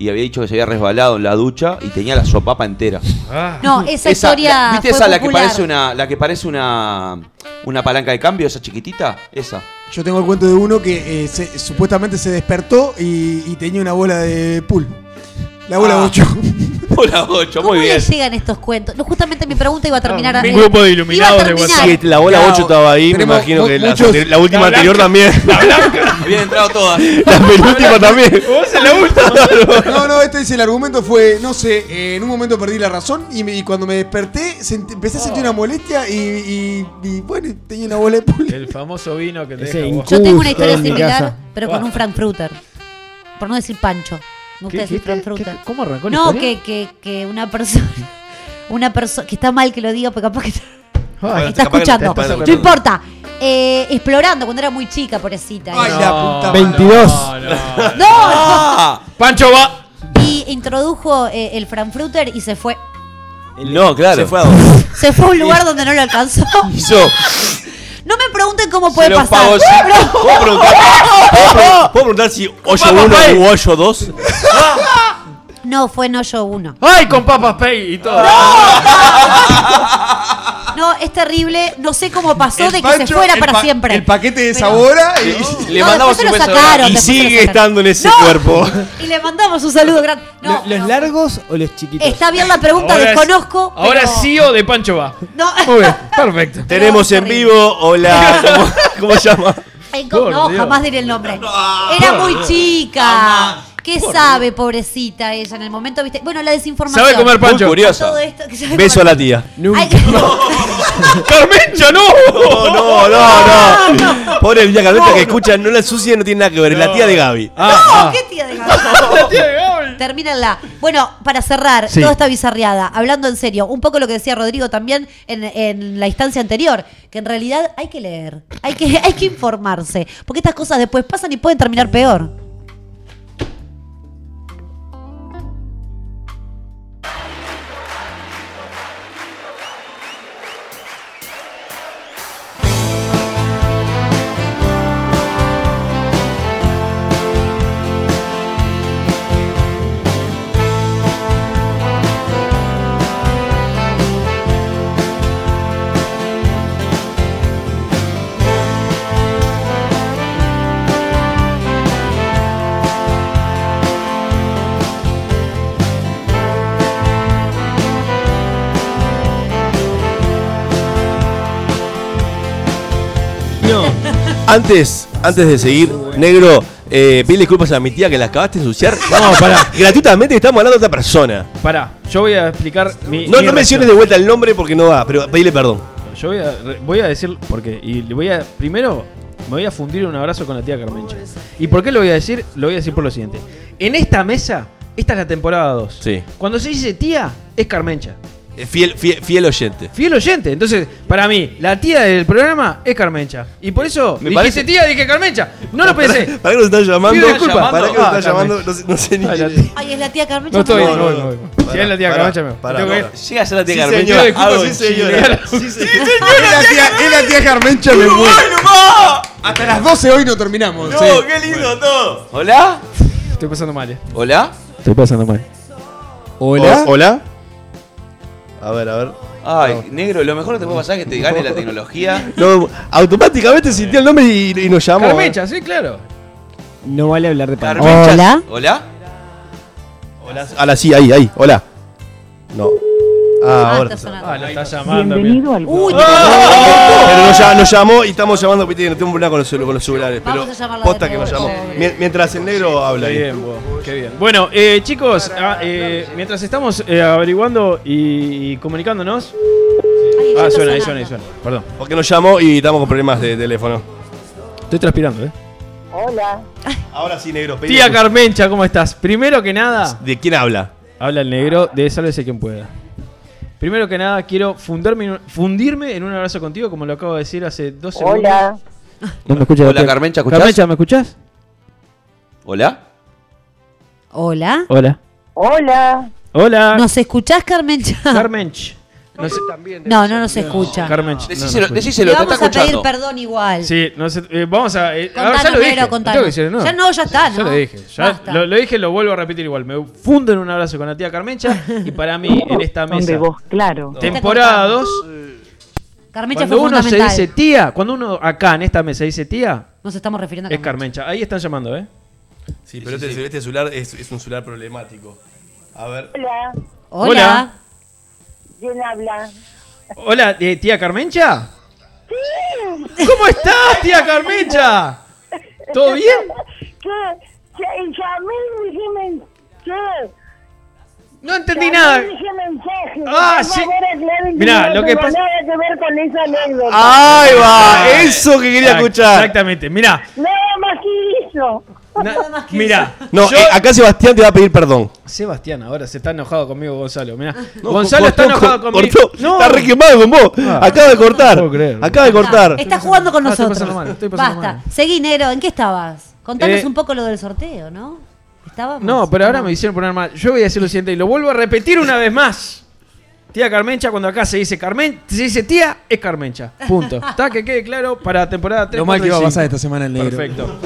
[SPEAKER 1] y había dicho que se había resbalado en la ducha y tenía la sopapa entera.
[SPEAKER 3] Ah.
[SPEAKER 2] No, esa,
[SPEAKER 1] Esa,
[SPEAKER 2] historia.
[SPEAKER 1] la- ¿Viste
[SPEAKER 2] fue
[SPEAKER 1] esa la que
[SPEAKER 2] popular.
[SPEAKER 1] parece una. La que parece una. Una palanca de cambio, esa chiquitita? Esa.
[SPEAKER 4] (laughs)
[SPEAKER 1] (laughs)
[SPEAKER 4] Yo tengo el cuento de uno que eh, se- supuestamente se despertó y, y tenía una bola de pool. La bola
[SPEAKER 1] Ah.
[SPEAKER 4] 8.
[SPEAKER 1] Hola, 8,
[SPEAKER 2] ¿Cómo
[SPEAKER 1] muy bien.
[SPEAKER 2] le llegan estos cuentos? No, justamente mi pregunta iba a terminar.
[SPEAKER 3] Ah, un
[SPEAKER 2] eh,
[SPEAKER 3] grupo de iluminados
[SPEAKER 2] iba a
[SPEAKER 3] de
[SPEAKER 2] terminar-
[SPEAKER 3] WhatsApp.
[SPEAKER 5] Si la bola
[SPEAKER 4] Claro.
[SPEAKER 5] 8 estaba ahí, me
[SPEAKER 4] Tenemos
[SPEAKER 5] imagino
[SPEAKER 4] mu-
[SPEAKER 5] que la,
[SPEAKER 4] muchos-
[SPEAKER 5] anteri- la última
[SPEAKER 3] La
[SPEAKER 5] anterior
[SPEAKER 3] blanca.
[SPEAKER 5] también.
[SPEAKER 1] Habían entrado todas.
[SPEAKER 5] La penúltima también.
[SPEAKER 3] Vos en la última.
[SPEAKER 4] (laughs) No, no, este dice, el argumento fue, no sé, eh, en un momento perdí la razón y, me- y cuando me desperté sent- empecé a sentir una molestia y, y- y, bueno, tenía una bola de pool.
[SPEAKER 3] El famoso vino que te
[SPEAKER 6] Ese
[SPEAKER 3] deja vos.
[SPEAKER 6] incu-
[SPEAKER 2] Yo tengo una
[SPEAKER 6] Justo
[SPEAKER 2] historia
[SPEAKER 6] en mi
[SPEAKER 2] similar,
[SPEAKER 6] casa.
[SPEAKER 2] pero con
[SPEAKER 3] Ah.
[SPEAKER 2] un Frankfurter. Por no decir Pancho. Me gusta
[SPEAKER 3] ¿Qué-
[SPEAKER 2] decir
[SPEAKER 3] qué-
[SPEAKER 2] Frankfurter.
[SPEAKER 3] qué- ¿Cómo arrancó la
[SPEAKER 2] No,
[SPEAKER 3] historia?
[SPEAKER 2] que, que, que una persona. (laughs) Una persona. Que está mal que lo diga, porque capaz que está, está
[SPEAKER 5] Bueno, capaz que lo
[SPEAKER 2] escuchando.
[SPEAKER 5] estás
[SPEAKER 2] No
[SPEAKER 5] escuchando.
[SPEAKER 2] importa. Eh, explorando, cuando era muy chica, pobrecita.
[SPEAKER 4] Ay, Ah.
[SPEAKER 2] No,
[SPEAKER 4] la puta madre.
[SPEAKER 2] (laughs)
[SPEAKER 3] no.
[SPEAKER 6] 22.
[SPEAKER 2] ¡No!
[SPEAKER 3] Pancho va.
[SPEAKER 2] Y introdujo eh, el Frankfurter y se fue.
[SPEAKER 5] No, claro.
[SPEAKER 1] Se fue a dos.
[SPEAKER 2] Se fue a un lugar donde no lo alcanzó.
[SPEAKER 5] Hizo.
[SPEAKER 2] No me pregunten cómo
[SPEAKER 1] Se
[SPEAKER 2] puede
[SPEAKER 1] los
[SPEAKER 2] pasar.
[SPEAKER 1] pago yo.
[SPEAKER 5] ¿Puedo preguntar, ¿puedo, pre- puedo preguntar si (laughs) hoyo 1 u hoyo 2?
[SPEAKER 2] No, fue no yo uno.
[SPEAKER 3] ¡Ay, con papas pay y todo!
[SPEAKER 2] No, es terrible. No sé cómo pasó de que se fuera para siempre.
[SPEAKER 4] El paquete de
[SPEAKER 2] Pero-
[SPEAKER 4] sabora y...
[SPEAKER 1] Le
[SPEAKER 2] No,
[SPEAKER 1] mandamos un
[SPEAKER 2] después se lo
[SPEAKER 1] beso
[SPEAKER 2] sacaron.
[SPEAKER 1] grande.
[SPEAKER 5] Y
[SPEAKER 2] después se lo
[SPEAKER 5] sigue
[SPEAKER 2] sacan.
[SPEAKER 5] estando en ese
[SPEAKER 2] No.
[SPEAKER 5] cuerpo.
[SPEAKER 2] Y le mandamos un saludo grande. No,
[SPEAKER 6] ¿Lo- ¿Los
[SPEAKER 2] no.
[SPEAKER 6] largos o los chiquitos?
[SPEAKER 2] Está bien la pregunta,
[SPEAKER 3] Ahora es-
[SPEAKER 2] desconozco.
[SPEAKER 3] Ahora
[SPEAKER 2] pero-
[SPEAKER 3] sí o de Pancho va.
[SPEAKER 2] No, (laughs)
[SPEAKER 3] Muy bien, perfecto.
[SPEAKER 5] (laughs) Tenemos en
[SPEAKER 2] terrible.
[SPEAKER 5] vivo, hola. ¿Cómo, cómo se llama?
[SPEAKER 2] En co-
[SPEAKER 3] Por
[SPEAKER 2] no,
[SPEAKER 3] Dios.
[SPEAKER 2] jamás diré el nombre. Era muy chica. ¿Qué sabe, pobrecita ella? En el momento, viste. Bueno, la desinformación.
[SPEAKER 3] Sabe comer
[SPEAKER 5] Muy
[SPEAKER 3] Pancho.
[SPEAKER 5] curiosa.
[SPEAKER 2] Todo esto que sabe
[SPEAKER 5] Beso a
[SPEAKER 2] comer.
[SPEAKER 5] la tía.
[SPEAKER 2] Ay, (laughs)
[SPEAKER 3] ¡Carmencha, no!
[SPEAKER 5] (laughs) No, no, no, no. Pobre Villa Carlota que escucha, no la sucia, no tiene nada que ver. Es la tía de Gaby.
[SPEAKER 3] Ah.
[SPEAKER 2] No, Oh, ¿Qué tía de
[SPEAKER 3] (laughs)
[SPEAKER 2] Termínenla. Bueno, para cerrar
[SPEAKER 6] Sí.
[SPEAKER 2] toda esta bizarreada, hablando en serio, un poco lo que decía Rodrigo también en, en la instancia anterior, que en realidad hay que leer, hay que, (laughs) hay que informarse, porque estas cosas después pasan y pueden terminar peor.
[SPEAKER 5] Antes, antes de seguir, negro, eh, pedirle disculpas a mi tía que la acabaste de ensuciar. No, pará. (laughs) Gratuitamente estamos hablando de otra persona.
[SPEAKER 3] Pará, yo voy a explicar mi.
[SPEAKER 5] No,
[SPEAKER 3] mi
[SPEAKER 5] no menciones de
[SPEAKER 3] reacción.
[SPEAKER 5] vuelta el nombre porque no va, pero pedirle perdón.
[SPEAKER 3] Yo voy a, re- voy a decir porque y le voy a primero me voy a fundir un abrazo con la tía Carmencha. ¿Y por qué lo voy a decir? Lo voy a decir por lo siguiente. En esta mesa, esta es la temporada 2.
[SPEAKER 5] Sí.
[SPEAKER 3] Cuando se dice tía, es Carmencha.
[SPEAKER 5] Eh, Fiel, fiel, fiel oyente.
[SPEAKER 3] Fiel oyente. Entonces, para mí, la tía del programa es Carmencha. Y por eso me
[SPEAKER 5] parece-
[SPEAKER 3] dijiste tía, dije Carmencha. No lo pensé.
[SPEAKER 5] ¿Para qué nos están llamando?
[SPEAKER 3] Pido disculpas.
[SPEAKER 5] ¿Para qué nos
[SPEAKER 3] Ah,
[SPEAKER 5] están llamando? No,
[SPEAKER 3] Carmencha.
[SPEAKER 5] sé- no sé ni
[SPEAKER 3] Ay,
[SPEAKER 5] quién
[SPEAKER 3] la
[SPEAKER 5] es.
[SPEAKER 2] Ay, es la tía Carmen.
[SPEAKER 3] No estoy,
[SPEAKER 5] No,
[SPEAKER 3] no,
[SPEAKER 5] no,
[SPEAKER 3] no,
[SPEAKER 5] no.
[SPEAKER 3] no. Si es la tía
[SPEAKER 5] Pará,
[SPEAKER 3] Carmencha, me
[SPEAKER 5] pará,
[SPEAKER 3] tengo que
[SPEAKER 5] pará.
[SPEAKER 3] ir.
[SPEAKER 1] Llega a ser la tía
[SPEAKER 5] Sí,
[SPEAKER 1] Carmencha.
[SPEAKER 5] señora. ah,
[SPEAKER 1] Hago
[SPEAKER 5] Sí,
[SPEAKER 1] el
[SPEAKER 5] señora. (laughs)
[SPEAKER 1] chile.
[SPEAKER 5] Sí, señora.
[SPEAKER 4] Es la tía, es la tía Carmencha me muere. Hasta las 12 hoy no terminamos.
[SPEAKER 5] No,
[SPEAKER 4] sí.
[SPEAKER 5] qué lindo todo.
[SPEAKER 1] ¿Hola?
[SPEAKER 3] Estoy pasando mal. eh.
[SPEAKER 1] ¿Hola?
[SPEAKER 3] Estoy pasando mal.
[SPEAKER 5] ¿Hola? ¿Hola? A ver, a ver.
[SPEAKER 1] Ay, negro, lo mejor que te puede pasar es que te gane la tecnología.
[SPEAKER 5] No, automáticamente sintió el nombre y, y nos llamó. ¿eh?
[SPEAKER 3] Carmencha, sí, claro.
[SPEAKER 6] No vale hablar de pan.
[SPEAKER 5] Carmencha.
[SPEAKER 2] Hola.
[SPEAKER 1] ¿Hola?
[SPEAKER 5] Hola. Ahora sí, ahí, ahí. Hola. No. Ah, ahora.
[SPEAKER 3] Ah, la está llamando. mira.
[SPEAKER 2] Uy,
[SPEAKER 5] Pero nos, ll- nos llamó y estamos llamando, viste, que no tengo problema con los, celu- con los celulares. Pero
[SPEAKER 2] Vamos a llamarla de
[SPEAKER 5] posta que nos llamó.
[SPEAKER 2] nuevo,
[SPEAKER 5] Mien- Mientras el negro habla.
[SPEAKER 3] Qué
[SPEAKER 5] ahí.
[SPEAKER 3] bien, vos, qué bien. Bueno, eh, chicos, ah, eh, mientras estamos eh, averiguando y, y comunicándonos. Ah, suena, ahí suena, ahí suena. Perdón.
[SPEAKER 5] Porque nos llamó y estamos con problemas de teléfono.
[SPEAKER 3] Estoy transpirando, ¿eh?
[SPEAKER 13] Hola.
[SPEAKER 5] Ahora sí, negro. pedí
[SPEAKER 3] Tía
[SPEAKER 5] disculpas.
[SPEAKER 3] Carmencha, ¿cómo estás? Primero que nada,
[SPEAKER 5] ¿De quién habla?
[SPEAKER 3] habla el negro de Sálvese quien pueda. Primero que nada, quiero fundarme en un- fundirme en un abrazo contigo, como lo acabo de decir hace dos segundos.
[SPEAKER 13] Hola.
[SPEAKER 6] No me escucha.
[SPEAKER 1] Hola, Carmencha, ¿escuchás?
[SPEAKER 6] Carmencha, ¿me escuchás?
[SPEAKER 1] ¿Hola?
[SPEAKER 2] Hola.
[SPEAKER 6] Hola.
[SPEAKER 13] Hola.
[SPEAKER 3] Hola,
[SPEAKER 2] ¿Nos escuchás, Carmencha?
[SPEAKER 3] Carmench. No sé-
[SPEAKER 2] no, no nos escucha.
[SPEAKER 3] Carmench. no, no
[SPEAKER 1] Decíselo,
[SPEAKER 3] escucho.
[SPEAKER 1] decíselo,
[SPEAKER 2] Le
[SPEAKER 1] te
[SPEAKER 2] vamos
[SPEAKER 1] está
[SPEAKER 2] a pedir
[SPEAKER 1] escuchando.
[SPEAKER 2] perdón igual.
[SPEAKER 3] Sí, no sé, eh, vamos a. eh, a ver,
[SPEAKER 2] Contanos,
[SPEAKER 3] ya lo
[SPEAKER 2] Vero,
[SPEAKER 3] dije.
[SPEAKER 2] contanos.
[SPEAKER 3] tengo que decirlo,
[SPEAKER 2] Ya no, ya está,
[SPEAKER 3] Ya
[SPEAKER 2] ¿no?
[SPEAKER 3] lo dije. Ya
[SPEAKER 2] Basta.
[SPEAKER 3] lo, lo dije, lo vuelvo a repetir igual. Me fundo en un abrazo con la tía Carmencha y para mí,
[SPEAKER 2] (laughs)
[SPEAKER 3] en esta
[SPEAKER 13] Son de
[SPEAKER 3] mesa,
[SPEAKER 13] vos, claro.
[SPEAKER 3] temporada 2,
[SPEAKER 2] Carmencha
[SPEAKER 3] cuando
[SPEAKER 2] fue
[SPEAKER 3] uno se
[SPEAKER 2] fundamental.
[SPEAKER 3] dice tía, cuando uno acá en esta mesa dice tía,
[SPEAKER 2] Nos estamos refiriendo a
[SPEAKER 3] es
[SPEAKER 2] Carmencha.
[SPEAKER 3] Carmencha. Ahí están llamando, ¿eh?
[SPEAKER 5] Sí, pero este, este celular es, es un celular problemático. A ver.
[SPEAKER 13] Hola.
[SPEAKER 2] Hola.
[SPEAKER 3] Hola.
[SPEAKER 13] ¿Quién habla?
[SPEAKER 3] Hola, eh, tía Carmencha. ¿Cómo estás, tía Carmencha? ¿Todo bien?
[SPEAKER 13] ¿Qué? ¿Qué? Llamé y dije men- ¿Qué?
[SPEAKER 3] No entendí
[SPEAKER 13] Llamé
[SPEAKER 3] nada.
[SPEAKER 13] y dije mensaje.
[SPEAKER 3] Ah,
[SPEAKER 13] Por
[SPEAKER 3] sí.
[SPEAKER 13] favor, aclaren
[SPEAKER 3] Mirá,
[SPEAKER 13] no
[SPEAKER 3] lo que
[SPEAKER 13] tengo
[SPEAKER 3] pasa-
[SPEAKER 13] nada que ver con esa anécdota.
[SPEAKER 5] ¡Ahí va!
[SPEAKER 3] Ay.
[SPEAKER 5] Eso que quería
[SPEAKER 3] Exact-
[SPEAKER 5] escuchar.
[SPEAKER 3] Ah, Exactamente. Mira,
[SPEAKER 13] Nada más que eso.
[SPEAKER 3] mira.
[SPEAKER 5] No, eh, acá Sebastián te va a pedir perdón.
[SPEAKER 3] Sebastián ahora se está enojado conmigo, Gonzalo. Mirá.
[SPEAKER 5] No,
[SPEAKER 3] Gonzalo
[SPEAKER 5] cortó,
[SPEAKER 3] está enojado
[SPEAKER 5] co-
[SPEAKER 3] conmigo.
[SPEAKER 5] cortó.
[SPEAKER 3] No,
[SPEAKER 5] Está re quemado con vos.
[SPEAKER 3] Ah.
[SPEAKER 5] Acaba de cortar.
[SPEAKER 3] No puedo creer.
[SPEAKER 5] Acaba de cortar.
[SPEAKER 2] Está jugando con
[SPEAKER 3] Ah, estoy
[SPEAKER 2] nosotros.
[SPEAKER 3] pasando mal, estoy pasando
[SPEAKER 2] Basta.
[SPEAKER 3] mal.
[SPEAKER 2] Seguí, Nero. ¿En qué estabas? Contanos
[SPEAKER 3] Eh,
[SPEAKER 2] un poco lo del sorteo, ¿no? Estábamos.
[SPEAKER 3] no, pero ahora me hicieron poner mal. Yo voy a decir lo siguiente y lo vuelvo a repetir una vez más. Tía Carmencha, cuando acá se dice Carmen, se dice tía, es Carmencha. Punto. Está que quede claro para temporada 3.
[SPEAKER 4] Lo mal que iba a pasar esta semana el negro.
[SPEAKER 3] Perfecto.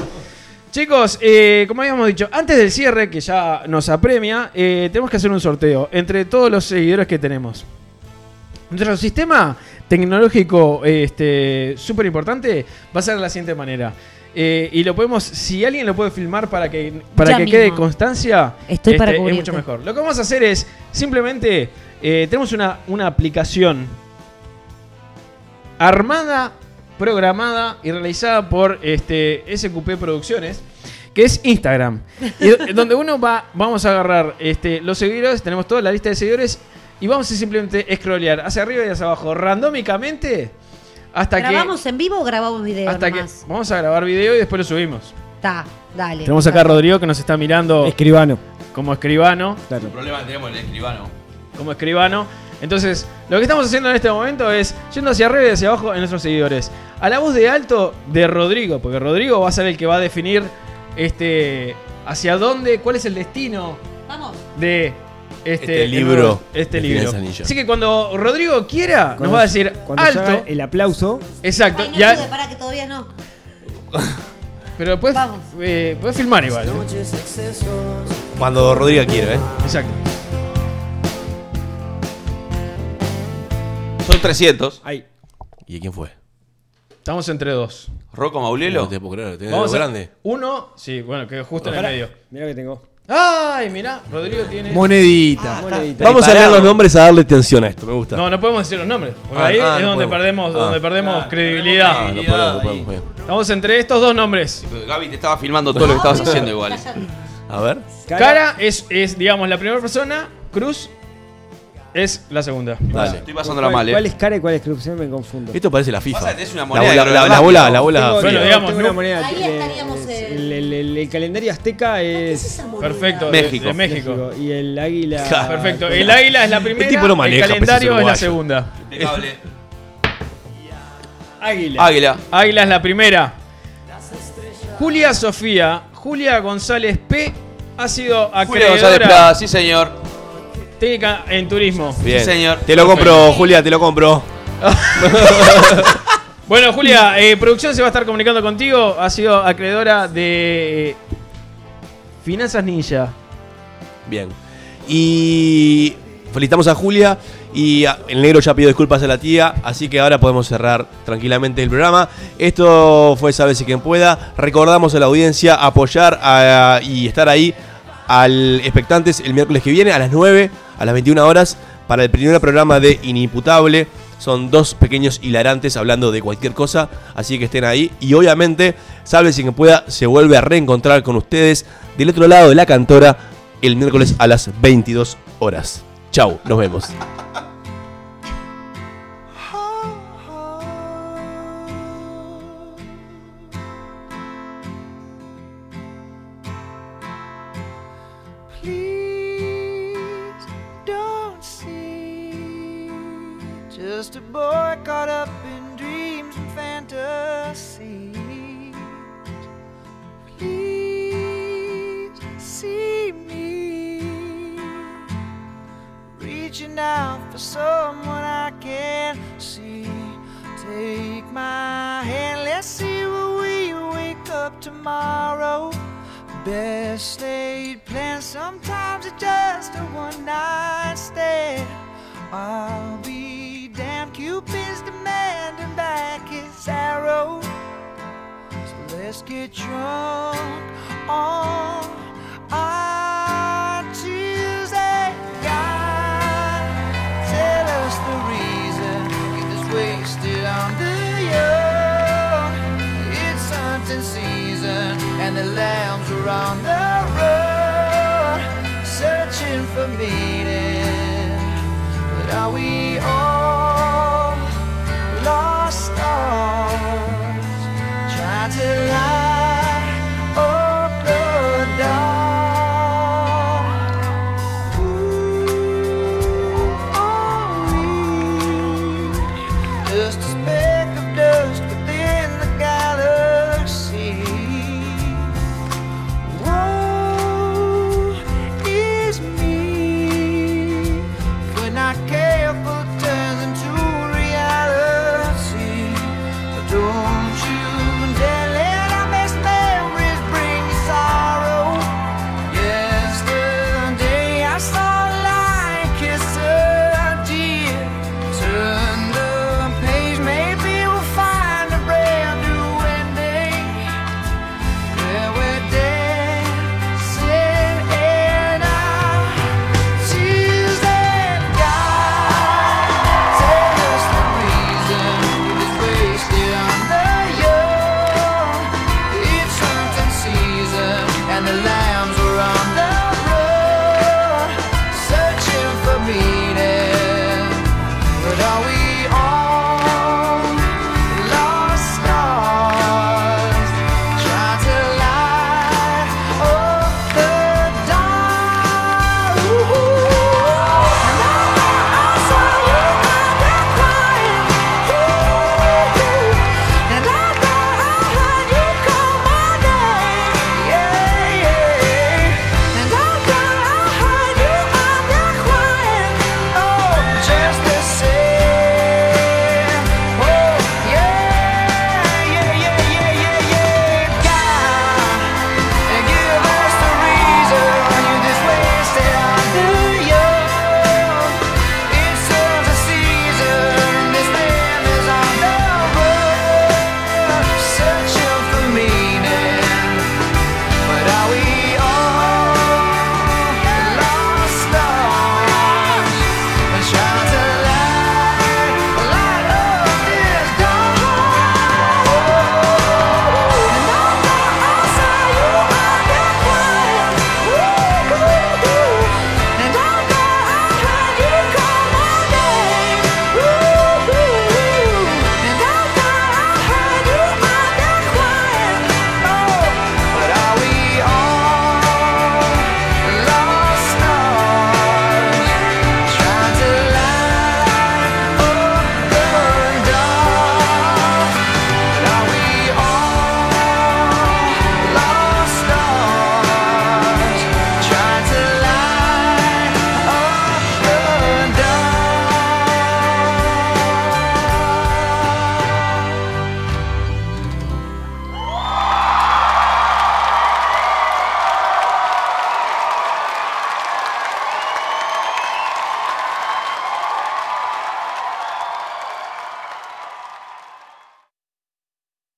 [SPEAKER 3] Chicos, eh, como habíamos dicho, antes del cierre, que ya nos apremia, eh, tenemos que hacer un sorteo entre todos los seguidores que tenemos. Nuestro sistema tecnológico este, súper importante va a ser de la siguiente manera. Eh, y lo podemos, si alguien lo puede filmar para que, para
[SPEAKER 2] Ya
[SPEAKER 3] que
[SPEAKER 2] mismo.
[SPEAKER 3] quede constancia, este,
[SPEAKER 2] Estoy para
[SPEAKER 3] es
[SPEAKER 2] cubrirte.
[SPEAKER 3] mucho mejor. Lo que vamos a hacer es, simplemente, eh, tenemos una, una aplicación armada, programada y realizada por este, SQP Producciones, que es Instagram. Y do- donde uno va, vamos a agarrar este, los seguidores, tenemos toda la lista de seguidores y vamos a simplemente scrollear hacia arriba y hacia abajo, randómicamente, hasta
[SPEAKER 2] ¿Grabamos
[SPEAKER 3] que...
[SPEAKER 2] en vivo o grabamos video?
[SPEAKER 3] Hasta que
[SPEAKER 2] nomás?
[SPEAKER 3] vamos a grabar video y después lo subimos.
[SPEAKER 2] Está, dale.
[SPEAKER 3] Tenemos acá a Rodrigo que nos está mirando
[SPEAKER 6] Escribano.
[SPEAKER 3] como escribano.
[SPEAKER 6] Claro.
[SPEAKER 1] problema que tenemos el escribano.
[SPEAKER 3] como escribano. Entonces, lo que estamos haciendo en este momento es yendo hacia arriba y hacia abajo en nuestros seguidores. A la voz de alto de Rodrigo, porque Rodrigo va a ser el que va a definir este hacia dónde, cuál es el destino
[SPEAKER 2] Vamos.
[SPEAKER 3] de este,
[SPEAKER 5] Este libro
[SPEAKER 3] Este
[SPEAKER 5] de
[SPEAKER 3] libro.
[SPEAKER 5] Finanzas Ninja.
[SPEAKER 3] Así que cuando Rodrigo quiera,
[SPEAKER 6] Cuando
[SPEAKER 3] nos va a
[SPEAKER 6] se-
[SPEAKER 3] decir
[SPEAKER 6] cuando se haga
[SPEAKER 3] alto.
[SPEAKER 6] El aplauso.
[SPEAKER 3] Exacto.
[SPEAKER 2] Ay, no
[SPEAKER 3] y a-
[SPEAKER 2] pude, pará, que todavía no.
[SPEAKER 3] pero puedes,
[SPEAKER 2] Vamos.
[SPEAKER 3] eh, puedes filmar igual. ¿eh?
[SPEAKER 5] Cuando Rodríguez quiera, ¿eh?
[SPEAKER 3] Exacto.
[SPEAKER 1] Son 300.
[SPEAKER 3] Ahí.
[SPEAKER 5] ¿Y quién fue?
[SPEAKER 3] Estamos entre dos.
[SPEAKER 1] Rocco
[SPEAKER 5] No
[SPEAKER 1] Maulelo.
[SPEAKER 5] te puedo creer, tenés
[SPEAKER 3] Vamos
[SPEAKER 5] algo
[SPEAKER 3] a-
[SPEAKER 5] Eh, grande.
[SPEAKER 3] Uno, sí, bueno, que justo en el medio.
[SPEAKER 6] Mira que tengo.
[SPEAKER 2] Ay, mirá, Rodrigo tiene.
[SPEAKER 5] Monedita.
[SPEAKER 2] Monedita.
[SPEAKER 5] Vamos a leer los nombres a darle atención a esto, me gusta.
[SPEAKER 2] No, no podemos decir los nombres. Porque
[SPEAKER 5] Ah,
[SPEAKER 2] ahí
[SPEAKER 5] ah,
[SPEAKER 2] es
[SPEAKER 5] no
[SPEAKER 2] donde
[SPEAKER 5] podemos.
[SPEAKER 2] perdemos,
[SPEAKER 5] Ah.
[SPEAKER 2] donde perdemos
[SPEAKER 1] (laughs)
[SPEAKER 2] credibilidad.
[SPEAKER 1] Ah, no podemos, no podemos, bien.
[SPEAKER 2] Estamos entre estos dos nombres.
[SPEAKER 1] Gaby te estaba filmando todo lo que
[SPEAKER 2] Ah,
[SPEAKER 1] estabas haciendo igual.
[SPEAKER 5] A ver.
[SPEAKER 2] Cara es, es digamos, la primera persona. Cruz es la segunda.
[SPEAKER 1] Dale. Estoy pasándola mal, eh.
[SPEAKER 6] ¿Cuál es cara y cuál es cruz? Siempre me confundo.
[SPEAKER 5] Esto parece la FIFA.
[SPEAKER 1] Pasa que es una
[SPEAKER 5] La
[SPEAKER 1] moneda
[SPEAKER 5] bola-
[SPEAKER 1] de
[SPEAKER 5] la- la
[SPEAKER 1] Croacia,
[SPEAKER 5] bola-
[SPEAKER 1] ¿no?
[SPEAKER 5] la bola- Tengo-
[SPEAKER 6] Bueno,
[SPEAKER 5] Sí.
[SPEAKER 6] digamos,
[SPEAKER 5] Tengo
[SPEAKER 6] una
[SPEAKER 5] ¿no?
[SPEAKER 6] moneda.
[SPEAKER 5] Ahí
[SPEAKER 6] eh, es el, el- el calendario azteca es.
[SPEAKER 2] Perfecto, de- México. de México.
[SPEAKER 6] Y el águila.
[SPEAKER 2] Ja. Perfecto, el águila es la primera, El tipo no el maneja, calendario pero es es la uruguayo. segunda.
[SPEAKER 1] Impecable.
[SPEAKER 2] Águila.
[SPEAKER 1] Águila.
[SPEAKER 2] Águila es la primera. Julia Sofía, Julia González P. ha sido
[SPEAKER 1] Julio
[SPEAKER 2] acreedora
[SPEAKER 1] González Prada, sí señor.
[SPEAKER 2] técnica en turismo.
[SPEAKER 5] Bien.
[SPEAKER 1] Sí, señor.
[SPEAKER 5] Te lo compro, Julia, te lo compro.
[SPEAKER 2] Bueno, Julia, eh, producción se va a estar comunicando contigo. Ha sido acreedora de eh, Finanzas Ninja.
[SPEAKER 5] Bien. Y felicitamos a Julia. Y a- el negro ya pidió disculpas a la tía, así que ahora podemos cerrar tranquilamente el programa. Esto fue Sabe si quien pueda. Recordamos a la audiencia apoyar a- y estar ahí al expectantes el miércoles que viene a las 9, a las 21 horas, para el primer programa de Inimputable. Son dos pequeños hilarantes hablando de cualquier cosa, así que estén ahí. Y obviamente, Sabe si quien pueda, se vuelve a reencontrar con ustedes del otro lado de la cantora el miércoles a las 22 horas. Chau, nos vemos.
[SPEAKER 3] Please don't see. Just a boy caught up in dreams and fantasies. Please see me. Reaching out for someone I can't see. Take my hand, let's see where we wake up tomorrow best laid plans. Sometimes it's just a one night stand. I'll be damned. Cupid's demanding back his arrow. So let's get drunk on our Tuesday. God, tell us the reason it is wasted on the young. It's hunting season, and the lambs are on the road, searching for meaning. But are we all? oh,
[SPEAKER 10] oh,